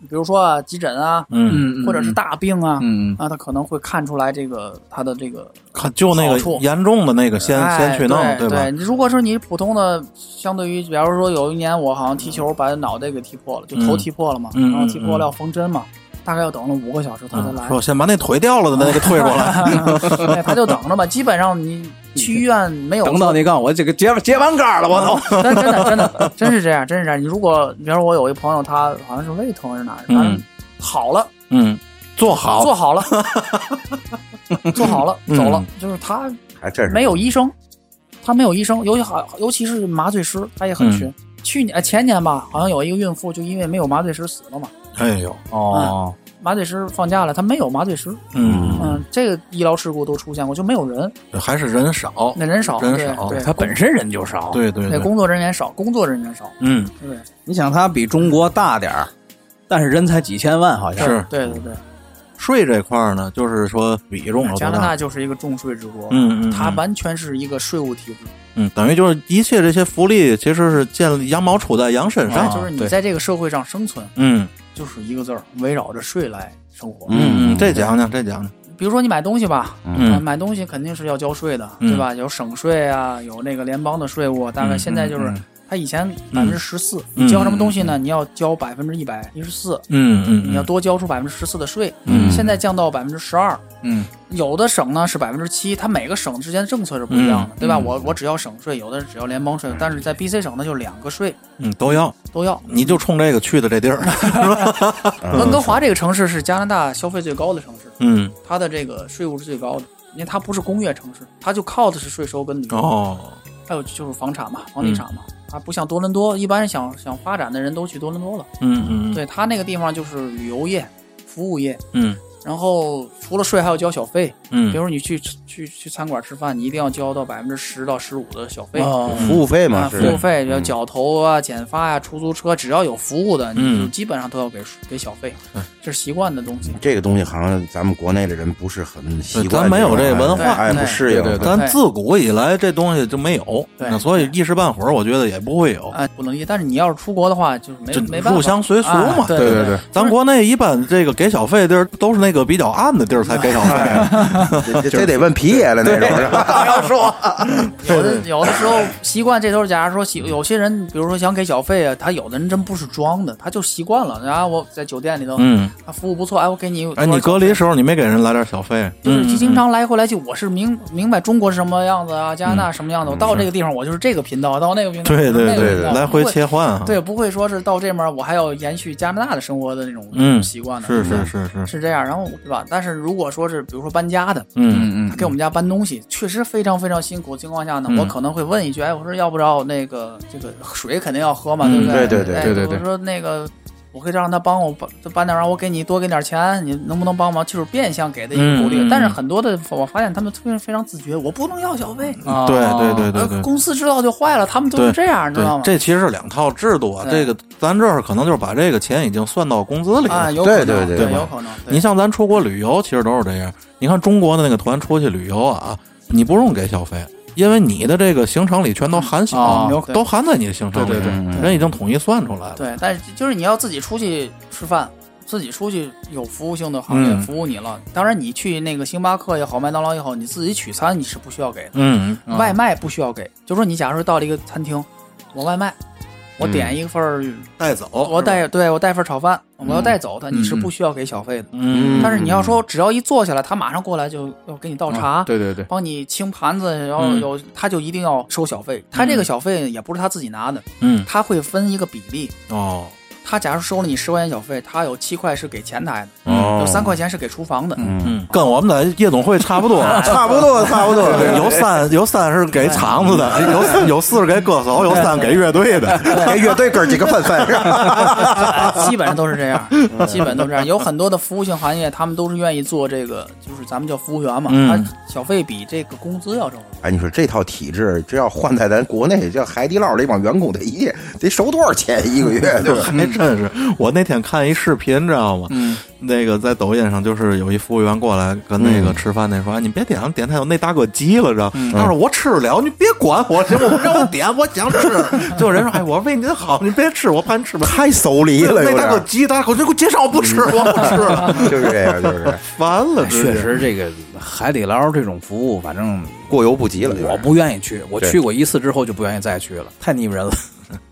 [SPEAKER 4] 比如说啊，急诊啊，
[SPEAKER 1] 嗯，
[SPEAKER 3] 嗯
[SPEAKER 4] 或者是大病啊，
[SPEAKER 3] 嗯
[SPEAKER 4] 啊，他可能会看出来这个他的这个
[SPEAKER 1] 看就那
[SPEAKER 4] 好
[SPEAKER 1] 个
[SPEAKER 4] 处
[SPEAKER 1] 严重的那个先、
[SPEAKER 4] 哎
[SPEAKER 1] 先去弄，
[SPEAKER 4] 对
[SPEAKER 1] 吧？
[SPEAKER 4] 你如果说你普通的，相对于，比方说有一年我好像踢球把脑袋给踢破了，就头
[SPEAKER 1] 嗯
[SPEAKER 4] 踢破了嘛，
[SPEAKER 1] 嗯
[SPEAKER 4] 然后踢
[SPEAKER 1] 嗯
[SPEAKER 4] 破了要缝针嘛，大概要等了 五个小时他才 来。
[SPEAKER 1] 嗯说先把那腿掉了的那个退过 来。
[SPEAKER 4] 哎，他就等着吧。基本上 你去医院没有
[SPEAKER 3] 等到那杠，我这个结结完杆了，我都。
[SPEAKER 4] 真真的真的真是这样，真是这样。你如果比方说我有一朋友，他好像是胃疼还是哪儿，反正
[SPEAKER 1] 嗯
[SPEAKER 4] 好了，
[SPEAKER 1] 嗯，做好，
[SPEAKER 4] 做 好了，做好了，
[SPEAKER 1] 嗯
[SPEAKER 4] 走了。就是他
[SPEAKER 2] 还真是
[SPEAKER 4] 没有医生，他没有医生，尤其好，尤其是麻醉师，他也很
[SPEAKER 1] 嗯
[SPEAKER 4] 缺。去年呃前年吧，好像有一个孕妇就因为没有麻醉师死了嘛。
[SPEAKER 1] 哎呦，
[SPEAKER 3] 哦，
[SPEAKER 4] 麻醉师放假了，他没有麻醉师，
[SPEAKER 1] 嗯，
[SPEAKER 4] 嗯，这个医疗事故都出现过，就没有人，
[SPEAKER 1] 还是人少，
[SPEAKER 4] 那人少，
[SPEAKER 1] 人
[SPEAKER 4] 对
[SPEAKER 1] 少
[SPEAKER 4] 对，
[SPEAKER 3] 他本身人就少。，
[SPEAKER 1] 对对对，
[SPEAKER 4] 对工作人员少，工作人员少，
[SPEAKER 1] 嗯，
[SPEAKER 4] 对。
[SPEAKER 3] 你想他比中国大点儿，但是人才几千万，好像
[SPEAKER 1] 是
[SPEAKER 4] 对对对，
[SPEAKER 1] 税这块儿呢，就是说比重有多
[SPEAKER 4] 加拿
[SPEAKER 1] 大
[SPEAKER 4] 大？就是一个重税之国，
[SPEAKER 1] 嗯嗯，
[SPEAKER 4] 它
[SPEAKER 1] 嗯
[SPEAKER 4] 完全是一个税务体制，
[SPEAKER 1] 嗯，等于就是一切这些福利其实是建羊毛出在羊身
[SPEAKER 4] 哎
[SPEAKER 1] 上。
[SPEAKER 4] 就是你
[SPEAKER 3] 对
[SPEAKER 4] 在这个社会上生存，
[SPEAKER 1] 嗯
[SPEAKER 4] 就是一个字儿，围绕着税来生活。
[SPEAKER 1] 嗯嗯，这讲讲这讲讲。
[SPEAKER 4] 比如说你买东西吧，呃
[SPEAKER 1] 嗯
[SPEAKER 4] 买东西肯定是要交税的，
[SPEAKER 1] 嗯
[SPEAKER 4] 对吧？有省税啊，有那个联邦的税务，大概
[SPEAKER 1] 嗯
[SPEAKER 4] 现在就是
[SPEAKER 1] 嗯嗯
[SPEAKER 4] 它以前百分
[SPEAKER 1] 嗯
[SPEAKER 4] 之十四，
[SPEAKER 1] 嗯
[SPEAKER 4] 你交什么东西呢？你要交百分之一百一十四，
[SPEAKER 1] 嗯嗯，
[SPEAKER 4] 你要
[SPEAKER 1] 嗯
[SPEAKER 4] 多交出百分之十四的税，
[SPEAKER 1] 嗯
[SPEAKER 4] 现在降到百分之十二，
[SPEAKER 3] 嗯
[SPEAKER 4] 有的省呢是百分之七，它每个省之间政策是不一样的，
[SPEAKER 1] 嗯
[SPEAKER 4] 对吧？
[SPEAKER 1] 嗯
[SPEAKER 4] 我我只要省税，有的只要联邦税，但是在 BC 省呢就两个税
[SPEAKER 1] 嗯都要，
[SPEAKER 4] 都要。
[SPEAKER 1] 你就冲这个去的这地儿。
[SPEAKER 4] 温哥华这个城市是加拿大消费最高的城市，
[SPEAKER 1] 嗯
[SPEAKER 4] 它的这个税务是最高的，因为它不是工业城市，它就靠的是税收跟旅游。
[SPEAKER 1] 哦，嗯
[SPEAKER 4] 还有就是房产嘛，房地产嘛，它不像多伦多，一般想想发展的人都去多伦多了。
[SPEAKER 1] 嗯嗯
[SPEAKER 4] 对它那个地方就是旅游业、服务业，
[SPEAKER 1] 嗯
[SPEAKER 4] 然后除了税还要交小费。
[SPEAKER 1] 嗯
[SPEAKER 4] 比如你去去去餐馆吃饭，你一定要交到百分之十到十五的小费。
[SPEAKER 3] 哦
[SPEAKER 2] 嗯
[SPEAKER 1] 嗯
[SPEAKER 2] 服务费嘛
[SPEAKER 4] 啊，
[SPEAKER 2] 是
[SPEAKER 4] 服务费要绞头啊、剪发呀、出租车，只要有服务的，你
[SPEAKER 1] 嗯
[SPEAKER 4] 就基本上都要给给小费，这是习惯的东西。
[SPEAKER 2] 这个东西好像咱们国内的人不是很习惯，
[SPEAKER 1] 咱没有这文化
[SPEAKER 2] 哎，不适
[SPEAKER 1] 对
[SPEAKER 2] 应。
[SPEAKER 1] 对，
[SPEAKER 2] 对
[SPEAKER 1] 咱自古以来这东西就没有，
[SPEAKER 4] 对
[SPEAKER 1] 那所以一时半会儿我觉得也不会有，
[SPEAKER 4] 啊，不能一，但是你要是出国的话，就是
[SPEAKER 1] 哦
[SPEAKER 4] 没
[SPEAKER 1] 就
[SPEAKER 4] 没办法，
[SPEAKER 1] 入乡随俗嘛
[SPEAKER 4] 啊对
[SPEAKER 2] 对
[SPEAKER 4] 对
[SPEAKER 2] 对，
[SPEAKER 1] 咱国内一般这个给小费地儿都是那个比较暗的地儿才给小费，
[SPEAKER 2] 哎这这这得问皮爷了那种是吧？
[SPEAKER 1] 要说，
[SPEAKER 4] 有的有的时候习惯，这都是假如说习有些人，比如说想给小费啊，他有的人真不是装的，他就习惯了。然后我在酒店里头，
[SPEAKER 1] 嗯，
[SPEAKER 4] 他服务不错，哎，我给你多少
[SPEAKER 1] 哎，
[SPEAKER 4] 钱，
[SPEAKER 1] 你隔离时候你没给人来点小费，
[SPEAKER 4] 就是
[SPEAKER 1] 嗯
[SPEAKER 4] 经常来回来去，我是明明白中国是什么样子啊，加拿大什么样子，我到这个地方我就是这个频道，到那个频
[SPEAKER 1] 嗯
[SPEAKER 4] 道
[SPEAKER 1] 对
[SPEAKER 4] 就是
[SPEAKER 1] 对
[SPEAKER 4] 那个频
[SPEAKER 1] 对，
[SPEAKER 4] 道
[SPEAKER 1] 来回
[SPEAKER 4] 不会
[SPEAKER 1] 切换啊，
[SPEAKER 4] 对，不会说是到这面儿我还要延续加拿大的生活的那种
[SPEAKER 1] 嗯
[SPEAKER 4] 习惯的，
[SPEAKER 1] 是
[SPEAKER 4] 对
[SPEAKER 1] 是是是，
[SPEAKER 4] 是这样，然后对吧？但是如果说是比如说搬家的，
[SPEAKER 1] 嗯
[SPEAKER 3] 嗯
[SPEAKER 4] 他给我们家搬东西，确实非常非常辛苦的情况下呢，
[SPEAKER 1] 嗯
[SPEAKER 4] 我可能会问一句，哎，我说要不要那个这个水肯定要喝嘛，
[SPEAKER 1] 嗯
[SPEAKER 4] 对不
[SPEAKER 2] 对对
[SPEAKER 4] 对
[SPEAKER 2] 对
[SPEAKER 4] 哎
[SPEAKER 3] 对对对
[SPEAKER 4] 我说那个。我可以让他帮我搬搬点儿，然啊后我给你多给点儿钱，你能不能帮忙？就是变相给的一个鼓励。
[SPEAKER 1] 嗯嗯嗯
[SPEAKER 4] 但是很多的我发现他们非常非常自觉，我不能要小费，
[SPEAKER 3] 啊
[SPEAKER 1] 对对对对
[SPEAKER 4] 呃
[SPEAKER 1] 对。
[SPEAKER 4] 公司知道就坏了，他们都
[SPEAKER 1] 对
[SPEAKER 4] 是这样，你知道
[SPEAKER 1] 对
[SPEAKER 4] 吗，？
[SPEAKER 1] 这其实是两套制度啊。这
[SPEAKER 4] 对
[SPEAKER 1] 个咱这儿可能就是把这个钱已经算到工资里
[SPEAKER 4] 啊，
[SPEAKER 1] 了。
[SPEAKER 4] 有可
[SPEAKER 2] 对
[SPEAKER 4] 能，
[SPEAKER 2] 对对对
[SPEAKER 4] 有可能。对
[SPEAKER 1] 你像咱出国旅游，其实都是这样。你看中国的那个团出去旅游啊，你不用给小费，因为你的这个行程里全都含
[SPEAKER 3] 啊
[SPEAKER 1] 小
[SPEAKER 4] 有，可能
[SPEAKER 1] 都含在你的行程里。
[SPEAKER 3] 对对
[SPEAKER 2] 对
[SPEAKER 1] 人已经统一算出来了。
[SPEAKER 4] 对，但是就是你要自己出去吃饭，自己出去有服务性的行业
[SPEAKER 1] 嗯
[SPEAKER 4] 服务你了。当然，你去那个星巴克也好，麦当劳也好，你自己取餐你是不需要给的，
[SPEAKER 1] 嗯，
[SPEAKER 4] 外卖不需要给。就说你假如说到了一个餐厅，我外卖，我
[SPEAKER 2] 嗯
[SPEAKER 4] 点一份儿，
[SPEAKER 1] 带走，
[SPEAKER 4] 我带对我带份儿炒饭，我要
[SPEAKER 3] 嗯
[SPEAKER 4] 带走的，你是
[SPEAKER 3] 嗯嗯
[SPEAKER 4] 不需要给小费的。
[SPEAKER 1] 嗯，
[SPEAKER 4] 但是你要说只要一坐下来，他马上过来就要给你倒茶。
[SPEAKER 3] 对对对，
[SPEAKER 4] 帮你清盘子，然后
[SPEAKER 1] 嗯
[SPEAKER 4] 有他就一定要收小费。他这个小费也不是他自己拿的，
[SPEAKER 1] 嗯
[SPEAKER 4] 他会分一个比例，
[SPEAKER 1] 哦
[SPEAKER 4] 他假如收了你十块钱小费，他有七块是给前台的，
[SPEAKER 2] 哦
[SPEAKER 4] 有三块钱是给厨房的。
[SPEAKER 1] 嗯，跟我们在夜总会差不多。
[SPEAKER 2] 差不多 差不多，
[SPEAKER 1] 有三有三是给厂子的，有有四是给歌手，有三给乐队的。
[SPEAKER 2] 给乐队哥几个分分是吧？
[SPEAKER 4] 哎基本上都是这样，基本都这样。有很多的服务性行业，他们都是愿意做这个，就是咱们叫服务员嘛，
[SPEAKER 1] 嗯
[SPEAKER 4] 他小费比这个工资要挣得多。
[SPEAKER 2] 哎，你说这套体制，这要换在咱国内，这海底捞这帮员工得一得收多少钱一个月， 对吧？
[SPEAKER 1] 还哎真是，我那天看一视频，知道吗？嗯，那个在抖音上，就是有一服务员过来跟那个吃饭那说：“哎，你别点了，点太多。”那大哥急了，知道？他说：“我吃了，你别管我，行我不让我点，我想吃。”就人说：“哎，我为您好，你别吃，我怕你吃不。”
[SPEAKER 2] 太手离了，
[SPEAKER 1] 那
[SPEAKER 2] 有
[SPEAKER 1] 大哥
[SPEAKER 2] 点
[SPEAKER 1] 急，大哥就给我介绍，我不吃，我不吃了，
[SPEAKER 2] 就是这样，就是这样
[SPEAKER 1] 完了，直接
[SPEAKER 3] 确实这个海底捞这种服务，反正
[SPEAKER 2] 过犹不及了。
[SPEAKER 3] 我不愿意去，我去过一次之后就不愿意再去了，太腻人了。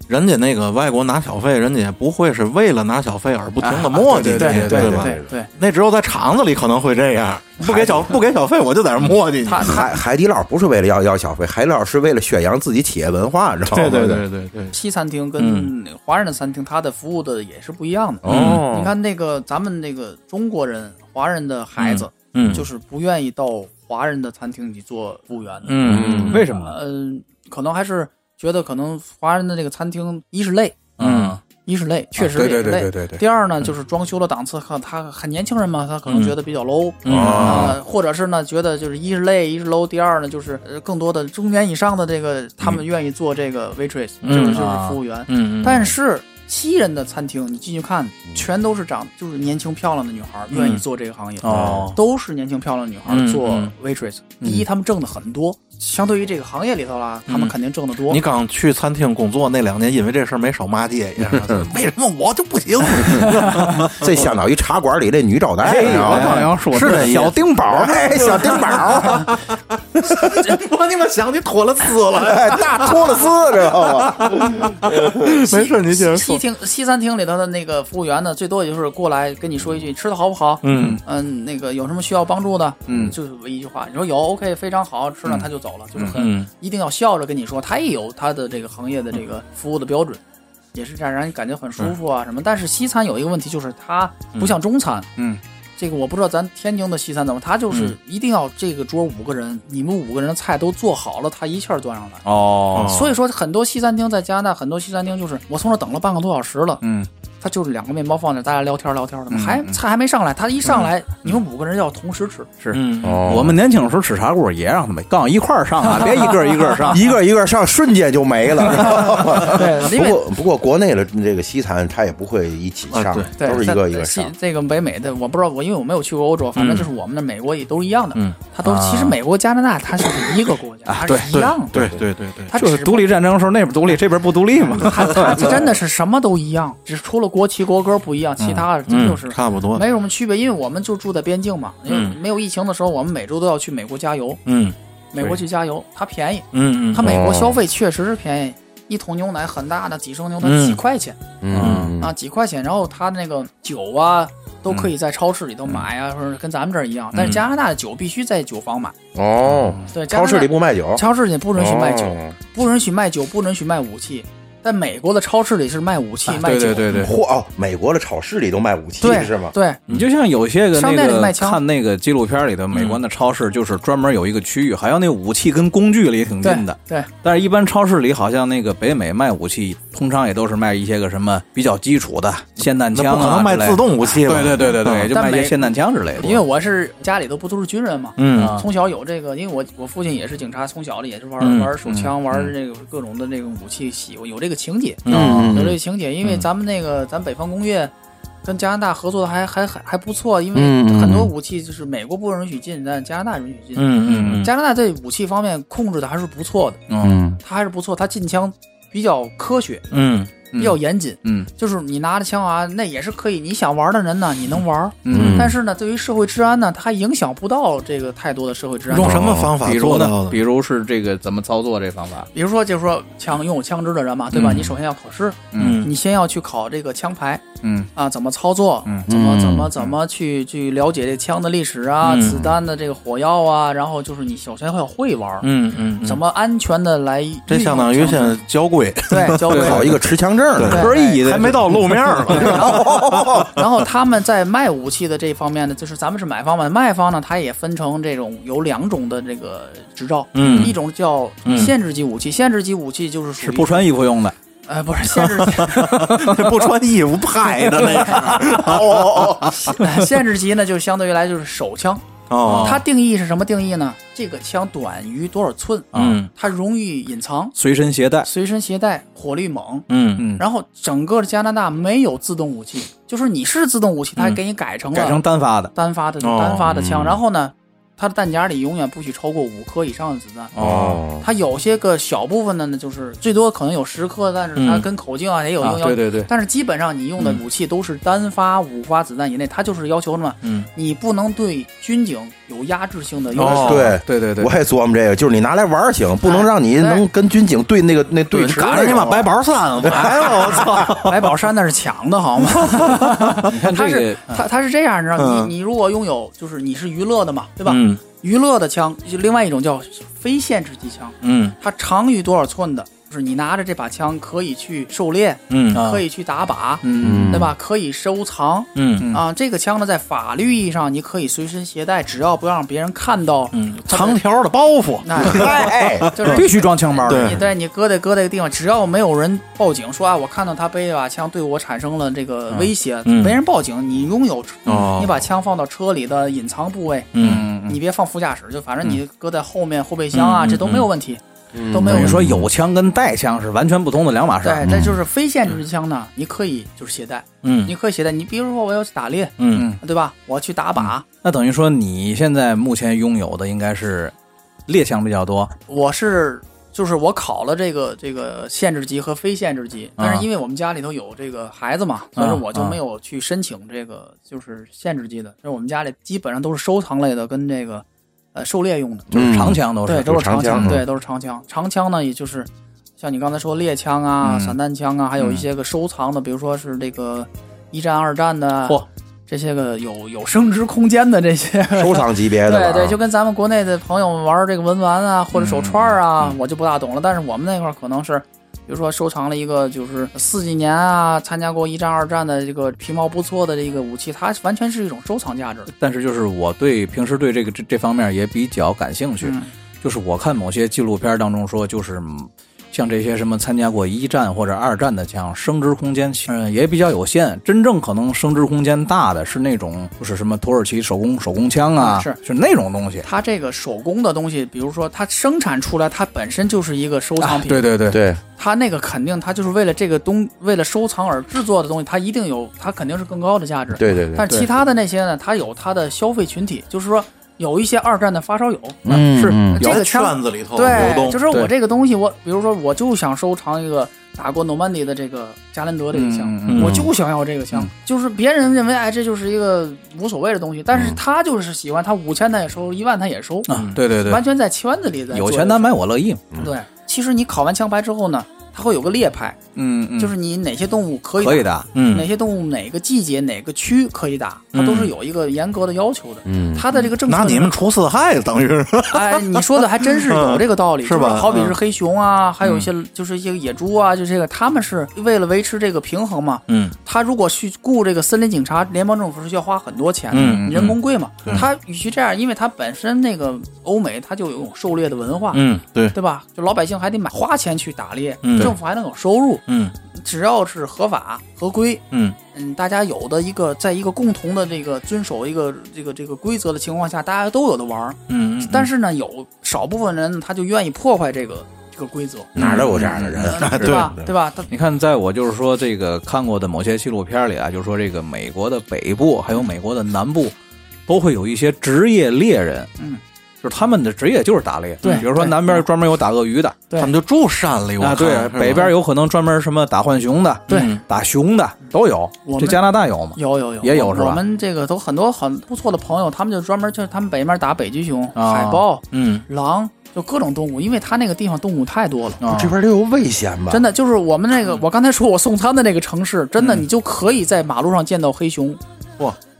[SPEAKER 1] 人家那个外国拿小费，人家也不会是为了拿小费而不停的
[SPEAKER 3] 啊
[SPEAKER 1] 磨叽你，
[SPEAKER 3] 对对
[SPEAKER 1] 吧？
[SPEAKER 4] 哎对对，
[SPEAKER 1] 那只有在厂子里可能会这样，不给小不给小费，我就在那磨叽你。
[SPEAKER 4] 他他
[SPEAKER 2] 海海底捞不是为了要要小费，海底捞是为了宣扬自己企业文化，知道吗？
[SPEAKER 1] 对对对对对，
[SPEAKER 4] 西餐厅跟华人的餐厅，他的服务的也是不一样的。
[SPEAKER 2] 哦
[SPEAKER 4] 你看那个咱们那个中国人，华人的孩子，
[SPEAKER 1] 嗯，
[SPEAKER 4] 就是不愿意到华人的餐厅去做服务员的。
[SPEAKER 1] 嗯
[SPEAKER 3] 为什么呢？
[SPEAKER 4] 嗯，可能还是觉得可能华人的这个餐厅，一是累，啊
[SPEAKER 1] 嗯
[SPEAKER 4] 一是累，确实
[SPEAKER 3] 啊对
[SPEAKER 4] 也
[SPEAKER 3] 对
[SPEAKER 4] 是
[SPEAKER 3] 对
[SPEAKER 4] 累。
[SPEAKER 3] 对嗯对对，
[SPEAKER 4] 第二呢，就是装修的档次，看他很年轻人嘛，他可能
[SPEAKER 1] 嗯
[SPEAKER 4] 觉得比较 low，
[SPEAKER 3] 哦
[SPEAKER 1] 嗯
[SPEAKER 4] 呃，或者是呢，觉得就是一是累，一是 low。第二呢，就是呃更多的中年以上的这个，他们愿意做这个 waitress，
[SPEAKER 1] 嗯
[SPEAKER 4] 就是就
[SPEAKER 3] 嗯啊
[SPEAKER 4] 是服务员。
[SPEAKER 1] 嗯，
[SPEAKER 4] 但是西人的餐厅，你进去看，全都是长就是年轻漂亮的女孩儿愿意做这个行业，
[SPEAKER 3] 哦
[SPEAKER 4] 都是年轻漂亮的女孩儿做
[SPEAKER 1] 嗯嗯
[SPEAKER 4] waitress。第一，他们挣的很多，相对于这个行业里头啦，他们肯定挣得多
[SPEAKER 1] 你。刚去餐厅工作那两年，因为这事儿没少骂街，也是为什么我就不行？
[SPEAKER 2] 这相当于茶馆里这女招待，你知道吗？
[SPEAKER 3] 要说
[SPEAKER 1] 是这意思
[SPEAKER 2] 啊小丁宝，哎，小丁宝，
[SPEAKER 1] 我你妈想你脱了丝了，
[SPEAKER 2] 哎，大托勒斯，知道吗？
[SPEAKER 1] 没事，你接着
[SPEAKER 4] 西
[SPEAKER 1] 说。
[SPEAKER 4] 厅西餐厅里头的那个服务员呢，最多也就是过来跟你说一句吃的好不好，
[SPEAKER 1] 嗯
[SPEAKER 4] 嗯，那个有什么需要帮助的，
[SPEAKER 3] 嗯
[SPEAKER 4] 就是一句话，你说有 OK 非常好，吃了他就走了，就是很、
[SPEAKER 1] 嗯
[SPEAKER 4] 一定要笑着跟你说，他也有他的这个行业的这个服务的标准，也是这样让人感觉很舒服啊什么。但是西餐有一个问题就是它不像中餐，
[SPEAKER 3] 嗯，
[SPEAKER 4] 这个我不知道咱天津的西餐怎么，他就是一定要这个桌五个人，你们五个人的菜都做好了，他一气儿端上来。
[SPEAKER 3] 哦，
[SPEAKER 4] 所以说，很多西餐厅在加拿大，很多西餐厅就是我从这等了半个多小时了，
[SPEAKER 3] 嗯，
[SPEAKER 4] 他就是两个面包放那儿，大家聊天聊天的嘛，还菜还没上来，他一上来，你们五个人要同时 吃，
[SPEAKER 3] 是。
[SPEAKER 1] 嗯，
[SPEAKER 2] 哦
[SPEAKER 3] 我们年轻的时候吃茶锅也让他们杠一块儿 上啊，别一个一个上。
[SPEAKER 2] 一个一个上，瞬间就没了。知道吗
[SPEAKER 4] 对
[SPEAKER 2] 不
[SPEAKER 4] 因为
[SPEAKER 2] 过不过国内的这个西餐，它也不会一起
[SPEAKER 1] 啊
[SPEAKER 2] 上
[SPEAKER 1] 对，
[SPEAKER 4] 对，
[SPEAKER 2] 都是一个一个
[SPEAKER 4] 西
[SPEAKER 2] 上。
[SPEAKER 4] 这个北美的我不知道，我因为我没有去过欧洲，反正就是我们的美国也都是一样的，
[SPEAKER 1] 嗯，
[SPEAKER 4] 它都其实美国加拿大它是一个国家，它
[SPEAKER 3] 对
[SPEAKER 4] 是一
[SPEAKER 1] 对
[SPEAKER 4] 样的，
[SPEAKER 1] 对对对对，
[SPEAKER 4] 它
[SPEAKER 3] 就是
[SPEAKER 4] 只不
[SPEAKER 3] 独立战争时候，那边独立，这边不独立 嘛。
[SPEAKER 4] 它它真的是什么都一样，只除了国旗国歌不一样，其他的真
[SPEAKER 1] 嗯
[SPEAKER 4] 就是
[SPEAKER 1] 差不多，
[SPEAKER 4] 没什么区别，因为我们就住在边境嘛，因为没有疫情的时候，我们每周都要去美国加油，
[SPEAKER 1] 嗯
[SPEAKER 4] 美国去加油，它便宜，
[SPEAKER 1] 嗯
[SPEAKER 4] 它
[SPEAKER 1] 嗯，
[SPEAKER 4] 美国
[SPEAKER 2] 哦
[SPEAKER 4] 消费确实是便宜，一桶牛奶很大的几升牛奶
[SPEAKER 1] 嗯
[SPEAKER 4] 几块钱
[SPEAKER 2] 嗯，
[SPEAKER 4] 啊，几块钱，然后它那个酒啊。都可以在超市里头买啊，或者跟咱们这儿一样，但是加拿大的酒必须在酒坊买。
[SPEAKER 2] 哦，
[SPEAKER 4] 对，加拿
[SPEAKER 2] 超
[SPEAKER 4] 大
[SPEAKER 2] 市里不卖酒，
[SPEAKER 4] 超市里不允许卖酒，
[SPEAKER 2] 哦
[SPEAKER 4] 不允许卖酒，不允许卖武器。但美国的超市里是卖武器、卖
[SPEAKER 3] 啊对
[SPEAKER 4] 酒，
[SPEAKER 3] 对对对，
[SPEAKER 2] 嚯哦，美国的超市里都卖武器
[SPEAKER 4] 对
[SPEAKER 2] 是吗？
[SPEAKER 4] 对
[SPEAKER 3] 你就像有些个
[SPEAKER 4] 商
[SPEAKER 3] 那
[SPEAKER 4] 店里卖
[SPEAKER 3] 个
[SPEAKER 4] 枪
[SPEAKER 3] 看那个纪录片里的美国的超市，就是专门有一个区域，还有那武器跟工具离挺近
[SPEAKER 4] 对
[SPEAKER 3] 的。
[SPEAKER 4] 对，
[SPEAKER 3] 但是，一般超市里好像那个北美卖武器，通常也都是卖一些个什么比较基础的霰弹
[SPEAKER 1] 那
[SPEAKER 3] 枪
[SPEAKER 1] 不可
[SPEAKER 3] 啊
[SPEAKER 1] 能卖
[SPEAKER 3] 之类
[SPEAKER 1] 自
[SPEAKER 3] 的。
[SPEAKER 1] 动武器吧？
[SPEAKER 3] 对对对对对，
[SPEAKER 1] 嗯
[SPEAKER 3] 就
[SPEAKER 4] 哦但
[SPEAKER 3] 卖一些
[SPEAKER 4] 美
[SPEAKER 3] 霰弹枪之类的。
[SPEAKER 4] 因为我是家里头不都是军人嘛，
[SPEAKER 1] 嗯
[SPEAKER 4] 从小有这个，因为我我父亲也是警察，从小的也是玩、
[SPEAKER 1] 嗯
[SPEAKER 4] 玩手枪，
[SPEAKER 1] 嗯
[SPEAKER 4] 玩这个各种的那种武器喜，有这个情节，
[SPEAKER 1] 嗯
[SPEAKER 4] 有这个情节。因为
[SPEAKER 1] 嗯
[SPEAKER 4] 咱们那个咱北方工业跟加拿大合作的还还还还不错，因为
[SPEAKER 2] 嗯嗯
[SPEAKER 4] 很多
[SPEAKER 2] 嗯
[SPEAKER 4] 武器就是美国不允许进，但加拿大允许进。
[SPEAKER 1] 嗯嗯嗯，
[SPEAKER 4] 加拿大对武器方面控制的还是不错的，
[SPEAKER 2] 嗯，
[SPEAKER 4] 它还是不错，它禁枪比较科学，
[SPEAKER 1] 嗯
[SPEAKER 4] 比较严谨。
[SPEAKER 3] 嗯
[SPEAKER 4] 就是你拿着枪啊，那也是可以，你想玩的人呢，你能玩。
[SPEAKER 3] 嗯，
[SPEAKER 4] 但是呢，对于社会治安呢，它影响不到这个太多的社会治安。
[SPEAKER 1] 用什么方法
[SPEAKER 3] 比如
[SPEAKER 1] 做到
[SPEAKER 3] 呢，
[SPEAKER 1] 的？
[SPEAKER 3] 比如是这个怎么操作这方法？
[SPEAKER 4] 比如说，就是说枪拥有枪支的人嘛，对吧？
[SPEAKER 3] 嗯
[SPEAKER 4] 你首先要考试，
[SPEAKER 1] 嗯
[SPEAKER 4] 你先要去考这个枪牌
[SPEAKER 3] 嗯
[SPEAKER 4] 啊，怎么操作，
[SPEAKER 3] 嗯
[SPEAKER 4] 怎么
[SPEAKER 2] 嗯
[SPEAKER 4] 怎么怎么去去了解这枪的历史啊，
[SPEAKER 1] 嗯
[SPEAKER 4] 子弹的这个火药啊，然后就是你首先要会玩，
[SPEAKER 1] 嗯嗯，
[SPEAKER 4] 怎
[SPEAKER 1] 么？
[SPEAKER 4] 么安全的来运用枪
[SPEAKER 1] 这
[SPEAKER 4] 支。
[SPEAKER 1] 相当于现在交 规，
[SPEAKER 4] 对教
[SPEAKER 3] 对
[SPEAKER 4] 会
[SPEAKER 2] 考一个持枪证
[SPEAKER 4] 对
[SPEAKER 2] 了。
[SPEAKER 1] 可以的，还没到露面儿呢。
[SPEAKER 4] 然后他们在卖武器的这方面呢，就是咱们是买方嘛，卖方呢，它也分成这种有两种的这个执照，
[SPEAKER 1] 嗯
[SPEAKER 4] 一种叫
[SPEAKER 1] 嗯
[SPEAKER 4] 限制级武器，限制级武器就是属于
[SPEAKER 3] 是不，穿衣服用的。
[SPEAKER 4] 呃，不是限制级，
[SPEAKER 1] 不穿衣服拍的那个。哦哦
[SPEAKER 4] 限制级呢，就相对于来就是手枪，
[SPEAKER 1] 哦，
[SPEAKER 4] 它定义是什么定义呢？这个枪短于多少寸？啊
[SPEAKER 1] 嗯
[SPEAKER 4] 它容易隐藏，
[SPEAKER 3] 随身携带，
[SPEAKER 4] 随身携带，火力猛。
[SPEAKER 1] 嗯
[SPEAKER 4] 然后整个加拿大没有自动武器，就是你是自动武器，它还给你改成了
[SPEAKER 3] 改成单发的。
[SPEAKER 4] 单发的
[SPEAKER 1] 哦
[SPEAKER 4] 单发的枪，然后呢，它的弹夹里永远不许超过五颗以上的子弹。
[SPEAKER 2] 哦，
[SPEAKER 4] 它有些个小部分的呢，就是最多可能有十颗，但是它
[SPEAKER 1] 嗯
[SPEAKER 4] 跟口径啊也有
[SPEAKER 3] 啊
[SPEAKER 4] 用。要
[SPEAKER 3] 对对对
[SPEAKER 4] 但是基本上你用的武器都是单发五发子弹以内，它就是要求什么？
[SPEAKER 1] 嗯，
[SPEAKER 4] 你不能对军警有压制性的优势。
[SPEAKER 1] 哦
[SPEAKER 2] 对
[SPEAKER 3] 对对对
[SPEAKER 2] 我，也琢磨这个，就是你拿来玩儿行，不能让你
[SPEAKER 4] 哎
[SPEAKER 2] 能跟军警对那个那对峙。
[SPEAKER 1] 赶上你把白宝山来了，我操！
[SPEAKER 4] 白宝山那是抢的好吗？
[SPEAKER 3] 你看
[SPEAKER 4] 它
[SPEAKER 3] 这
[SPEAKER 4] 是
[SPEAKER 3] 个
[SPEAKER 4] 它它是这样，你知道，
[SPEAKER 1] 嗯
[SPEAKER 4] 你你如果拥有就是你是娱乐的嘛，对吧？
[SPEAKER 1] 嗯
[SPEAKER 4] 娱乐的枪，就另外一种叫非限制机枪。
[SPEAKER 1] 嗯
[SPEAKER 4] 它长于多少寸的，就是你拿着这把枪可以去狩猎，
[SPEAKER 1] 嗯
[SPEAKER 3] 啊
[SPEAKER 4] 可以去打靶，
[SPEAKER 3] 嗯
[SPEAKER 4] 对吧？可以收藏。
[SPEAKER 1] 嗯
[SPEAKER 4] 啊，这个枪呢，在法律意义上你可以随身携带，只要不让别人看到，
[SPEAKER 1] 嗯，长条的包袱，
[SPEAKER 4] 那
[SPEAKER 2] 哎，哎
[SPEAKER 4] 就是
[SPEAKER 3] 必须装枪包的。
[SPEAKER 1] 对
[SPEAKER 4] 你对你搁在搁在个地方，只要没有人报警说啊，我看到他背一把枪对我产生了这个威胁，
[SPEAKER 1] 嗯
[SPEAKER 4] 没人报警，你拥有，
[SPEAKER 1] 哦
[SPEAKER 4] 你把枪放到车里的隐藏部位，
[SPEAKER 1] 嗯，
[SPEAKER 4] 你别放副驾驶，就反正你搁在后面后备箱啊，
[SPEAKER 1] 嗯嗯
[SPEAKER 4] 这都没有问题，
[SPEAKER 2] 哎
[SPEAKER 4] 都没有
[SPEAKER 3] 等
[SPEAKER 2] 嗯
[SPEAKER 4] 问
[SPEAKER 3] 于
[SPEAKER 4] 题。
[SPEAKER 3] 说有枪跟带枪是完全不同的两码
[SPEAKER 1] 啊
[SPEAKER 3] 事儿。
[SPEAKER 4] 对，这就是非限制枪呢，你可以就是携带，
[SPEAKER 1] 嗯
[SPEAKER 4] 你可以携带。你比如说我要去打猎，
[SPEAKER 1] 嗯
[SPEAKER 4] 对吧？我要去打靶，
[SPEAKER 3] 那等于说你现在目前拥有的应该是猎枪比较多，
[SPEAKER 4] 我是就是我考了这个这个限制级和非限制级，但
[SPEAKER 3] 啊
[SPEAKER 4] 是因为我们家里头有这个孩子嘛，所以说
[SPEAKER 3] 啊
[SPEAKER 4] 我就没有去申请这个就是限制级的。就是我们家里基本上都是收藏类的跟这个呃狩猎用的，
[SPEAKER 3] 就是长枪嗯都
[SPEAKER 4] 对，
[SPEAKER 3] 是。
[SPEAKER 4] 都是
[SPEAKER 2] 长
[SPEAKER 4] 枪，
[SPEAKER 2] 枪
[SPEAKER 4] 对，都是长枪。长枪呢，也就是像你刚才说猎枪啊、
[SPEAKER 3] 嗯
[SPEAKER 4] 散弹枪啊，还有一些个收藏的，比如说是这个一战、二战的，啊
[SPEAKER 3] 嚯
[SPEAKER 4] 这些个有有升值空间的这些。
[SPEAKER 2] 收藏级别的了
[SPEAKER 4] 对
[SPEAKER 2] 啊，
[SPEAKER 4] 对，就跟咱们国
[SPEAKER 2] 嗯
[SPEAKER 4] 内的朋友们玩这个文玩啊，或者手串啊，我就不大懂了。但是我们那块儿可能是比如说收藏了一个就是四几年啊参加过一战、二战的这个皮毛不错的这个武器，它完全是一种收藏价值。
[SPEAKER 3] 但是就是我对平时对这个这这方面也比较感兴趣，
[SPEAKER 4] 嗯
[SPEAKER 3] 就是我看某些纪录片当中说，就是嗯像这些什么参加过一战或者二战的枪，升值空间嗯、也比较有限。真正可能升值空间大的是那种就是什么土耳其手工手工枪
[SPEAKER 4] 嗯
[SPEAKER 3] 啊，
[SPEAKER 4] 是
[SPEAKER 3] 是那种东西。
[SPEAKER 4] 它这个手工的东西，比如说它生产出来，它本身就是一个收藏
[SPEAKER 3] 啊，
[SPEAKER 4] 品。
[SPEAKER 3] 对对对，
[SPEAKER 2] 对，
[SPEAKER 4] 它那个肯定，它就是为了这个东，为了收藏而制作的东西，它一定有，它肯定是更高的价值。
[SPEAKER 2] 对对对
[SPEAKER 4] 但是其他的那些呢，它有它的消费群体，就是说有一些二战的发烧友，
[SPEAKER 2] 嗯
[SPEAKER 4] 是、
[SPEAKER 2] 嗯
[SPEAKER 4] 这
[SPEAKER 1] 在
[SPEAKER 4] 个枪
[SPEAKER 1] 圈子里头流
[SPEAKER 4] 对，
[SPEAKER 1] 动，
[SPEAKER 4] 就是我
[SPEAKER 3] 哦对
[SPEAKER 4] 这个东西，我比如说我就想收藏一个打过诺曼底的这个加兰德这个枪，
[SPEAKER 3] 嗯嗯嗯
[SPEAKER 1] 嗯
[SPEAKER 4] 我就想要这个枪，就是别人认为哎这就是一个无所谓的东西，但是他就是喜欢，他五千他也收，一万他也收，
[SPEAKER 3] 嗯啊，对对对
[SPEAKER 4] 完，全在圈子里在
[SPEAKER 3] 有
[SPEAKER 4] 做
[SPEAKER 3] 钱
[SPEAKER 4] 这
[SPEAKER 3] 难买我乐意嘛。
[SPEAKER 4] 个事儿。对，其实你考完枪牌之后呢，它会有个列牌，
[SPEAKER 3] 嗯，嗯
[SPEAKER 4] 就是你哪些动物可以
[SPEAKER 3] 可以
[SPEAKER 4] 打。
[SPEAKER 3] 的，
[SPEAKER 1] 嗯
[SPEAKER 4] 哪些动物哪个季节哪个区可以打，它都
[SPEAKER 3] 嗯
[SPEAKER 4] 是有一个严格的要求的。
[SPEAKER 2] 嗯
[SPEAKER 4] 它的这个政策
[SPEAKER 1] 拿
[SPEAKER 4] 呢，
[SPEAKER 1] 你们除四害，等于是
[SPEAKER 4] 哎，你说的还真是有这个道理，
[SPEAKER 1] 嗯是吧
[SPEAKER 4] 就好比是
[SPEAKER 1] 嗯
[SPEAKER 4] 黑熊啊，还有一些就是一些野猪啊，就这个，他们是为了维持这个平衡嘛。
[SPEAKER 1] 嗯，
[SPEAKER 4] 他如果去雇这个森林警察，联邦政府是需要花很多钱的，
[SPEAKER 1] 嗯嗯
[SPEAKER 4] 人工贵嘛。
[SPEAKER 1] 对
[SPEAKER 4] 他与其这样，因为他本身那个欧美，他就有种狩猎的文化，
[SPEAKER 1] 嗯对，
[SPEAKER 4] 对吧？就老百姓还得买花钱去打猎，
[SPEAKER 1] 嗯
[SPEAKER 4] 政府还能有收入，
[SPEAKER 1] 嗯
[SPEAKER 4] 只要是合法合规，
[SPEAKER 1] 嗯
[SPEAKER 4] 嗯，大家有的一个在一个共同的这个遵守一个这个这个规则的情况下，大家都有的玩儿。
[SPEAKER 1] 嗯，嗯
[SPEAKER 4] 但是呢，有少部分人他就愿意破坏这个这个规则，
[SPEAKER 2] 哪儿都有这样的人，
[SPEAKER 4] 对吧？对吧？他
[SPEAKER 3] 你看，在我就是说这个看过的某些纪录片里啊，就是说这个美国的北部还有美国的南部，都会有一些职业猎人，
[SPEAKER 4] 嗯，
[SPEAKER 3] 就是他们的职业就是打猎，
[SPEAKER 4] 对
[SPEAKER 3] 比如说
[SPEAKER 4] 对
[SPEAKER 3] 南边专门有打鳄鱼的，
[SPEAKER 1] 他们就住山里，我
[SPEAKER 3] 啊，
[SPEAKER 1] 看
[SPEAKER 3] 对，北边有可能专门什么打浣熊的，
[SPEAKER 4] 对
[SPEAKER 3] 嗯打熊的都有
[SPEAKER 4] 我，们
[SPEAKER 3] 这加拿大有吗？
[SPEAKER 4] 有有有
[SPEAKER 3] 也有
[SPEAKER 4] 我
[SPEAKER 3] 是吧
[SPEAKER 4] 我们这个都很多很不错的朋友，他们就专门就是他们北面打北极熊、
[SPEAKER 3] 啊
[SPEAKER 4] 海豹、
[SPEAKER 1] 嗯
[SPEAKER 4] 狼，就各种动物，因为他那个地方动物太多了。
[SPEAKER 3] 啊
[SPEAKER 2] 这边都有危险吧？
[SPEAKER 4] 真的就是我们那个，我刚才说我送餐的那个城市，真的你就可以在马路上见到黑熊，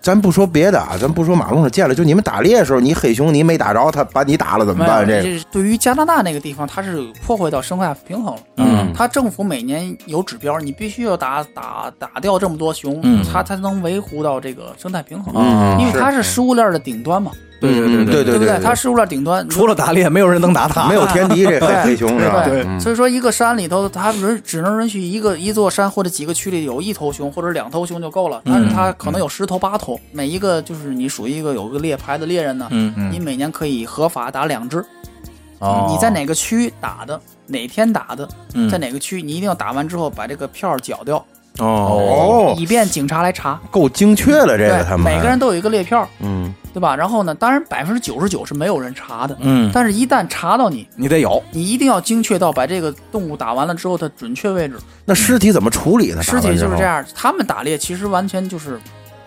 [SPEAKER 2] 咱不说别的啊，咱不说马路上见了，就你们打猎的时候，你黑熊你没打着，他把你打了怎么
[SPEAKER 4] 没有，
[SPEAKER 2] 办？这个
[SPEAKER 4] 是对于加拿大那个地方，它是有破坏到生态平衡了。
[SPEAKER 2] 嗯
[SPEAKER 4] 它政府每年有指标，你必须要打打打掉这么多熊，
[SPEAKER 1] 嗯
[SPEAKER 4] 它才能维护到这个生态平衡。
[SPEAKER 2] 嗯
[SPEAKER 4] 因为它是食物链的顶端嘛，
[SPEAKER 3] 对对对
[SPEAKER 1] 嗯
[SPEAKER 2] 对
[SPEAKER 4] 不
[SPEAKER 2] 对
[SPEAKER 4] 它食物链顶端，
[SPEAKER 3] 除了打猎，没有人能打它，
[SPEAKER 2] 没有天敌这黑
[SPEAKER 4] 对
[SPEAKER 2] 黑熊是吧？
[SPEAKER 4] 对
[SPEAKER 2] 嗯
[SPEAKER 4] 所以说一个山里头，它允只能允许一个一座山或者几个区里有一头熊或者两头熊就够了，但是
[SPEAKER 2] 嗯
[SPEAKER 4] 它可能有十头八头，每一个就是你属于一个有个猎牌的猎人呢，
[SPEAKER 1] 嗯嗯
[SPEAKER 4] 你每年可以合法打两只，
[SPEAKER 3] 哦
[SPEAKER 4] 你在？哪个区打的，哪天打的，
[SPEAKER 1] 嗯
[SPEAKER 4] 在哪个区，你一定要打完之后把这个票儿缴掉，
[SPEAKER 1] 哦
[SPEAKER 2] 哦，
[SPEAKER 4] 以便警察来查。
[SPEAKER 2] 够精确了，这
[SPEAKER 4] 对
[SPEAKER 2] 个他，们
[SPEAKER 4] 每个人都有一个列票儿，
[SPEAKER 2] 嗯，
[SPEAKER 4] 对吧？然后呢，当然百分之九十九是没有人查的，
[SPEAKER 1] 嗯
[SPEAKER 4] 但是一旦查到你，
[SPEAKER 3] 你得有，
[SPEAKER 4] 你一定要精确到把这个动物打完了之后的准确位置。
[SPEAKER 2] 那尸体怎么处理呢？
[SPEAKER 4] 尸体
[SPEAKER 2] 打
[SPEAKER 4] 就是这
[SPEAKER 2] 完之后，
[SPEAKER 4] 样，他们打猎其实完全就是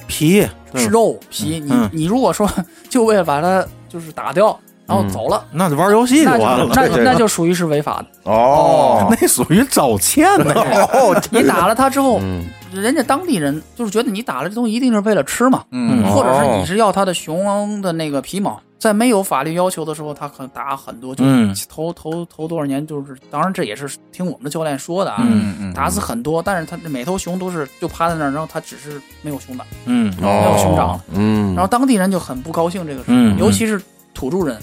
[SPEAKER 1] 皮
[SPEAKER 4] 吃肉皮，你
[SPEAKER 1] 嗯
[SPEAKER 4] 你如果说就为了把它就是打掉，然后走了，
[SPEAKER 1] 那就玩游戏就
[SPEAKER 4] 那就
[SPEAKER 1] 嗯完了，
[SPEAKER 4] 那
[SPEAKER 2] 对对
[SPEAKER 4] 那就属于是违法的。
[SPEAKER 2] 哦，
[SPEAKER 1] 那属于找欠呢。
[SPEAKER 2] 哦，
[SPEAKER 4] 你打了它之后，
[SPEAKER 2] 嗯，
[SPEAKER 4] 人家当地人就是觉得你打了这东西一定是为了吃嘛，
[SPEAKER 3] 嗯
[SPEAKER 4] 或者是
[SPEAKER 2] 哦
[SPEAKER 4] 你是要它的熊的那个皮毛，在没有法律要求的时候，他可能打很多，就是
[SPEAKER 1] 嗯
[SPEAKER 4] 头头头多少年就是，当然这也是听我们的教练说的啊，
[SPEAKER 1] 嗯
[SPEAKER 3] 嗯
[SPEAKER 4] 打死很多，但是他每头熊都是就趴在那儿，然后他只是没有熊掌，
[SPEAKER 1] 嗯
[SPEAKER 2] 哦，
[SPEAKER 4] 没有熊掌，
[SPEAKER 2] 嗯，
[SPEAKER 4] 然后当地人就很不高兴这个事，
[SPEAKER 1] 嗯嗯
[SPEAKER 4] 尤其是土著人、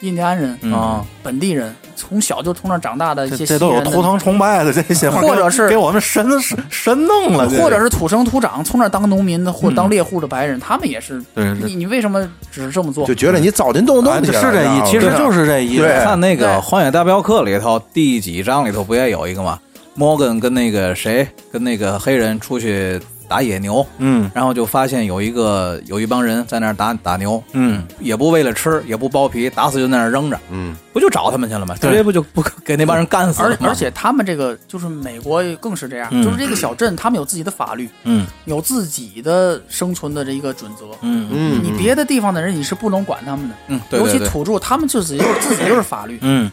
[SPEAKER 4] 印第安人、
[SPEAKER 1] 嗯
[SPEAKER 3] 啊，
[SPEAKER 4] 本地人，从小就从那儿长大的一
[SPEAKER 1] 这
[SPEAKER 4] 些
[SPEAKER 1] 这都有
[SPEAKER 4] 西人的
[SPEAKER 1] 图腾崇拜的这些，
[SPEAKER 4] 或者是
[SPEAKER 1] 给我们神神弄了，嗯
[SPEAKER 4] 或者是土生土长从那儿当农民的或者当猎户的白人，他们也是。
[SPEAKER 1] 对对
[SPEAKER 4] 你你为什么只是这么做
[SPEAKER 2] 就？觉得你糟践动动
[SPEAKER 1] 啊
[SPEAKER 2] 去
[SPEAKER 1] 是
[SPEAKER 2] 了，
[SPEAKER 1] 这
[SPEAKER 2] 然
[SPEAKER 1] 意，
[SPEAKER 2] 后
[SPEAKER 1] 其实
[SPEAKER 2] 对
[SPEAKER 1] 就是这意
[SPEAKER 2] 对
[SPEAKER 1] 思。
[SPEAKER 3] 看那个
[SPEAKER 4] 对
[SPEAKER 3] 《荒野大镖客》里头第几章里头不也有一个吗？摩根跟那个谁跟那个黑人出去打野牛，
[SPEAKER 1] 嗯
[SPEAKER 3] 然后就发现有一个有一帮人在那儿打打牛，
[SPEAKER 1] 嗯，
[SPEAKER 3] 也不为了吃，也不剥皮，打死就在那儿扔着，
[SPEAKER 2] 嗯，
[SPEAKER 3] 不就找他们去了吗？直
[SPEAKER 1] 对
[SPEAKER 3] 接不就不给那帮人干死了
[SPEAKER 4] 而
[SPEAKER 3] 吗？啊
[SPEAKER 4] 而且他们这个就是美国更是这样，
[SPEAKER 1] 嗯
[SPEAKER 4] 就是这个小镇他们有自己的法律，
[SPEAKER 1] 嗯
[SPEAKER 4] 有自己的生存的这一个准则。
[SPEAKER 1] 嗯
[SPEAKER 2] 嗯，
[SPEAKER 4] 你别的地方的人你是不能管他们的，
[SPEAKER 3] 嗯，对对
[SPEAKER 4] 尤
[SPEAKER 3] 对
[SPEAKER 4] 其土著，他们自己就是自己就是法律。
[SPEAKER 1] 嗯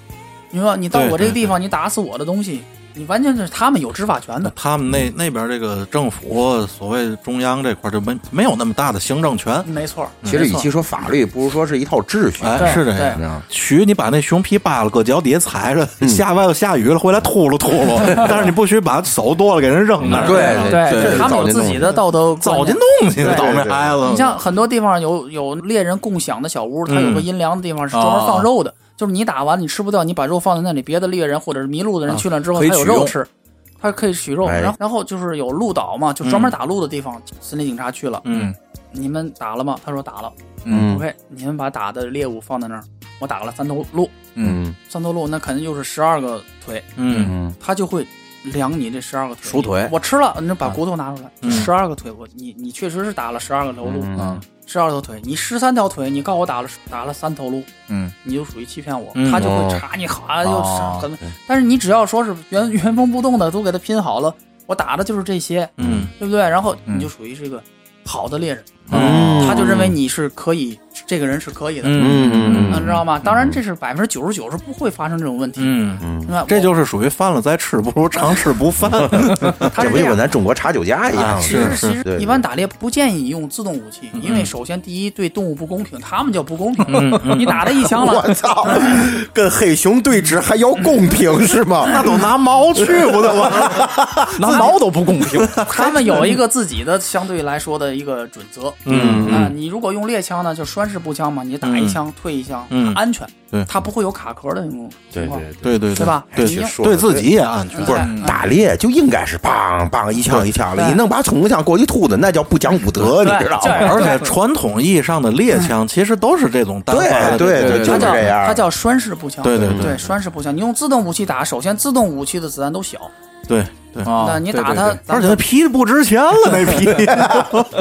[SPEAKER 4] 你说你到
[SPEAKER 1] 对
[SPEAKER 4] 我这个
[SPEAKER 1] 对
[SPEAKER 4] 地方，你打死我的东西，你完全就是他们有执法权的。
[SPEAKER 1] 他们那那边这个政府，所谓中央这块儿就没没有那么大的行政权，
[SPEAKER 4] 没错，
[SPEAKER 5] 其实
[SPEAKER 4] 没
[SPEAKER 5] 与
[SPEAKER 4] 错
[SPEAKER 5] 其说法律，不如说是一套秩序。
[SPEAKER 1] 哎，
[SPEAKER 4] 对
[SPEAKER 1] 是这
[SPEAKER 4] 对
[SPEAKER 1] 样。
[SPEAKER 5] 你知道吗
[SPEAKER 1] 许你把那熊皮扒了，搁脚底下踩着，下外头下雨了，回来秃噜秃噜。但是你不许把手剁了给人扔那儿，
[SPEAKER 5] 对
[SPEAKER 4] 对，
[SPEAKER 5] 对
[SPEAKER 4] 这是他们
[SPEAKER 5] 早
[SPEAKER 4] 有
[SPEAKER 5] 就
[SPEAKER 4] 自
[SPEAKER 5] 弄
[SPEAKER 4] 己
[SPEAKER 5] 了
[SPEAKER 4] 的道德观
[SPEAKER 1] 糟
[SPEAKER 4] 念
[SPEAKER 1] 践东西，
[SPEAKER 4] 对
[SPEAKER 1] 倒霉孩
[SPEAKER 3] 嗯
[SPEAKER 1] 子。
[SPEAKER 4] 你像很多地方有有猎人共享的小屋，它有
[SPEAKER 3] 嗯
[SPEAKER 4] 个阴凉的地方是专门
[SPEAKER 3] 啊
[SPEAKER 4] 放肉的，就是你打完你吃不掉，你把肉放在那里，别的猎人或者是迷路的人去了之后，
[SPEAKER 3] 啊可以
[SPEAKER 4] 他有
[SPEAKER 3] 取用
[SPEAKER 4] 肉吃，他可以取肉。
[SPEAKER 5] 哎
[SPEAKER 4] 然后然后就是有鹿岛嘛，就专门打鹿的地方，森林警察去了，
[SPEAKER 3] 嗯
[SPEAKER 4] 你们打了吗？他说打了。
[SPEAKER 3] 嗯
[SPEAKER 4] OK，你们把打的猎物放在那儿，我打了三头鹿，
[SPEAKER 3] 嗯
[SPEAKER 4] 三头鹿那肯定就是十二个腿，
[SPEAKER 3] 嗯，
[SPEAKER 5] 嗯，
[SPEAKER 4] 他就会量你这十二个腿。
[SPEAKER 3] 数腿
[SPEAKER 4] 我吃了，你把骨头拿出
[SPEAKER 1] 嗯
[SPEAKER 4] 来，十二、个腿，我你你确实是打了十二个头鹿。
[SPEAKER 3] 嗯
[SPEAKER 4] 十二头腿，你十三条腿，你告诉我打了打了三头鹿，
[SPEAKER 3] 嗯，
[SPEAKER 4] 你就属于欺骗我，
[SPEAKER 1] 嗯
[SPEAKER 4] 他就会查你哈，又
[SPEAKER 3] 哦
[SPEAKER 4] 很，但是你只要说是原原封不动的都给他拼好了，我打的就是这些，
[SPEAKER 1] 嗯，
[SPEAKER 4] 对不对？然后
[SPEAKER 3] 嗯
[SPEAKER 4] 你就属于是一个好的猎人，
[SPEAKER 2] 嗯
[SPEAKER 4] 他就认为你是可以，这个人是可以的，啊
[SPEAKER 1] 嗯
[SPEAKER 2] 嗯
[SPEAKER 4] 你知道吗？当然这是百分之九十九是不会发生这种问题，
[SPEAKER 1] 嗯，
[SPEAKER 4] 是吧
[SPEAKER 1] 这就是属于犯了再吃，不如常吃不犯。
[SPEAKER 5] 这不
[SPEAKER 4] 他是这
[SPEAKER 5] 就
[SPEAKER 4] 样
[SPEAKER 5] 跟。咱中国查酒家一样吗？
[SPEAKER 1] 啊
[SPEAKER 4] 其
[SPEAKER 1] 是
[SPEAKER 4] 实，其实
[SPEAKER 5] 对
[SPEAKER 4] 一般打猎不建议用自动武器，因为首先第一对动物不公平，他们叫不公平。你打他一枪了，
[SPEAKER 2] 我操，跟黑熊对峙还要公平是吗？那都拿毛去不得吗？
[SPEAKER 3] 拿毛都不公平。
[SPEAKER 4] 他们有一个自己的相对来说的一个准则，嗯啊，你如果用猎枪呢，就栓式步枪嘛，你打一枪退一枪，
[SPEAKER 1] 嗯
[SPEAKER 4] 安全，
[SPEAKER 1] 对
[SPEAKER 4] 它不会有卡壳的那种情况，
[SPEAKER 1] 对对
[SPEAKER 4] 对吧？
[SPEAKER 1] 对
[SPEAKER 4] 你用
[SPEAKER 5] 说
[SPEAKER 1] 对自己也安全。
[SPEAKER 5] 不是打猎就应该是梆梆一枪一枪的，
[SPEAKER 4] 对
[SPEAKER 5] 你弄把宠物枪过去吐的，那叫不讲武德，
[SPEAKER 4] 对
[SPEAKER 5] 你知道
[SPEAKER 4] 这
[SPEAKER 5] 吗？
[SPEAKER 4] 样
[SPEAKER 1] 而且传统意义上的猎枪其实都是这种单发
[SPEAKER 5] 对
[SPEAKER 1] 的，
[SPEAKER 5] 对
[SPEAKER 3] 对对
[SPEAKER 5] 就是
[SPEAKER 4] 它叫
[SPEAKER 5] 这样。
[SPEAKER 4] 它叫栓式步枪，
[SPEAKER 1] 对对对
[SPEAKER 4] 对，栓式步枪，你用自动武器打，首先自动武器的子弹都小，
[SPEAKER 1] 对对。
[SPEAKER 3] 啊
[SPEAKER 4] 那你打
[SPEAKER 3] 对对
[SPEAKER 4] 它
[SPEAKER 3] 对，
[SPEAKER 1] 而且那皮不值钱了，那皮，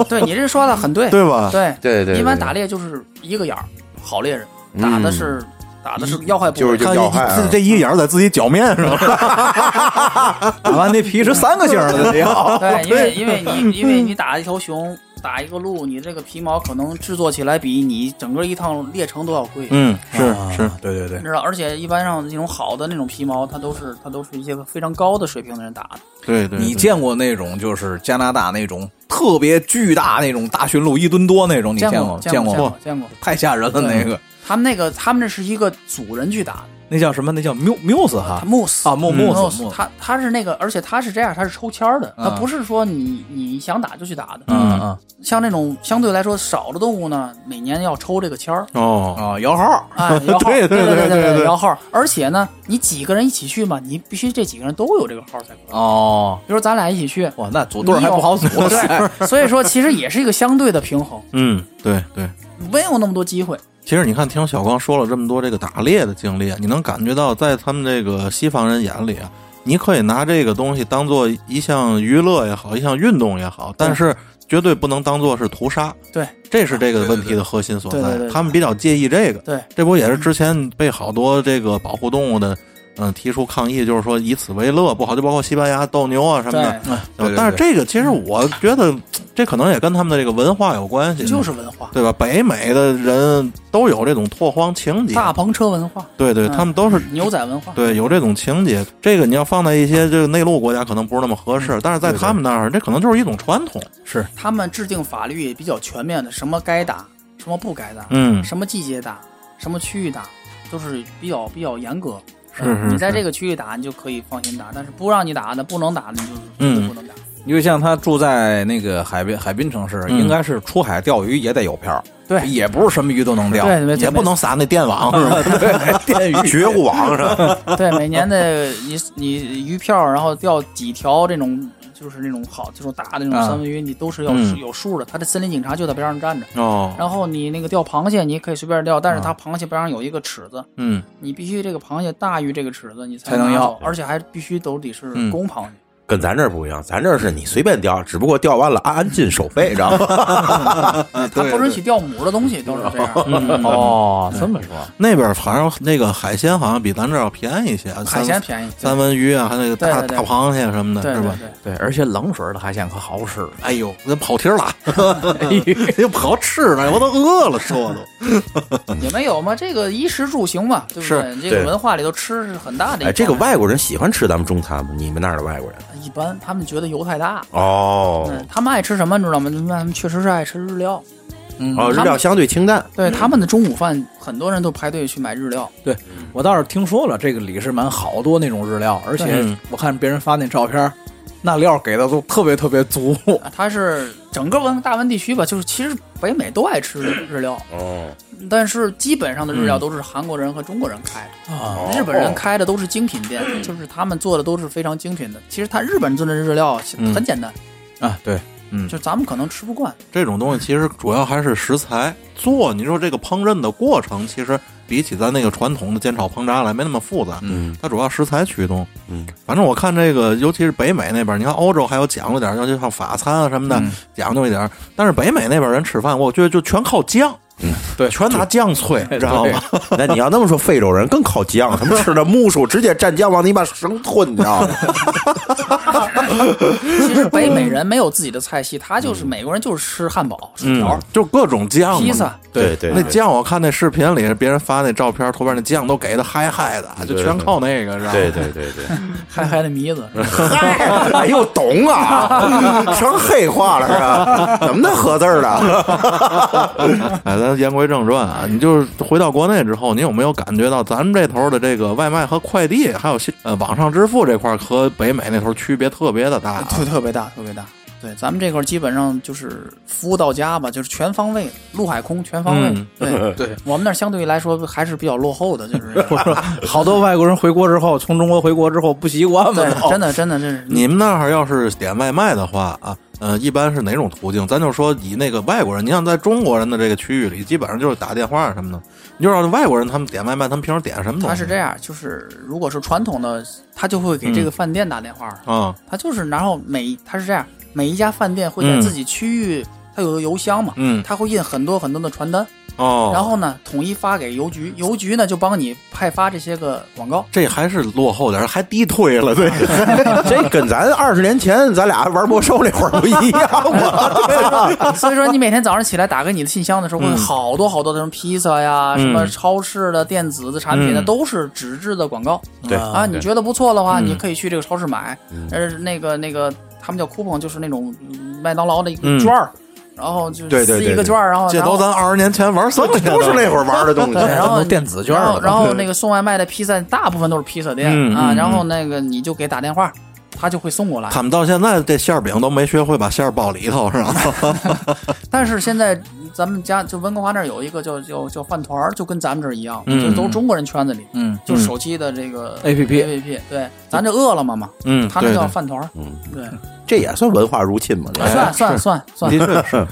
[SPEAKER 4] 对你这说的很对，
[SPEAKER 1] 对吧？
[SPEAKER 4] 对
[SPEAKER 5] 对对对
[SPEAKER 4] 一般打猎就是一个眼儿，好猎人打的是打的是要害部
[SPEAKER 5] 就是
[SPEAKER 4] 位，
[SPEAKER 5] 就
[SPEAKER 1] 看
[SPEAKER 5] 要害啊
[SPEAKER 1] 这这一眼儿在自己脚面上，
[SPEAKER 3] 打完那皮是三个星儿的 得要
[SPEAKER 4] 对，因为因为你因为你打一头熊，打一个鹿，你这个皮毛可能制作起来比你整个一趟猎程都要贵，
[SPEAKER 1] 嗯，是
[SPEAKER 3] 啊
[SPEAKER 1] 是，
[SPEAKER 3] 对对对
[SPEAKER 4] 你，知道？而且一般上那种好的那种皮毛，它都是它都是一些非常高的水平的人打的。
[SPEAKER 1] 对对，
[SPEAKER 3] 你
[SPEAKER 1] 对
[SPEAKER 3] 见过那种就是加拿大那种特别巨大那种大驯鹿一吨多那种，你
[SPEAKER 4] 见
[SPEAKER 3] 过吗？
[SPEAKER 4] 见
[SPEAKER 3] 见
[SPEAKER 4] 过
[SPEAKER 3] 过吗，
[SPEAKER 4] 见过。
[SPEAKER 3] 太吓人了
[SPEAKER 4] 对
[SPEAKER 3] 那个，
[SPEAKER 4] 他们那个他们这是一个组人去打
[SPEAKER 3] 那叫什么？那叫 muse muse
[SPEAKER 4] 的
[SPEAKER 3] 哈
[SPEAKER 4] ，moose
[SPEAKER 3] 啊，木
[SPEAKER 1] 嗯
[SPEAKER 3] muse
[SPEAKER 4] moose，
[SPEAKER 3] muse，
[SPEAKER 4] 他他是那个，而且他是这样，他是抽签儿的，
[SPEAKER 3] 嗯
[SPEAKER 4] 他不是说你你想打就去打的。
[SPEAKER 3] 嗯嗯
[SPEAKER 4] 像那种相对来说少的动物呢，每年要抽这个签儿。
[SPEAKER 1] 哦，
[SPEAKER 3] 啊，摇号
[SPEAKER 4] 啊，摇号，
[SPEAKER 1] 对对
[SPEAKER 4] 对
[SPEAKER 1] 对对
[SPEAKER 4] 对
[SPEAKER 1] 对
[SPEAKER 4] 摇号。而且呢，你几个人一起去嘛，你必须这几个人都有这个号才可以。
[SPEAKER 3] 哦，
[SPEAKER 4] 比如咱俩一起去，
[SPEAKER 3] 哇，那组队儿还不好 组，
[SPEAKER 4] 对，所以说其实也是一个相对的平衡，
[SPEAKER 1] 嗯，对对。
[SPEAKER 4] 没有那么多机会。
[SPEAKER 1] 其实你看，听小光说了这么多这个打猎的经历，你能感觉到，在他们这个西方人眼里啊，你可以拿这个东西当做一项娱乐也好，一项运动也好，但是绝对不能当做是屠杀。
[SPEAKER 4] 对，
[SPEAKER 1] 这是这个问题的核心所在。
[SPEAKER 4] 对对对对
[SPEAKER 1] 他们比较介意这个。
[SPEAKER 4] 对，
[SPEAKER 1] 这不也是之前被好多这个保护动物的。嗯，提出抗议就是说以此为乐不好，就包括西班牙斗牛啊什么的。
[SPEAKER 4] 对，
[SPEAKER 3] 对对
[SPEAKER 1] 但是这个其实我觉得，这可能也跟他们的这个文化有关系。
[SPEAKER 4] 就是文化，
[SPEAKER 1] 对吧？北美的人都有这种拓荒情节，
[SPEAKER 4] 大篷车文化，
[SPEAKER 1] 对对，
[SPEAKER 4] 嗯
[SPEAKER 1] 他们都是
[SPEAKER 4] 牛仔文化。
[SPEAKER 1] 对有这种情节。这个你要放在一些这个内陆国家，可能不是那么合
[SPEAKER 4] 嗯
[SPEAKER 1] 适，但是在他们那儿，这可能就是一种传统。
[SPEAKER 4] 他们制定法律也比较全面的，什么该打，什么不该打，
[SPEAKER 1] 嗯
[SPEAKER 4] 什么季节打，什么区域打，都是比较比较严格。
[SPEAKER 1] 是
[SPEAKER 4] 嗯
[SPEAKER 1] 是
[SPEAKER 4] 你在
[SPEAKER 1] 是
[SPEAKER 4] 这个区域打，你就可以放心打；但是不让你打的，不能打的，你就是
[SPEAKER 1] 嗯
[SPEAKER 4] 绝对不能打。
[SPEAKER 3] 因为像他住在那个海滨海滨城市，
[SPEAKER 1] 嗯
[SPEAKER 3] 应该是出海钓鱼也得有票，
[SPEAKER 4] 对
[SPEAKER 3] 也不是什么鱼都能钓，
[SPEAKER 4] 对，没错
[SPEAKER 1] 也不能撒那电网
[SPEAKER 4] 嗯
[SPEAKER 1] 是吧？
[SPEAKER 3] 电 鱼
[SPEAKER 5] 绝户网上，
[SPEAKER 4] 对，每年的你你鱼票，然后钓几条这种就是那种好这种大的那种
[SPEAKER 3] 啊
[SPEAKER 4] 三文鱼，你都是要
[SPEAKER 1] 嗯
[SPEAKER 4] 数有数的。他的森林警察就在边上站着。
[SPEAKER 1] 哦，
[SPEAKER 4] 然后你那个钓螃蟹，你可以随便钓，但是
[SPEAKER 3] 啊
[SPEAKER 4] 它螃蟹边上有一个尺子，
[SPEAKER 1] 嗯
[SPEAKER 4] 你必须这个螃蟹大于这个尺子，你
[SPEAKER 3] 才能
[SPEAKER 4] 拿
[SPEAKER 3] 要
[SPEAKER 4] 走而且还必须都得是
[SPEAKER 1] 嗯
[SPEAKER 4] 公螃蟹。
[SPEAKER 5] 跟咱这儿不一样，咱这儿是你随便钓，只不过钓完了按按斤收费，知道吗？
[SPEAKER 4] 他不允许钓母的东西，都是这样。 嗯
[SPEAKER 3] 哦，这么说，
[SPEAKER 1] 那边反正那个海鲜好像比咱这儿要便宜一些，
[SPEAKER 4] 海
[SPEAKER 1] 三
[SPEAKER 4] 鲜便宜，
[SPEAKER 1] 三文鱼啊，还有那个大
[SPEAKER 4] 对对对
[SPEAKER 1] 大螃蟹什么的，
[SPEAKER 4] 对
[SPEAKER 1] 是
[SPEAKER 4] 对
[SPEAKER 1] 吧？
[SPEAKER 4] 对，
[SPEAKER 3] 对，而且冷水的海鲜可好吃了。
[SPEAKER 1] 哎呦，咱跑题儿了，
[SPEAKER 4] 哎
[SPEAKER 1] 又跑吃了，我都饿了，说的都。
[SPEAKER 4] 也没有嘛，这个衣食住行嘛，对不对？这
[SPEAKER 5] 对
[SPEAKER 4] 个文化里头吃是很大的一
[SPEAKER 5] 哎，这个
[SPEAKER 4] 块儿
[SPEAKER 5] 外国人喜欢吃咱们中餐吗？你们那儿的外国人？
[SPEAKER 4] 一般他们觉得油太大，
[SPEAKER 5] 哦
[SPEAKER 4] 嗯，他们爱吃什么你知道吗？他们确实是爱吃日料，
[SPEAKER 5] 哦，日
[SPEAKER 4] 他
[SPEAKER 5] 料
[SPEAKER 4] 们
[SPEAKER 5] 相对清淡，
[SPEAKER 4] 对他们的中午饭，很多人都排队去买日料，
[SPEAKER 3] 对我倒是听说了，这个李世满好多那种日料，而且
[SPEAKER 1] 嗯
[SPEAKER 3] 我看别人发那照片儿，那料给的都特别特别足。
[SPEAKER 4] 啊它是整个文大湾地区吧，就是其实北美都爱吃日料，
[SPEAKER 5] 哦，
[SPEAKER 4] 但是基本上的日料都是韩国人和中国人开的，
[SPEAKER 3] 啊
[SPEAKER 4] 日本人开的都是精品店，就是他们做的都是非常精品的。其实他日本做的日料很简单，
[SPEAKER 3] 啊，对，
[SPEAKER 4] 就咱们可能吃不惯，
[SPEAKER 1] 这种东西其实主要还是食材做。你说这个烹饪的过程，其实比起咱那个传统的煎炒烹炸来没那么复杂。
[SPEAKER 5] 嗯，
[SPEAKER 1] 它主要食材驱动。
[SPEAKER 5] 嗯，
[SPEAKER 1] 反正我看这个，尤其是北美那边，你看欧洲还有讲究点儿，尤其像法餐啊什么的、
[SPEAKER 4] 嗯
[SPEAKER 1] 讲究一点儿。但是北美那边人吃饭，我觉得就全靠酱，
[SPEAKER 5] 嗯
[SPEAKER 3] 对
[SPEAKER 1] 全拿酱催，知道吗？
[SPEAKER 5] 那哎你要那么说，非洲人更靠酱，他们吃的木薯直接蘸酱往你把生吞，你知道吗？
[SPEAKER 4] 其实北美人没有自己的菜系，他就是美国人就是吃汉堡、薯条
[SPEAKER 1] 嗯、，就各种酱嘛，
[SPEAKER 4] 披萨。
[SPEAKER 2] 嗯
[SPEAKER 5] 对对
[SPEAKER 1] 那酱我看那视频里别人发那照片，图片那酱都给的嗨嗨的，就全靠那个，知道吗？
[SPEAKER 5] 对对对对，
[SPEAKER 4] 嗨嗨的迷子，
[SPEAKER 5] 哎呦，懂啊， 成黑话了是 吧？怎么那合字儿啊 了？
[SPEAKER 1] 哎，咱言归正传啊，你就是回到国内之后，你有没有感觉到咱们这头的这个外卖和快递，还有新呃网上支付这块儿和北美那头区别特别的大、啊？
[SPEAKER 4] 特特别大，特别大。对，咱们这块儿基本上就是服务到家吧，就是全方位，陆海空全方位。
[SPEAKER 1] 嗯
[SPEAKER 4] 对
[SPEAKER 3] 对，
[SPEAKER 4] 我们那儿相对来说还是比较落后的，就是这样
[SPEAKER 3] 好多外国人回国之后，从中国回国之后不习惯嘛，
[SPEAKER 4] 对， 真的真的这是
[SPEAKER 1] 你们那儿要是点外卖的话啊，呃，一般是哪种途径？咱就说以那个外国人，你像在中国人的这个区域里，基本上就是打电话什么的。你就让外国人他们点外卖，他们平时点什么东西？
[SPEAKER 4] 他是这样，就是如果是传统的，他就会给
[SPEAKER 1] 嗯
[SPEAKER 4] 这个饭店打电话，
[SPEAKER 1] 啊，
[SPEAKER 4] 他就是然后每他是这样，每一家饭店会在
[SPEAKER 1] 嗯
[SPEAKER 4] 自己区域，他有个邮箱嘛，
[SPEAKER 1] 嗯
[SPEAKER 4] 他会印很多很多的传单，
[SPEAKER 1] 哦，
[SPEAKER 4] 然后呢统一发给邮局，邮局呢就帮你派发这些个广告。
[SPEAKER 1] 这还是落后点儿，还低退了，对。
[SPEAKER 5] 这跟咱二十年前咱俩玩魔兽那会儿不一样吗？
[SPEAKER 4] 所以说，你每天早上起来打开你的信箱的时候，会有好多好多的什么披萨呀、什么超市的电子的产品的，啊
[SPEAKER 1] 嗯
[SPEAKER 4] 都是纸质的广告
[SPEAKER 5] 对
[SPEAKER 4] 啊。你觉得不错的话，
[SPEAKER 1] 嗯
[SPEAKER 4] 你可以去这个超市买。呃，那个那个，他们叫 coupon，就是那种嗯麦当劳的一
[SPEAKER 1] 嗯
[SPEAKER 4] 个券儿，然后就
[SPEAKER 5] 对对
[SPEAKER 4] 撕
[SPEAKER 5] 对
[SPEAKER 4] 一个
[SPEAKER 5] 对
[SPEAKER 4] 券儿，然后
[SPEAKER 1] 这
[SPEAKER 4] 哦然
[SPEAKER 1] 都
[SPEAKER 4] 后
[SPEAKER 1] 咱二十年前玩生意的，
[SPEAKER 5] 都是那会儿玩的东西
[SPEAKER 4] 对，。然后
[SPEAKER 3] 都电子券
[SPEAKER 4] 然
[SPEAKER 3] 了
[SPEAKER 4] 后
[SPEAKER 3] 吧
[SPEAKER 4] 然后那个送外卖的披萨，大部分都是披萨店
[SPEAKER 1] 嗯
[SPEAKER 4] 啊。
[SPEAKER 1] 嗯
[SPEAKER 4] 然后那个你就给打电话，他就会送过来。
[SPEAKER 1] 他们到现在这馅儿饼都没学会把馅儿包里头，是 吧？
[SPEAKER 4] 但是现在咱们家就温哥华那儿有一个叫叫叫饭团儿，就跟咱们这儿一样，
[SPEAKER 1] 嗯
[SPEAKER 4] 就都中国人圈子里，
[SPEAKER 3] 嗯，
[SPEAKER 4] 就手机的这个
[SPEAKER 3] APP
[SPEAKER 4] APP，对，咱这饿了么嘛，
[SPEAKER 1] 嗯
[SPEAKER 4] 他那叫饭团儿，
[SPEAKER 5] 嗯，哎
[SPEAKER 4] 对，
[SPEAKER 5] 这也算文化入侵吗？
[SPEAKER 4] 算算算算，
[SPEAKER 1] 的确是。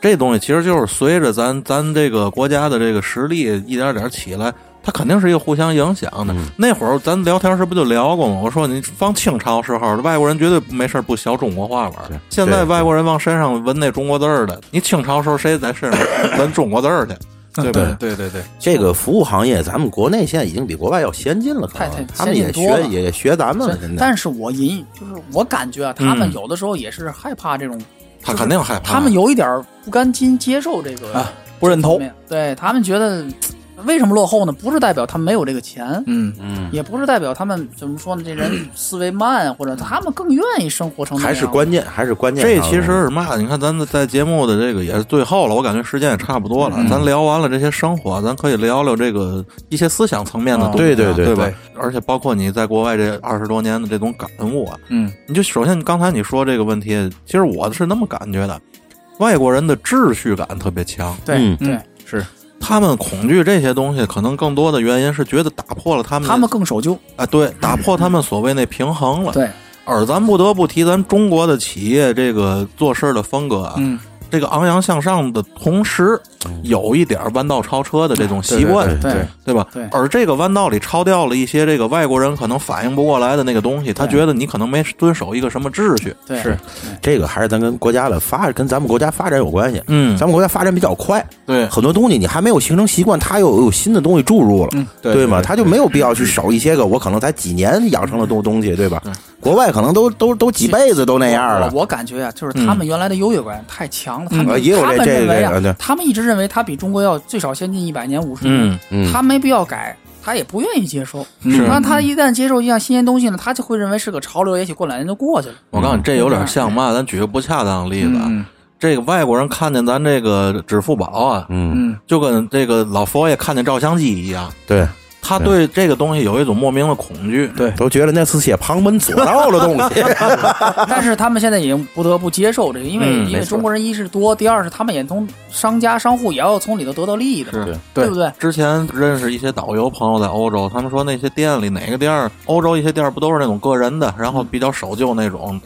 [SPEAKER 1] 这东西其实就是随着咱咱这个国家的这个实力一点点起来，它肯定是一个互相影响的。那会儿咱聊天时不就聊过吗？我说你放清朝时候，外国人绝对没事儿不学中国话玩儿
[SPEAKER 5] 对。
[SPEAKER 1] 现在
[SPEAKER 5] 对
[SPEAKER 1] 外国人往身上纹那中国字儿的，你清朝时候谁在身上纹中国字儿去？对吧？
[SPEAKER 3] 对对对，
[SPEAKER 5] 这个服务行业，咱们国内现在已经比国外要先进了，可能
[SPEAKER 4] 太太
[SPEAKER 5] 他们也
[SPEAKER 4] 先进多
[SPEAKER 5] 学
[SPEAKER 4] 了
[SPEAKER 5] 也学咱们了，现在。
[SPEAKER 4] 但是我隐就是我感觉啊，他们
[SPEAKER 1] 嗯
[SPEAKER 4] 有的时候也是害怕这种，
[SPEAKER 1] 他肯定害怕。
[SPEAKER 4] 他们有一点儿不甘心接受这个
[SPEAKER 3] 啊不认
[SPEAKER 4] 方
[SPEAKER 3] 同。
[SPEAKER 4] 面，对他们觉得为什么落后呢？不是代表他们没有这个钱，
[SPEAKER 3] 嗯，
[SPEAKER 5] 嗯，
[SPEAKER 4] 也不是代表他们怎么说呢，这人思维慢，或者他们更愿意生活成那
[SPEAKER 5] 还是
[SPEAKER 4] 样
[SPEAKER 5] 关键，还是关键啊上
[SPEAKER 1] 这
[SPEAKER 5] 了。
[SPEAKER 1] 其实是嘛？你看，咱们在节目的这个也是最后了，我感觉时间也差不多了。咱聊完了这些生活，咱可以聊聊这个一些思想层面的
[SPEAKER 3] 啊
[SPEAKER 1] 东西啊、
[SPEAKER 5] 对对对
[SPEAKER 1] 对吧
[SPEAKER 3] 对？
[SPEAKER 1] 而且包括你在国外这二十多年的这种感悟啊，
[SPEAKER 3] 嗯，
[SPEAKER 1] 你就首先刚才你说这个问题，其实我是那么感觉的，外国人的秩序感特别强，
[SPEAKER 4] 对、
[SPEAKER 5] 嗯
[SPEAKER 4] 对，
[SPEAKER 3] 是
[SPEAKER 1] 他们恐惧这些东西，可能更多的原因是觉得打破了他们
[SPEAKER 4] 他们更守旧，
[SPEAKER 1] 啊，对，打破他们所谓那平衡了。
[SPEAKER 4] 对，
[SPEAKER 1] 而咱不得不提咱中国的企业这个做事儿的风格啊，
[SPEAKER 3] 嗯
[SPEAKER 1] 这个昂扬向上的同时，有一点弯道超车的这种习惯，
[SPEAKER 4] 对对
[SPEAKER 1] 对吧？
[SPEAKER 4] 对
[SPEAKER 1] 而这个弯道里超掉了一些这个外国人可能反应不过来的那个东西，他觉得你可能没遵守一个什么秩序，
[SPEAKER 4] 对
[SPEAKER 2] 是这个还是咱跟国家的发跟咱们国家发展有关系。
[SPEAKER 1] 嗯
[SPEAKER 2] 咱们国家发展比较快，
[SPEAKER 1] 对
[SPEAKER 2] 很多东西你还没有形成习惯，它又有新的东西注入了，
[SPEAKER 1] 对
[SPEAKER 2] 对吗？
[SPEAKER 1] 对对
[SPEAKER 3] 嗯
[SPEAKER 2] 它就没有必要去守一些个我可能才几年养成的东东西，对吧？国外可能都都都几辈子都那样了
[SPEAKER 4] 我。我感觉啊，就是他们原来的优越感太强了，他
[SPEAKER 2] 呃
[SPEAKER 4] 们
[SPEAKER 2] 也有
[SPEAKER 4] 他
[SPEAKER 2] 这
[SPEAKER 4] 们
[SPEAKER 2] 这
[SPEAKER 4] 认为
[SPEAKER 2] 这个对
[SPEAKER 4] 啊，他们一直认为他比中国要最少先进一百年五十年，
[SPEAKER 1] 嗯
[SPEAKER 2] 嗯
[SPEAKER 4] 他没必要改，他也不愿意接受。
[SPEAKER 1] 是
[SPEAKER 4] 那他一旦接受一样新鲜东西呢，他就会认为是个潮流，也许过两年就过去 了。
[SPEAKER 1] 我告诉你，这有点像嘛？咱举个不恰当的例子啊，
[SPEAKER 3] 嗯
[SPEAKER 1] 这个外国人看见咱这个支付宝啊，
[SPEAKER 2] 嗯，
[SPEAKER 1] 就跟这个老佛爷看见照相机一样，
[SPEAKER 2] 对，
[SPEAKER 1] 他对这个东西有一种莫名的恐惧。
[SPEAKER 3] 对
[SPEAKER 2] 都觉得那是些旁门左道的东西。
[SPEAKER 4] 但是他们现在已经不得不接受这个，因为、
[SPEAKER 1] 嗯
[SPEAKER 4] 因为中国人一是多，第二是他们也从商家商户也要从里头得到利益的嘛，
[SPEAKER 1] 是
[SPEAKER 4] 对不对？
[SPEAKER 1] 之前认识一些导游朋友在欧洲，他们说那些店里哪个店儿，欧洲一些店儿不都是那种个人的，然后比较守旧那种，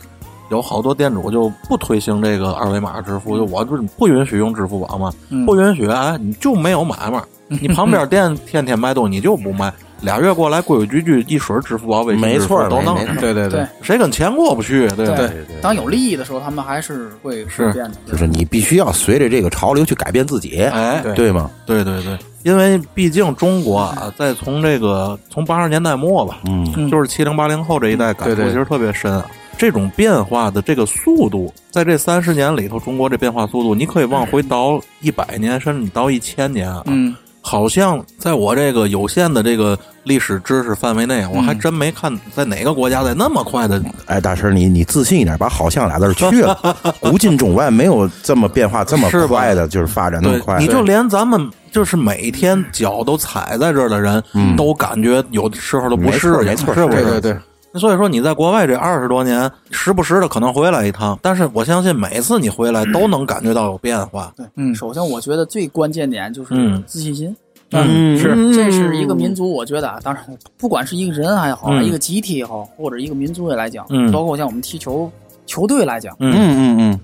[SPEAKER 1] 有好多店主就不推行这个二维码支付，就我不不允许用支付宝嘛，
[SPEAKER 2] 嗯
[SPEAKER 1] 不允许，哎，你就没有买卖，你旁边店天天卖东西，你就不卖，俩月过来规规矩矩一水儿支付宝、微信
[SPEAKER 2] 没
[SPEAKER 1] 支付
[SPEAKER 2] 错儿
[SPEAKER 1] 都
[SPEAKER 2] 没
[SPEAKER 1] 弄
[SPEAKER 2] 没
[SPEAKER 1] 上，
[SPEAKER 3] 对对
[SPEAKER 4] 对，
[SPEAKER 1] 谁跟钱过不去？对吧
[SPEAKER 4] 对当有利益的时候，他们还是会
[SPEAKER 1] 是
[SPEAKER 4] 会变的。
[SPEAKER 2] 就是你必须要随着这个潮流去改变自己，
[SPEAKER 1] 哎，
[SPEAKER 3] 对
[SPEAKER 2] 对吗？
[SPEAKER 1] 对对对，因为毕竟中国啊，在从这个从八十年代末吧，
[SPEAKER 2] 嗯，
[SPEAKER 1] 就是七零八零后这一代感
[SPEAKER 3] 对
[SPEAKER 1] 触
[SPEAKER 3] 对
[SPEAKER 1] 其实特别深啊。这种变化的这个速度，在这三十年里头，中国这变化速度，你可以往回倒一百年，甚至你到一千年啊。
[SPEAKER 3] 嗯，
[SPEAKER 1] 好像在我这个有限的这个历史知识范围内，我
[SPEAKER 3] 嗯
[SPEAKER 1] 还真没看在哪个国家在那么快的。
[SPEAKER 2] 哎，大师，你你自信一点，把“好像”俩字儿去了。古今中外没有这么变化这么
[SPEAKER 1] 是吧
[SPEAKER 2] 快的，就是发展那么
[SPEAKER 1] 对，
[SPEAKER 2] 快。
[SPEAKER 1] 你就连咱们就是每天脚都踩在这儿的人，都感觉有的时候都不
[SPEAKER 2] 嗯没
[SPEAKER 1] 适
[SPEAKER 2] 错
[SPEAKER 1] 应，
[SPEAKER 2] 没错
[SPEAKER 1] 是不是？
[SPEAKER 3] 对对对，
[SPEAKER 1] 所以说你在国外这二十多年，时不时的可能回来一趟，但是我相信每次你回来都能感觉到有变化。
[SPEAKER 4] 对，
[SPEAKER 2] 嗯
[SPEAKER 4] 首先我觉得最关键点就是
[SPEAKER 1] 嗯
[SPEAKER 4] 自信心。
[SPEAKER 1] 嗯，是
[SPEAKER 4] 这是一个民族，我觉得啊，当然，不管是一个人还好，啊
[SPEAKER 1] 嗯
[SPEAKER 4] 一个集体也好，或者一个民族也来讲，
[SPEAKER 1] 嗯
[SPEAKER 4] 包括像我们踢球球队来讲，
[SPEAKER 1] 嗯，
[SPEAKER 2] 嗯嗯嗯，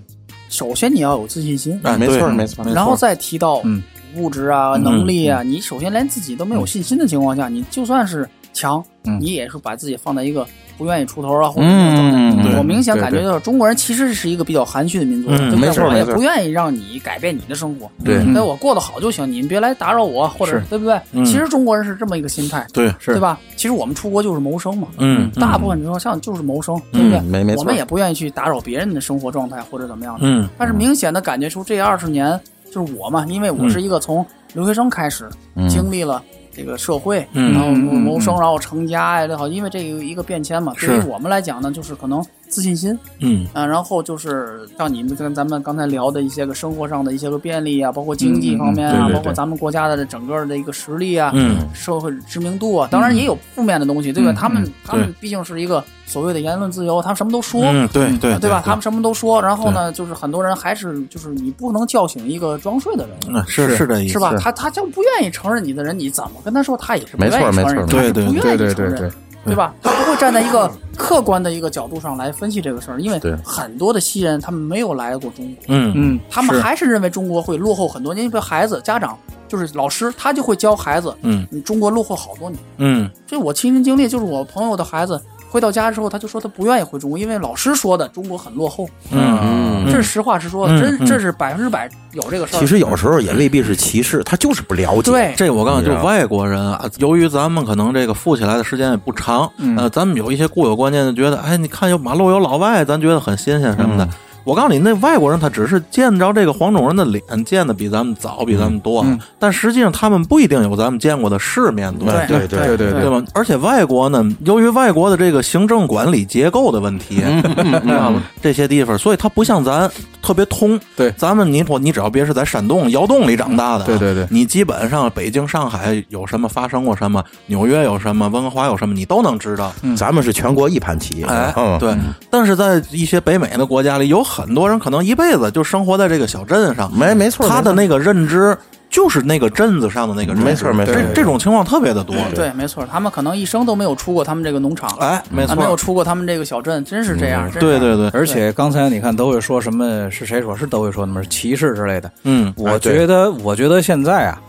[SPEAKER 4] 首先你要有自信心，
[SPEAKER 1] 哎，
[SPEAKER 2] 没错
[SPEAKER 1] 对
[SPEAKER 2] 没错
[SPEAKER 4] 然后再提到
[SPEAKER 3] 嗯
[SPEAKER 4] 物质啊、能力啊，你首先连自己都没有信心的情况下，你就算是强，
[SPEAKER 3] 嗯
[SPEAKER 4] 你也是把自己放在一个不愿意出头啊，或者
[SPEAKER 2] 嗯嗯嗯
[SPEAKER 4] 我
[SPEAKER 3] 对
[SPEAKER 4] 明显
[SPEAKER 3] 对
[SPEAKER 4] 感觉
[SPEAKER 3] 对
[SPEAKER 4] 到中国人其实是一个比较含蓄的民族，
[SPEAKER 1] 嗯
[SPEAKER 4] 对不对
[SPEAKER 2] 没错
[SPEAKER 4] 我也
[SPEAKER 2] 没错
[SPEAKER 4] 不愿意让你改变你的生活，
[SPEAKER 3] 对
[SPEAKER 4] 那我过得好就行，你们别来打扰我，或者
[SPEAKER 3] 是
[SPEAKER 4] 对不对？
[SPEAKER 1] 嗯
[SPEAKER 4] 其实中国人是这么一个心态，
[SPEAKER 1] 对，
[SPEAKER 4] 对吧？其实我们出国就是谋生嘛，
[SPEAKER 1] 嗯，嗯
[SPEAKER 4] 大部分情况下就是谋生，对不对？
[SPEAKER 2] 没没错
[SPEAKER 4] 我们也不愿意去打扰别人的生活状态或者怎么样的。
[SPEAKER 1] 嗯
[SPEAKER 4] 但是明显的感觉出这二十年就是我嘛，因为我是一个从留学生开始、经历了这个社会，
[SPEAKER 1] 嗯
[SPEAKER 4] 然后谋生，然后成家呀，也好，因为这个一个变迁嘛，
[SPEAKER 1] 是
[SPEAKER 4] 对于我们来讲呢，就是可能自信心
[SPEAKER 1] 嗯
[SPEAKER 4] 啊、然后就是像你们跟咱们刚才聊的一些个生活上的一些个便利啊，包括经济方面
[SPEAKER 1] 嗯
[SPEAKER 4] 啊，
[SPEAKER 1] 对对对
[SPEAKER 4] 包括咱们国家的整个的一个实力啊，
[SPEAKER 1] 嗯，
[SPEAKER 4] 社会知名度啊，当然也有负面的东西，对吧？
[SPEAKER 3] 嗯
[SPEAKER 4] 他们
[SPEAKER 3] 嗯
[SPEAKER 4] 他们毕竟是一个所谓的言论自由，他们什么都说，
[SPEAKER 1] 嗯，对对
[SPEAKER 4] 对吧？他们什么都说，然后呢，就是很多人还是就是你不能叫醒一个装睡的人，
[SPEAKER 1] 嗯是是这意思，
[SPEAKER 4] 是吧？他他就不愿意承认你的人，你怎么跟他说，他也是不愿意
[SPEAKER 2] 没错
[SPEAKER 4] 承认
[SPEAKER 2] 没
[SPEAKER 4] 你，
[SPEAKER 1] 错
[SPEAKER 4] 他
[SPEAKER 1] 对
[SPEAKER 4] 是不
[SPEAKER 1] 对
[SPEAKER 4] 愿
[SPEAKER 3] 对
[SPEAKER 4] 意
[SPEAKER 3] 对
[SPEAKER 4] 承
[SPEAKER 3] 对
[SPEAKER 4] 认
[SPEAKER 3] 对，
[SPEAKER 4] 对吧？他不会站在一个客观的一个角度上来分析这个事儿，因为
[SPEAKER 2] 对
[SPEAKER 4] 很多的西人他们没有来过中国，
[SPEAKER 1] 嗯嗯
[SPEAKER 3] 嗯，
[SPEAKER 4] 他们
[SPEAKER 3] 是
[SPEAKER 4] 还是认为中国会落后很多年。因为孩子、家长就是老师，他就会教孩子，
[SPEAKER 1] 嗯
[SPEAKER 4] 你中国落后好多年。
[SPEAKER 1] 嗯
[SPEAKER 4] 这我亲身经历，就是我朋友的孩子回到家之后，他就说他不愿意回中国，因为老师说的中国很落后。
[SPEAKER 1] 嗯
[SPEAKER 4] 这是实话实说，
[SPEAKER 1] 嗯
[SPEAKER 4] 真
[SPEAKER 1] 嗯
[SPEAKER 4] 这是百分之百有这个事儿。
[SPEAKER 2] 其实有时候也未必是歧视，他就是不了解。
[SPEAKER 4] 对，
[SPEAKER 1] 这我告诉你，
[SPEAKER 2] 你
[SPEAKER 1] 就
[SPEAKER 2] 知道
[SPEAKER 1] 外国人啊，由于咱们可能这个富起来的时间也不长，
[SPEAKER 3] 嗯
[SPEAKER 1] 呃，咱们有一些固有观念，就觉得，哎，你看有马路有老外，咱觉得很新鲜什么的。我告诉你，那外国人他只是见着这个黄种人的脸见的比咱们早，比咱们多，
[SPEAKER 3] 嗯
[SPEAKER 1] 但实际上他们不一定有咱们见过的世面多。
[SPEAKER 5] 哎
[SPEAKER 4] 对
[SPEAKER 2] 对对
[SPEAKER 3] 对对
[SPEAKER 1] 对吧？而且外国呢，由于外国的这个行政管理结构的问题，
[SPEAKER 2] 嗯
[SPEAKER 1] 知道吗？这些地方，所以它不像咱特别通。
[SPEAKER 3] 对
[SPEAKER 1] 咱们你我你只要别是在山洞窑洞里长大的啊，
[SPEAKER 3] 对对对
[SPEAKER 1] 你基本上北京、上海有什么发生过什么，纽约有什么，温哥华有什么，你都能知道。
[SPEAKER 2] 咱们是全国一盘棋。
[SPEAKER 1] 哎
[SPEAKER 5] 啊
[SPEAKER 2] 嗯，，
[SPEAKER 1] 对，但是在一些北美的国家里，有很多人可能一辈子就生活在这个小镇上，
[SPEAKER 2] 没没错
[SPEAKER 1] 他的那个认知就是那个镇子上的那个人，
[SPEAKER 2] 没错没错
[SPEAKER 1] 这这种情况特别的多，
[SPEAKER 4] 嗯对，没错，他们可能一生都没有出过他们这个农场，
[SPEAKER 1] 哎，没
[SPEAKER 4] 啊
[SPEAKER 1] 错，
[SPEAKER 4] 没有出过他们这个小镇，真是这样。真是啊
[SPEAKER 1] 对对对，
[SPEAKER 3] 而且刚才你看都会说什么是谁说是都会说什么歧视之类的，
[SPEAKER 1] 嗯
[SPEAKER 3] 我觉得我觉得现在啊，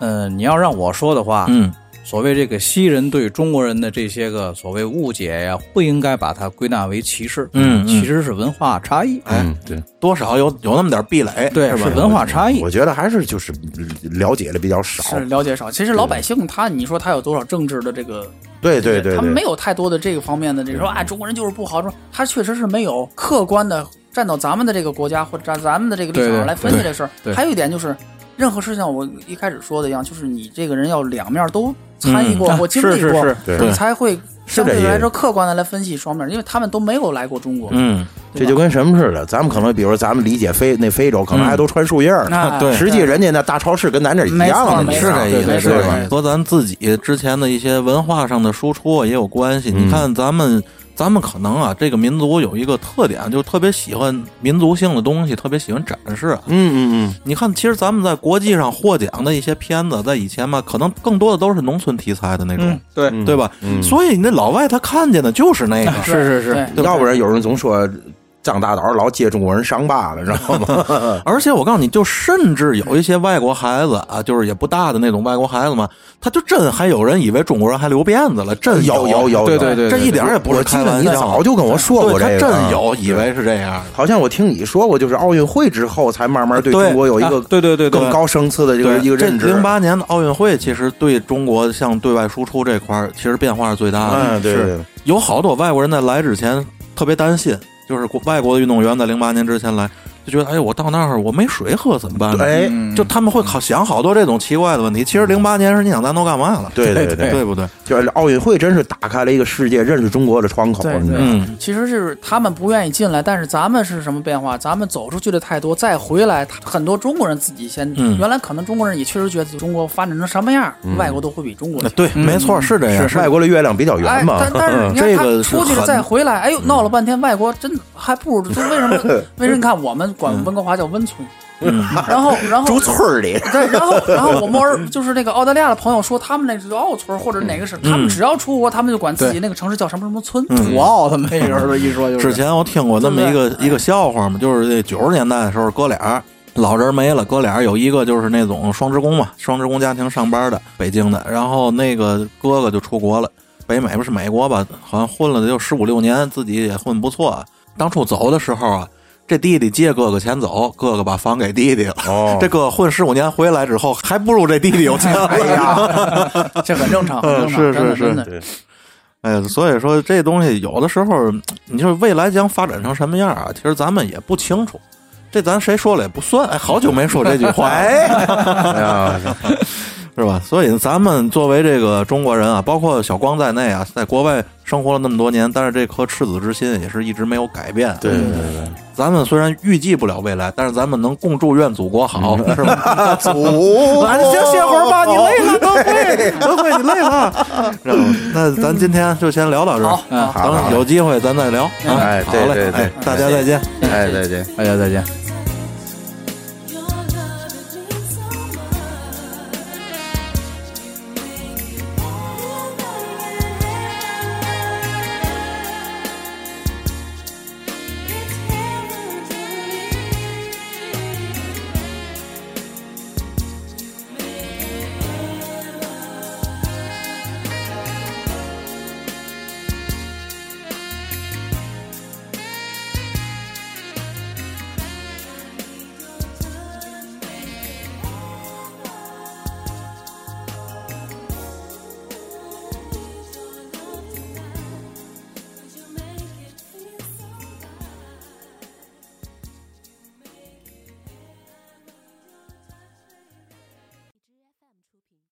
[SPEAKER 3] 嗯、你要让我说的话，
[SPEAKER 1] 嗯，
[SPEAKER 3] 所谓这个西人对中国人的这些个所谓误解呀，不应该把它归纳为歧视，
[SPEAKER 1] 嗯嗯
[SPEAKER 3] 其实是文化差异，哎，
[SPEAKER 2] 嗯，对，
[SPEAKER 1] 多少有有那么点壁垒，
[SPEAKER 3] 对，
[SPEAKER 1] 是
[SPEAKER 3] 是
[SPEAKER 1] 吧？
[SPEAKER 3] 文化差异
[SPEAKER 5] 我，觉得还是就是了解的比较少，
[SPEAKER 4] 是了解少。其实老百姓他，你说他有多少政治的这个？
[SPEAKER 5] 对对对，
[SPEAKER 4] 他们
[SPEAKER 5] 对
[SPEAKER 4] 没有太多的这个方面的这个说啊，中国人就是不好。说他确实是没有客观的站到咱们的这个国家或者站咱们的这个立场
[SPEAKER 3] 对
[SPEAKER 4] 上
[SPEAKER 3] 对
[SPEAKER 4] 来分析这事儿
[SPEAKER 3] 对。对
[SPEAKER 4] 还有一点就是，任何事情像我一开始说的一样，就是你这个人要两面都参与过
[SPEAKER 3] 啊
[SPEAKER 4] 或经
[SPEAKER 3] 是
[SPEAKER 4] 历
[SPEAKER 3] 是
[SPEAKER 4] 过，
[SPEAKER 3] 是，
[SPEAKER 5] 对
[SPEAKER 4] 你才会相
[SPEAKER 5] 这
[SPEAKER 4] 对
[SPEAKER 5] 意思
[SPEAKER 4] 来说客观的来分析双面，因为他们都没有来过中国。
[SPEAKER 1] 嗯，
[SPEAKER 5] 这就跟什么似的，咱们可能比如说咱们理解非那非洲，可能还都穿树叶儿呢，
[SPEAKER 4] 那
[SPEAKER 1] 对
[SPEAKER 5] 实际人家那大超市跟咱这一
[SPEAKER 4] 没
[SPEAKER 5] 样
[SPEAKER 4] 错
[SPEAKER 5] 啊，
[SPEAKER 2] 嗯
[SPEAKER 4] 没
[SPEAKER 1] 是
[SPEAKER 4] 错
[SPEAKER 1] 这意
[SPEAKER 4] 对
[SPEAKER 1] 思，
[SPEAKER 4] 没
[SPEAKER 1] 是
[SPEAKER 4] 错
[SPEAKER 1] 吧
[SPEAKER 4] 没错
[SPEAKER 1] 和咱自己之前的一些文化上的输出也有关系。你看咱们。咱们可能啊，这个民族有一个特点，就特别喜欢民族性的东西，特别喜欢展示啊。
[SPEAKER 2] 嗯嗯
[SPEAKER 1] 你看，其实咱们在国际上获奖的一些片子，在以前嘛，可能更多的都是农村题材的那种，
[SPEAKER 3] 对
[SPEAKER 2] 嗯
[SPEAKER 1] 对吧？所以那老外他看见的就是那个，
[SPEAKER 3] 是是是，
[SPEAKER 1] 对
[SPEAKER 4] 对
[SPEAKER 5] 要不然有人总说张大导老揭中国人伤疤了，知道吗？
[SPEAKER 1] 而且我告诉你，就甚至有一些外国孩子啊，就是也不大的那种外国孩子嘛，他就真还有人以为中国人还留辫子了，真
[SPEAKER 5] 有有有，
[SPEAKER 3] 对对对
[SPEAKER 1] 这一点也不是
[SPEAKER 5] 我记
[SPEAKER 1] 开
[SPEAKER 5] 得
[SPEAKER 1] 玩
[SPEAKER 5] 你
[SPEAKER 1] 笑。
[SPEAKER 5] 早就跟我说过这
[SPEAKER 1] 对
[SPEAKER 5] 个，啊
[SPEAKER 1] 他
[SPEAKER 2] 啊
[SPEAKER 1] 真有以为是这样的。
[SPEAKER 5] 好像我听你说过，就是奥运会之后才慢慢对
[SPEAKER 1] 对
[SPEAKER 5] 中国有一个
[SPEAKER 3] 啊对对对对
[SPEAKER 5] 更高层次的这个一个
[SPEAKER 1] 这
[SPEAKER 5] 认知。
[SPEAKER 1] 零八年的奥运会其实对中国像对外输出这块儿，其实变化是最大的。
[SPEAKER 2] 哎
[SPEAKER 5] 嗯，对对
[SPEAKER 1] 啊是
[SPEAKER 5] 对，
[SPEAKER 1] 有好多外国人在来之前特别担心，就是国外国的运动员在零八年之前来，就觉得哎，我到那儿我没水喝怎么办呢？
[SPEAKER 4] 嗯
[SPEAKER 5] 哎，
[SPEAKER 1] 就他们会考想好多这种奇怪的问题。其实零八年是你想咱都干嘛了？
[SPEAKER 5] 对对
[SPEAKER 3] 对
[SPEAKER 5] 对，
[SPEAKER 1] 对不对？
[SPEAKER 5] 就是奥运会真是打开了一个世界认识中国的窗口，
[SPEAKER 4] 对
[SPEAKER 5] 你知道吗？
[SPEAKER 1] 嗯，
[SPEAKER 4] 其实是他们不愿意进来，但是咱们是什么变化？咱们走出去的太多，再回来，他很多中国人自己先，
[SPEAKER 1] 嗯
[SPEAKER 4] 原来可能中国人也确实觉得中国发展成什么样，外国都会比中国
[SPEAKER 1] 那
[SPEAKER 4] 强。
[SPEAKER 1] 对，啊没错，是这样。
[SPEAKER 5] 外国的月亮比较
[SPEAKER 4] 哎
[SPEAKER 5] 圆，嘛
[SPEAKER 4] 但，但是你看
[SPEAKER 1] 这
[SPEAKER 4] 他
[SPEAKER 1] 个是
[SPEAKER 4] 出去了
[SPEAKER 1] 很
[SPEAKER 4] 再回来，哎
[SPEAKER 1] 嗯
[SPEAKER 4] 呦，闹了半天，外国真的还不如就为 什么？为什么？你看我们
[SPEAKER 1] 嗯
[SPEAKER 4] 管温哥华叫温村，然后 然后
[SPEAKER 5] 住村儿里，
[SPEAKER 4] 对，然后然后我们儿就是那个澳大利亚的朋友说，他们那是奥村或者哪个省，
[SPEAKER 1] 嗯
[SPEAKER 4] 他们只要出国，他们就管自己那个城市叫什么什么村。
[SPEAKER 3] 土澳他们那人都一说就是
[SPEAKER 1] 之前我听过那么一个一个笑话嘛，就是这九十年代的时候，哥俩老人没了，哥俩有一个就是那种双职工嘛，双职工家庭上班的，北京的，然后那个哥哥就出国了，北美不是美国吧，好像混了得有十五六年，自己也混不错。啊当初走的时候啊。这弟弟借哥哥钱走，哥哥把房给弟弟了。
[SPEAKER 5] 哦
[SPEAKER 1] 这哥哥混十五年回来之后，还不如这弟弟有钱。
[SPEAKER 4] 哎呀，这很正常，很正常，
[SPEAKER 1] 是是
[SPEAKER 4] 真的
[SPEAKER 1] 是
[SPEAKER 4] 真的。
[SPEAKER 1] 哎呀，所以说这东西有的时候，你就是未来将发展成什么样啊？其实咱们也不清楚，这咱谁说了也不算。哎，好久没说这句话，哎，
[SPEAKER 5] 哎呀，
[SPEAKER 1] 是吧？所以咱们作为这个中国人啊，包括小光在内啊，在国外生活了那么多年，但是这颗赤子之心也是一直没有改 变。
[SPEAKER 5] 对对对，
[SPEAKER 1] 咱们虽然预计不了未来，但是咱们能共祝愿祖国好，是吧？
[SPEAKER 5] 啊祖，
[SPEAKER 1] 嗯啊，你先歇会儿吧，你累了， 德惠，德惠，你累了。然后，那咱今天就先聊到这儿。
[SPEAKER 4] 好，好。
[SPEAKER 5] 好
[SPEAKER 1] 等有机会咱再聊。啊
[SPEAKER 5] 哎
[SPEAKER 1] 嗯好
[SPEAKER 5] 对
[SPEAKER 1] 嘞，
[SPEAKER 5] 对对
[SPEAKER 1] 哎，大家再见。
[SPEAKER 5] 哎，再见。
[SPEAKER 3] 大家再见。